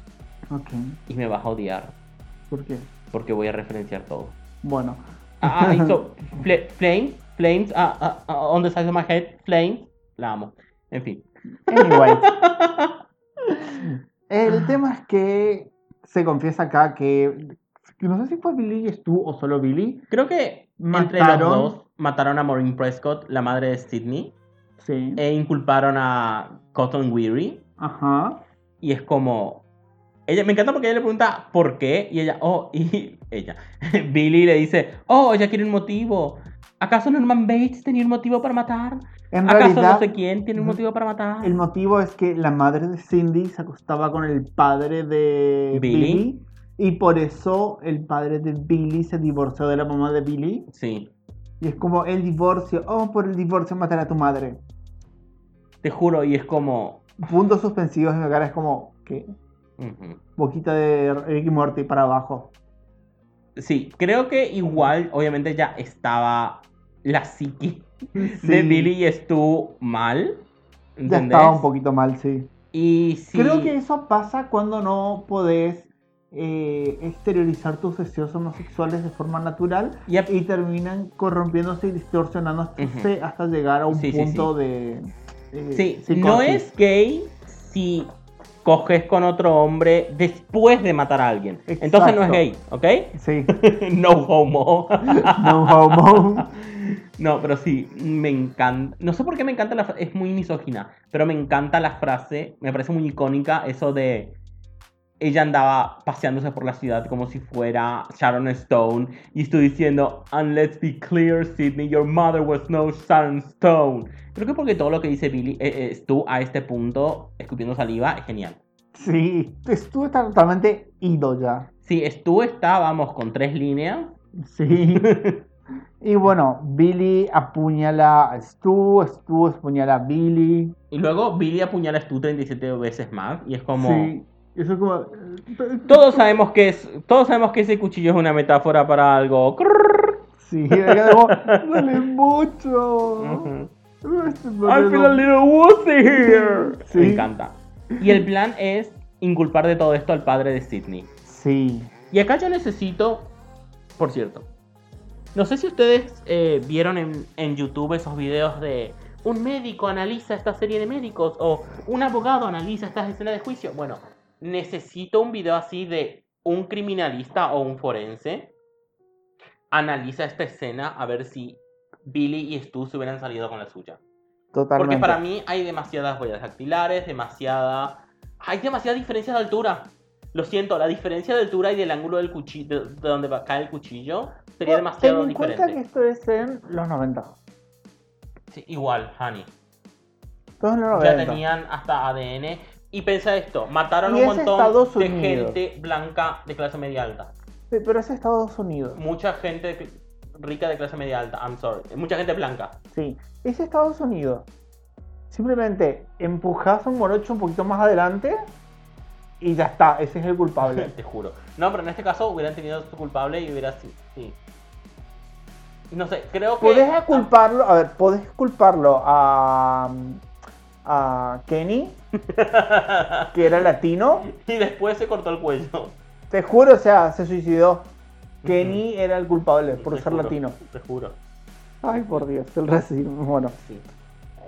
ok. Y me vas a odiar ¿Por qué? porque voy a referenciar todo. Bueno. Ah, ah, y so, fle- flames, flames, ah, ah, ah, on the side of my head, flames. La amo. En fin. Anyway. El tema es que se confiesa acá que. que No sé si fue Billy y Stu o solo Billy. Creo que entre los Mataron. dos mataron a Maureen Prescott, la madre de Sidney, Sí. e inculparon a Cotton Weary. Ajá. Y es como. Ella, me encanta porque ella le pregunta por qué. Y ella, oh, y ella. Billy le dice, oh, ella quiere un motivo. ¿Acaso Norman Bates tenía un motivo para matar? En ¿Acaso realidad, no sé quién tiene un Ujú. motivo para matar? el motivo es que la madre de Cindy se acostaba con el padre de Billy. Billy y por eso el padre de Billy se divorció de la mamá de Billy. Sí. Y es como el divorcio. Oh, por el divorcio matar a tu madre. Te juro, y es como. Puntos suspensivos en la cara es como que ujú. boquita de Ricky Morty para abajo. Sí, creo que igual, obviamente, ya estaba la psiqui de Sí, Billy y Stu mal. Ya ¿Entendés? estaba un poquito mal, sí. Y sí. Creo que eso pasa cuando no podés eh, exteriorizar tus deseos homosexuales de forma natural Yep. y terminan corrompiéndose y distorsionándose Ujú. hasta llegar a un Sí, sí, punto de... eh, Sí, psicosis. no es gay si coges con otro hombre después de matar a alguien. Entonces no es Exacto. gay, ¿ok? Sí, no homo. no homo. no, pero sí, me encanta. No sé por qué me encanta la frase, es muy misógina, pero me encanta la frase, me parece muy icónica eso de... Ella andaba paseándose por la ciudad como si fuera Sharon Stone y estoy diciendo, and let's be clear, Sydney, your mother was no Sharon Stone. Creo que porque todo lo que dice Billy, eh, eh, tú a este punto, escupiendo saliva, es genial. Sí, estuve totalmente ido ya. Sí, tú estábamos con tres líneas. Sí. Y bueno, Billy apuñala a Stu, Stu apuñala a Billy. Y luego Billy apuñala a Stu 37 veces más. Y es como. Sí, eso es como... Todos sabemos que es. Todos sabemos que ese cuchillo es una metáfora para algo. Crrrr. Sí, era como, duele mucho. Ujú. Este I feel a problema- little woozy here. Sí. Me encanta. Y el plan es inculpar de todo esto al padre de Sidney. Sí. Y acá yo necesito. Por cierto. No sé si ustedes eh, vieron en, en YouTube esos videos de. Un médico analiza esta serie de médicos. O un abogado analiza estas escenas de juicio. Bueno, necesito un video así de un criminalista o un forense. Analiza esta escena a ver si Billy y Stu se hubieran salido con la suya. Totalmente. Porque para mí hay demasiadas huellas dactilares, demasiada. Hay demasiadas diferencias de altura. Lo siento, la diferencia de altura y del ángulo del cuchillo, de, de donde va- cae el cuchillo, sería Bueno, demasiado ten en cuenta diferente. que esto es en los 90. Sí, igual, Honey. Todo en los 90. Ya tenían hasta ADN. Y piensa esto: mataron Y un es montón Estados de Unidos. gente blanca de clase media alta. Sí, Pero es Estados Unidos. Mucha gente de cl- rica de clase media alta, I'm sorry. Mucha gente blanca. Sí, es Estados Unidos. Simplemente empujas a un morocho un poquito más adelante y ya está, ese es el culpable. Te juro. No, pero en este caso hubieran tenido su culpable y hubiera sido. Sí. No sé, creo que. podés culparlo, a ver, podés culparlo a, a Kenny, que era latino. Y después se cortó el cuello. Te juro, o sea, se suicidó. Kenny era el culpable por Te ser juro, latino. Te juro. Ay, por Dios, el racismo. Bueno, sí.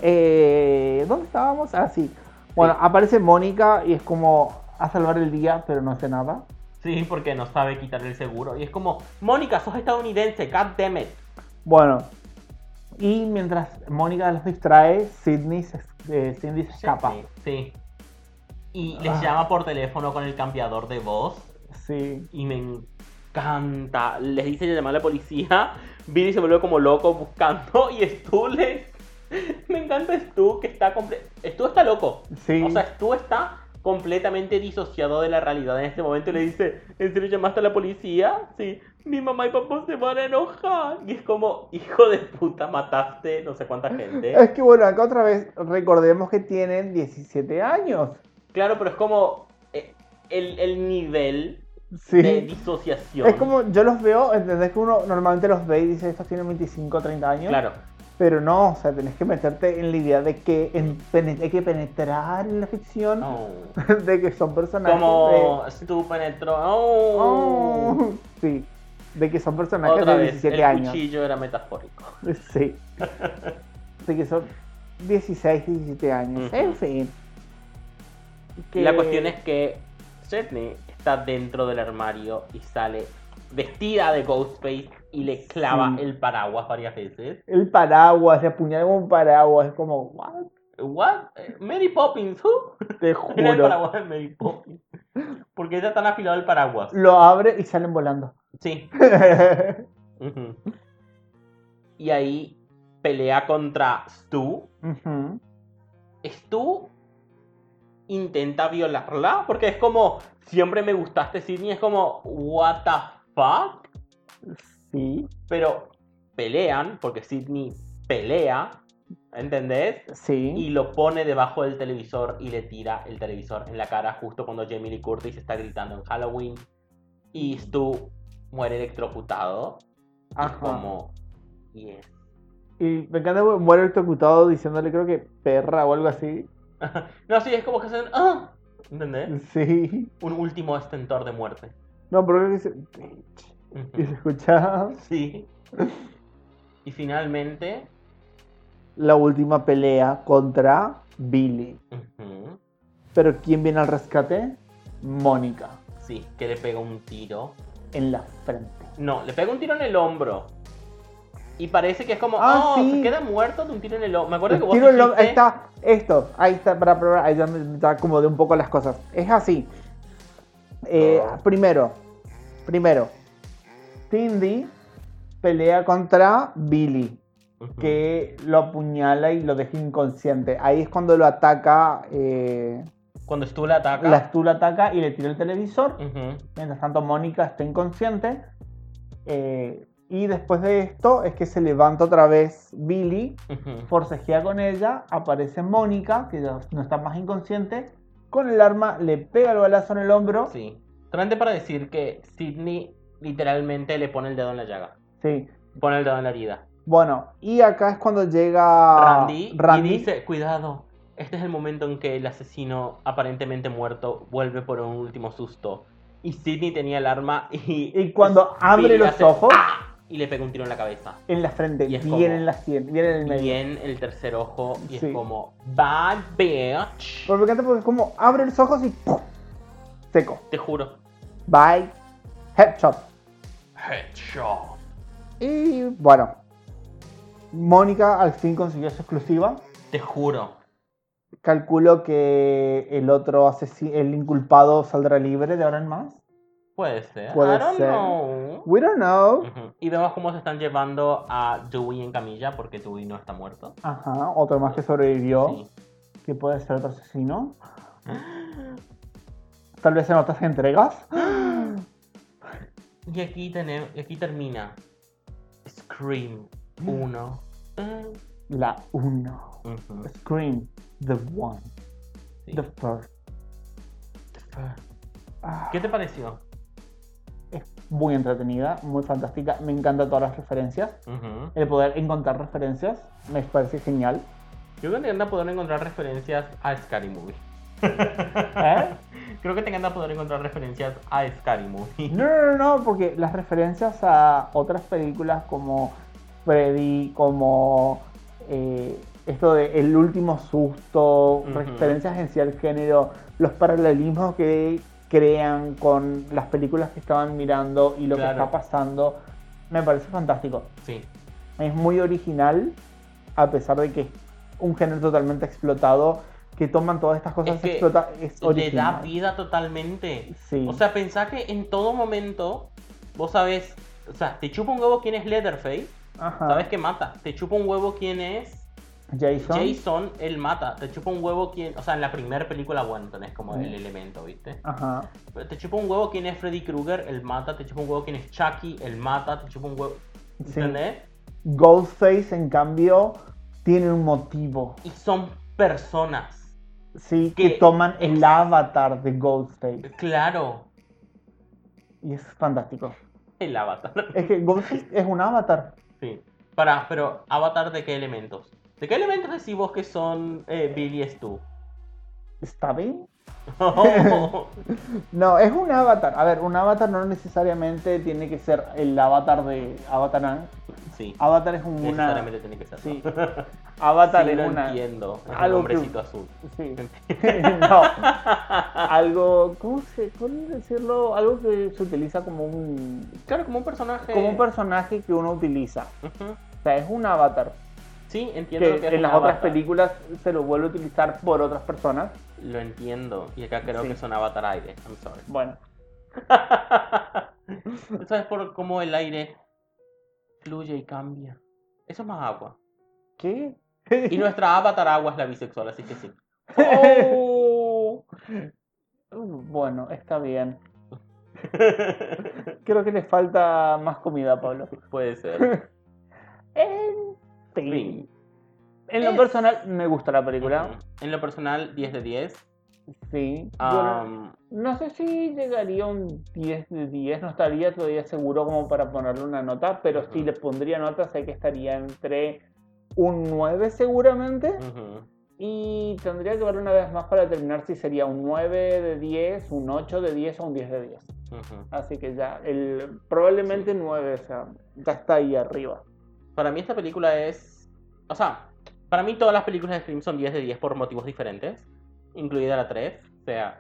Eh, ¿Dónde estábamos? Ah, sí. Bueno, aparece Mónica y es como a salvar el día, pero no hace nada. Sí, porque no sabe quitar el seguro. Y es como, Mónica, sos estadounidense, god damn it. Bueno, y mientras Mónica los distrae, Sidney se, eh, Cindy se escapa. Sí. Y Ah. les llama por teléfono con el cambiador de voz. Sí. Y me encanta. Les dice de llamar a la policía. Billy se vuelve como loco buscando. Y Stu le... Me encanta Stu, que está comple... Stu está loco. Sí. O sea, tú está completamente disociado de la realidad en este momento y le dice, ¿en serio llamaste a la policía? Sí, mi mamá y papá se van a enojar. Y es como, hijo de puta, mataste no sé cuánta gente. Es que bueno, acá otra vez recordemos que tienen 17 años. Claro, pero es como eh, el, el nivel Sí. de disociación. Es como, yo los veo, ¿entendés? Que uno normalmente los ve y dice, estos tienen 25 o 30 años. Claro, Pero no, o sea, tenés que meterte en la idea de que en- pene- hay que penetrar en la ficción, no. de que son personajes. Oh. como de- Stu penetró. Oh, sí, de que son personajes Otra de vez, 17 el años. cuchillo era metafórico. Sí. De que son 16, 17 años. Ujú. En fin. Que- La cuestión es que Sidney está dentro del armario y sale vestida de Ghostface y le clava Sí. el paraguas varias veces. El paraguas, se apuñala con un paraguas, es como, what? What? Eh, Mary Poppins, who? Te Era el juro. paraguas de Mary Poppins. Porque está tan afilado el paraguas. Lo abre y salen volando. Sí. Ujú. Y ahí pelea contra Stu. Ujú. Stu intenta violarla porque es como siempre me gustaste Sidney, es como what the fuck? Sí. pero pelean, porque Sidney pelea, ¿entendés? Sí. Y lo pone debajo del televisor y le tira el televisor en la cara justo cuando Jamie Lee Curtis está gritando en Halloween. Y Stu muere electrocutado. Y es Ajá. como... Yes. Y me encanta porque muere electrocutado diciéndole creo que perra o algo así. No, sí, es como que hacen... "Ah", ¿Entendés? Sí. Un último estentor de muerte. No, pero creo que se... bitch, Y se Ujú. escuchaba Sí. Y finalmente. la última pelea contra Billy. ujú, Pero ¿quién viene al rescate? Mónica. Sí, que le pega un tiro. En la frente. No, le pega un tiro en el hombro. Y parece que es como, Ah, oh, sí. se queda muerto de un tiro en el hombro. Me acuerdo que vos Tiro en lo- dijiste- ahí está, esto, ahí está, para, para, ahí ya me ya acomodé un poco las cosas. Es así. Eh, Ah. Primero, primero, Cindy pelea contra Billy, Ujú. que lo apuñala y lo deja inconsciente. Ahí es cuando lo ataca, eh, Cuando Stu la ataca. la Stu lo ataca y le tira el televisor. Ujú. Mientras tanto, Mónica está inconsciente. Eh, y después de esto es que se levanta otra vez Billy Ujú. forcejea con ella, aparece Mónica, que ya no está más inconsciente, con el arma le pega el balazo en el hombro. Sí. Sí. Solamente para decir que Sidney literalmente le pone el dedo en la llaga. Pone el dedo en la herida. Bueno, y acá es cuando llega Randy, Ah, Randy. y dice, cuidado, este es el momento en que el asesino aparentemente muerto vuelve por un último susto. Y Sidney tenía el arma y... y cuando abre Billy los hace ojos, Y le pega un tiro en la cabeza. en la frente, Y es bien como- en la sien, bien en el medio. Bien el tercer ojo y Sí. es como, bad bitch. Pero me encanta porque es como abre los ojos y ¡pum! seco. Te juro. Bye. Headshot. Headshot. Y bueno. Mónica al fin consiguió su exclusiva. Te juro. Calculo que el otro asesino, el inculpado saldrá libre de ahora en más. Puede ser. Puede I don't ser. know. We don't know. Ujú. Y vemos cómo se están llevando a Dewey en camilla porque Dewey no está muerto. Ajá, otro más que sobrevivió, Sí. que puede ser otro asesino. Tal vez en otras entregas. Y aquí, tenemos, aquí termina Scream 1. La 1. Scream, The One, Sí. The First. Ah, ¿Qué te pareció? muy entretenida, muy fantástica. Me encantan todas las referencias. Ujú. El poder encontrar referencias me parece genial. Yo creo que te encanta poder encontrar referencias a Scary Movie. ¿Eh? Creo que te encanta poder encontrar referencias a Scary Movie. No, no, no, no, porque las referencias a otras películas como Freddy, como eh, esto de El último susto, Ujú. referencias en sí al género, los paralelismos que crean con las películas que estaban mirando y lo que Claro. está pasando, me parece fantástico. Sí. Es muy original, a pesar de que es un género totalmente explotado, que toman todas estas cosas Es que explota- es Le da original. vida totalmente. Sí. O sea, pensá que en todo momento, vos sabés, o sea, te chupa un huevo quién es Leatherface, Ajá. sabes que mata. Te chupa un huevo quién es Jason, él mata. Te chupa un huevo quién, o sea, en la primera película, bueno, tenés como Sí. el elemento, ¿viste? Ajá. Pero te chupa un huevo quién es Freddy Krueger, él mata. Te chupa un huevo quién es Chucky, él mata. Te chupa un huevo, Sí. ¿entendés? Ghostface, en cambio, tiene un motivo. Y son personas. Sí, que Que- toman el avatar de Ghostface. Claro, Y es fantástico. el avatar. Es que Ghostface es un avatar. Sí. Pará, pero avatar de qué elementos? ¿De qué elementos decís vos que son eh, Billy y Stu? ¿Está bien? No, es un avatar. A ver, un avatar no necesariamente tiene que ser el avatar de Avatar. sí. Avatar es un- Ah, una. Necesariamente tiene que ser. Sí. ¿no? Avatar Sí, es lo una. entiendo. Es algo un hombrecito azul. Sí. no. Algo. ¿Cómo se cómo decirlo? Algo que se utiliza como un. Claro, como un personaje. Como un personaje que uno utiliza. Ujú. O sea, es un avatar. Sí, entiendo que lo que es en un las avatar. otras películas se lo vuelve a utilizar por otras personas. Lo entiendo. Y acá creo Sí. que son avatar aire. I'm sorry. Bueno, Eso es por cómo el aire fluye y cambia. Eso es más agua. ¿qué? Y nuestra avatar agua es la bisexual, así que sí. Oh, Bueno, está bien. Creo que le falta más comida, Pablo. Puede ser. En fin. Fin. En lo Es- personal, me gusta la película. Ujú. En lo personal, 10 de 10. Sí. Yo Am, no sé si llegaría a un 10 de 10. No estaría todavía seguro como para ponerle una nota, pero si Ujú. le pondría nota, sé que estaría entre un 9 seguramente. ujú. Y tendría que ver una vez más para determinar si sería un 9 de 10, un 8 de 10 o un 10 de 10. Ujú. Así que ya, el, probablemente 9, o sea, ya está ahí arriba. Para mí esta película es... O sea, para mí todas las películas de Scream son 10 de 10 por motivos diferentes. Incluida la 3. O sea...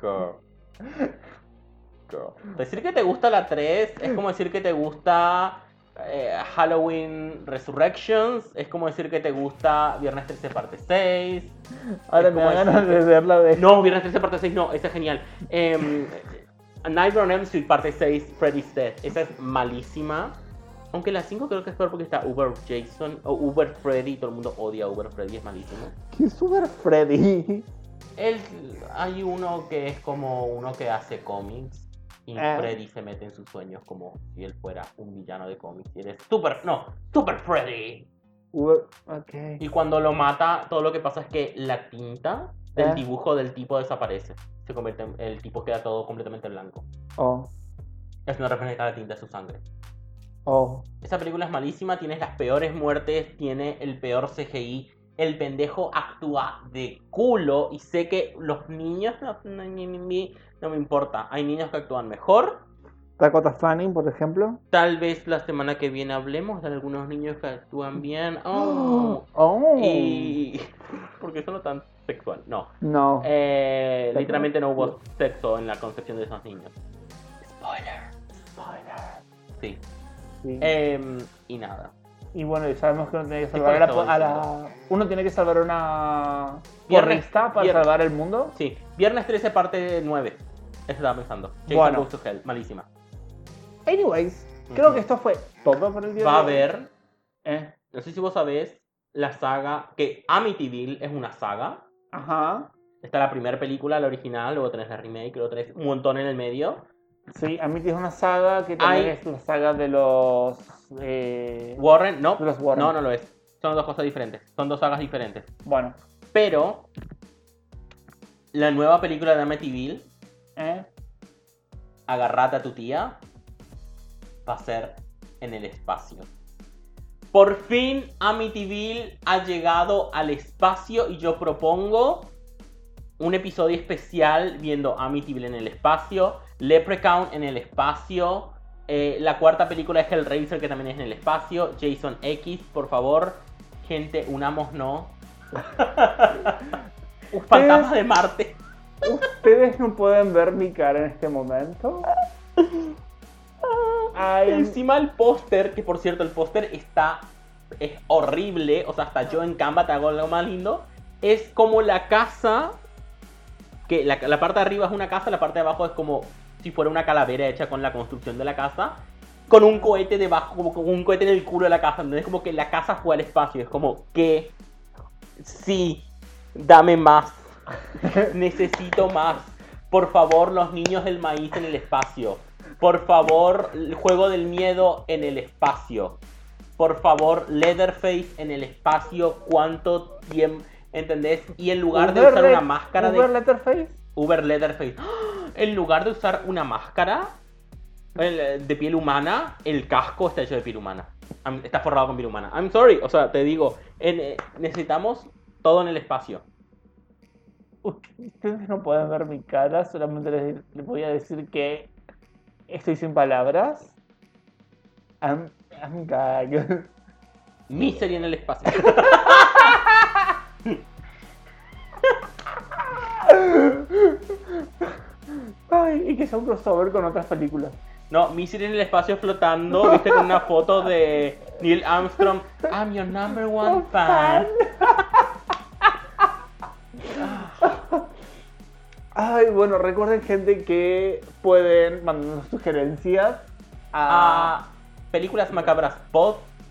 Girl. Girl. Decir que te gusta la 3 es como decir que te gusta eh, Halloween Resurrections. Es como decir que te gusta Viernes 13 parte 6. Ahora Es me como da ese- ganas de ver la de... No, Viernes 13 parte 6 no, esa es genial. Em, A Nightmare on Elm Street parte 6, Freddy's Dead. Esa es malísima. Aunque la 5 creo que es peor porque está Uber Jason o Uber Freddy. y Todo el mundo odia a Uber Freddy, es malísimo. ¿Qué es Super Freddy? El, hay uno que es como uno que hace cómics. Y Ah. Freddy se mete en sus sueños como si él fuera un villano de cómics. Y él es Super, no, Super Freddy. Uber- Ok. Y cuando lo mata, todo lo que pasa es que la tinta del Ah. dibujo del tipo desaparece. Se convierte en, el tipo queda todo completamente blanco. Oh, Es una referencia a la tinta de su sangre. oh. Esa película es malísima, tienes las peores muertes, tiene el peor CGI. El pendejo actúa de culo y sé que los niños no, no, ni- ni- ni- no me importa. Hay niños que actúan mejor. Dakota Fanning, por ejemplo. Tal vez la semana que viene hablemos de algunos niños que actúan bien. Oh. Oh. Y... Porque son tan sexual. No. No. Eh, Sexo. literalmente no hubo sexo en la concepción de esos niños. Spoiler. Sí. sí. Em, y nada. y bueno, y sabemos que uno tiene que ¿Qué salvar a la, estaba a la- Uno tiene que salvar a una... Viernes- porrista para viernes. salvar el mundo. Sí, viernes 13, parte 9. Eso estaba pensando. Jason Bueno. Goes to Hell, malísima. Anyways, Ujú. creo que esto fue todo por el día Va a de hoy. haber, Eh, no sé si vos sabés, la saga, que Amityville es una saga. ajá. Está la primera película, la original, luego tenés la remake, luego tenés un montón en el medio. Sí, a mí es una saga que Hay- también es la saga de los... eh, Warren, no. de los Warren. No, no lo es. Son dos cosas diferentes. Son dos sagas diferentes. Bueno. Pero, la nueva película de Amityville, ¿eh? Agarrate a tu tía, va a ser en el espacio. Por fin Amityville ha llegado al espacio y yo propongo un episodio especial viendo Amityville en el espacio, Leprechaun en el espacio, eh, la cuarta película es Hellraiser que también es en el espacio, Jason X, por favor, gente, unámonos. Fantasmas de Marte. Ustedes no pueden ver mi cara en este momento. Ay, Encima el póster, que por cierto el póster está es horrible, o sea, hasta yo en Canva te hago lo más lindo, es como la casa, que la, la parte de arriba es una casa, la parte de abajo es como si fuera una calavera hecha con la construcción de la casa, con un cohete debajo, como con un cohete en el culo de la casa, entonces como que la casa fue al espacio, es como que sí, dame más, necesito más, por favor los niños del maíz en el espacio. Por favor, el juego del miedo en el espacio. Por favor, Leatherface en el espacio. ¿Cuánto tiempo? ¿Entendés? Y en lugar de Uber usar Red- una máscara Uber de Letterface? Uber Leatherface, ¡Ah! en lugar de usar una máscara el- eh, de piel humana, el casco está hecho de piel humana. Am- Está forrado con piel humana. I'm sorry, o sea, te digo, en- eh, necesitamos todo en el espacio. Ustedes no pueden ver mi cara, solamente les, les voy a decir que estoy sin palabras. I'm, I'm gagged. Misery en el espacio. Ay, y que sea un crossover con otras películas. No, Misery en el espacio flotando, viste con una foto de Neil Armstrong. I'm your number one fan. Ay, bueno, recuerden gente que pueden mandarnos sugerencias ah, a...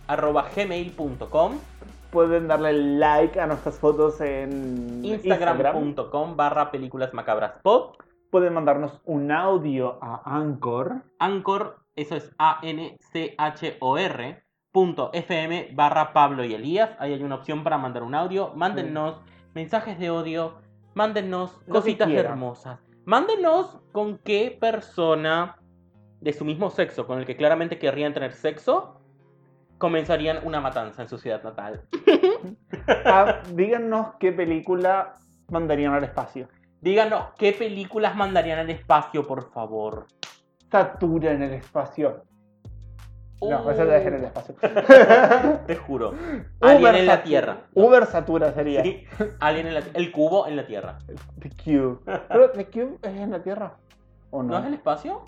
A gmail.com Pueden darle like a nuestras fotos en instagram.com barra películasmacabraspod, Pueden mandarnos un audio a Anchor. anchor, eso es A-N-C-H-O-R, punto FM barra Pablo y Elías. Ahí hay una opción para mandar un audio. Mándennos mensajes de odio, mándennos que cositas quieran. hermosas. Mándenos con qué persona de su mismo sexo, con el que claramente querrían tener sexo, comenzarían una matanza en su ciudad natal. Ah, díganos qué película mandarían al espacio. Díganos, ¿qué películas mandarían al espacio, por favor? Satura en el espacio. No, pues Uh, esa la dejé en el espacio. Te juro. Alien en la Satura. Tierra. Uber Satura sería. Sí, Alien en la El cubo en la Tierra. The Cube. Pero The Cube es en la Tierra. ¿O ¿No es no? el espacio?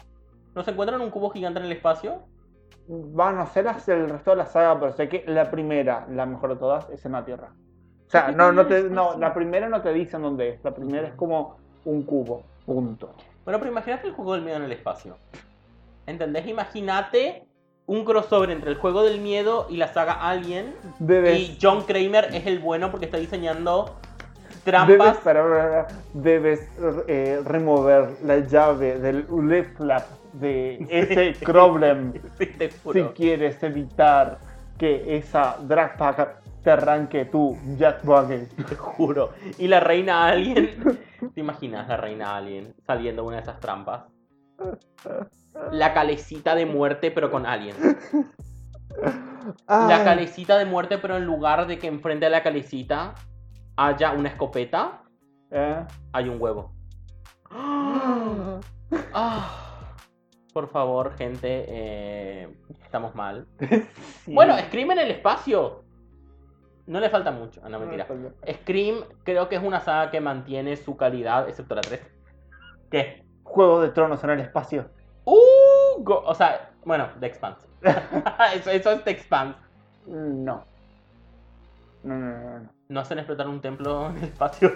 ¿No se encuentran un cubo gigante en el espacio? Van a ser hasta el resto de la saga, pero sé que la primera, la mejor de todas, es en la Tierra. O sea, no, no te, no, la primera no te dicen dónde es. La primera es como un cubo. Punto. Bueno, pero imagínate el juego del miedo en el espacio. ¿Entendés? Imagínate un crossover entre el juego del miedo y la saga Alien. Debes. Y John Kramer es el bueno porque está diseñando Debes, trampas. para- para- para- debes eh, remover la llave del lip flap de ese problem Sí, te si juro. quieres evitar que esa drag pack te arranque tu jet bucket. Te juro. Y la reina alien. ¿Te imaginas la reina alien saliendo de una de esas trampas? La calecita de muerte, pero con alien. La Ay, calecita de muerte, pero en lugar de que enfrente a la calecita haya una escopeta, eh. hay un huevo. Ah, por favor, gente, eh, estamos mal. Sí. Bueno, Scream en el espacio. No le falta mucho. Ah, no, mentira. Scream creo que es una saga que mantiene su calidad, excepto la 3. ¿Qué? Juego de Tronos en el espacio. ¡Uh! go- o sea, bueno, The Expanse. eso, eso es The Expanse. No. No, no, no, no. ¿No hacen explotar un templo en el espacio?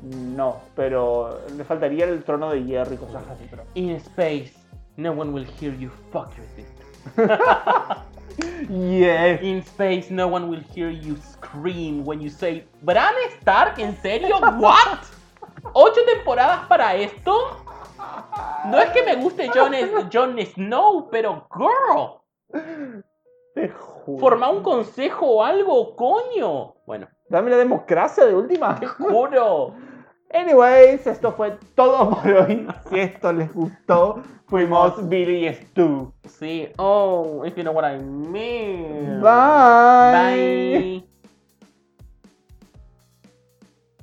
No, pero le faltaría el trono de hierro y cosas así. Pero... In space, no one will hear you fuck your sister. Yes. In space, no one will hear you scream when you say, ¿Bran Stark? ¿En serio? ¿What? ¿Ocho temporadas para esto? No es que me guste Jon, Jon Snow, pero girl. Te juro. Forma un consejo o algo, coño. Bueno, Dame la democracia de última. te juro. Anyways, esto fue todo por hoy. Si esto les gustó, fuimos Billy y Stu. Sí. Oh, if you know what I mean. Bye. Bye.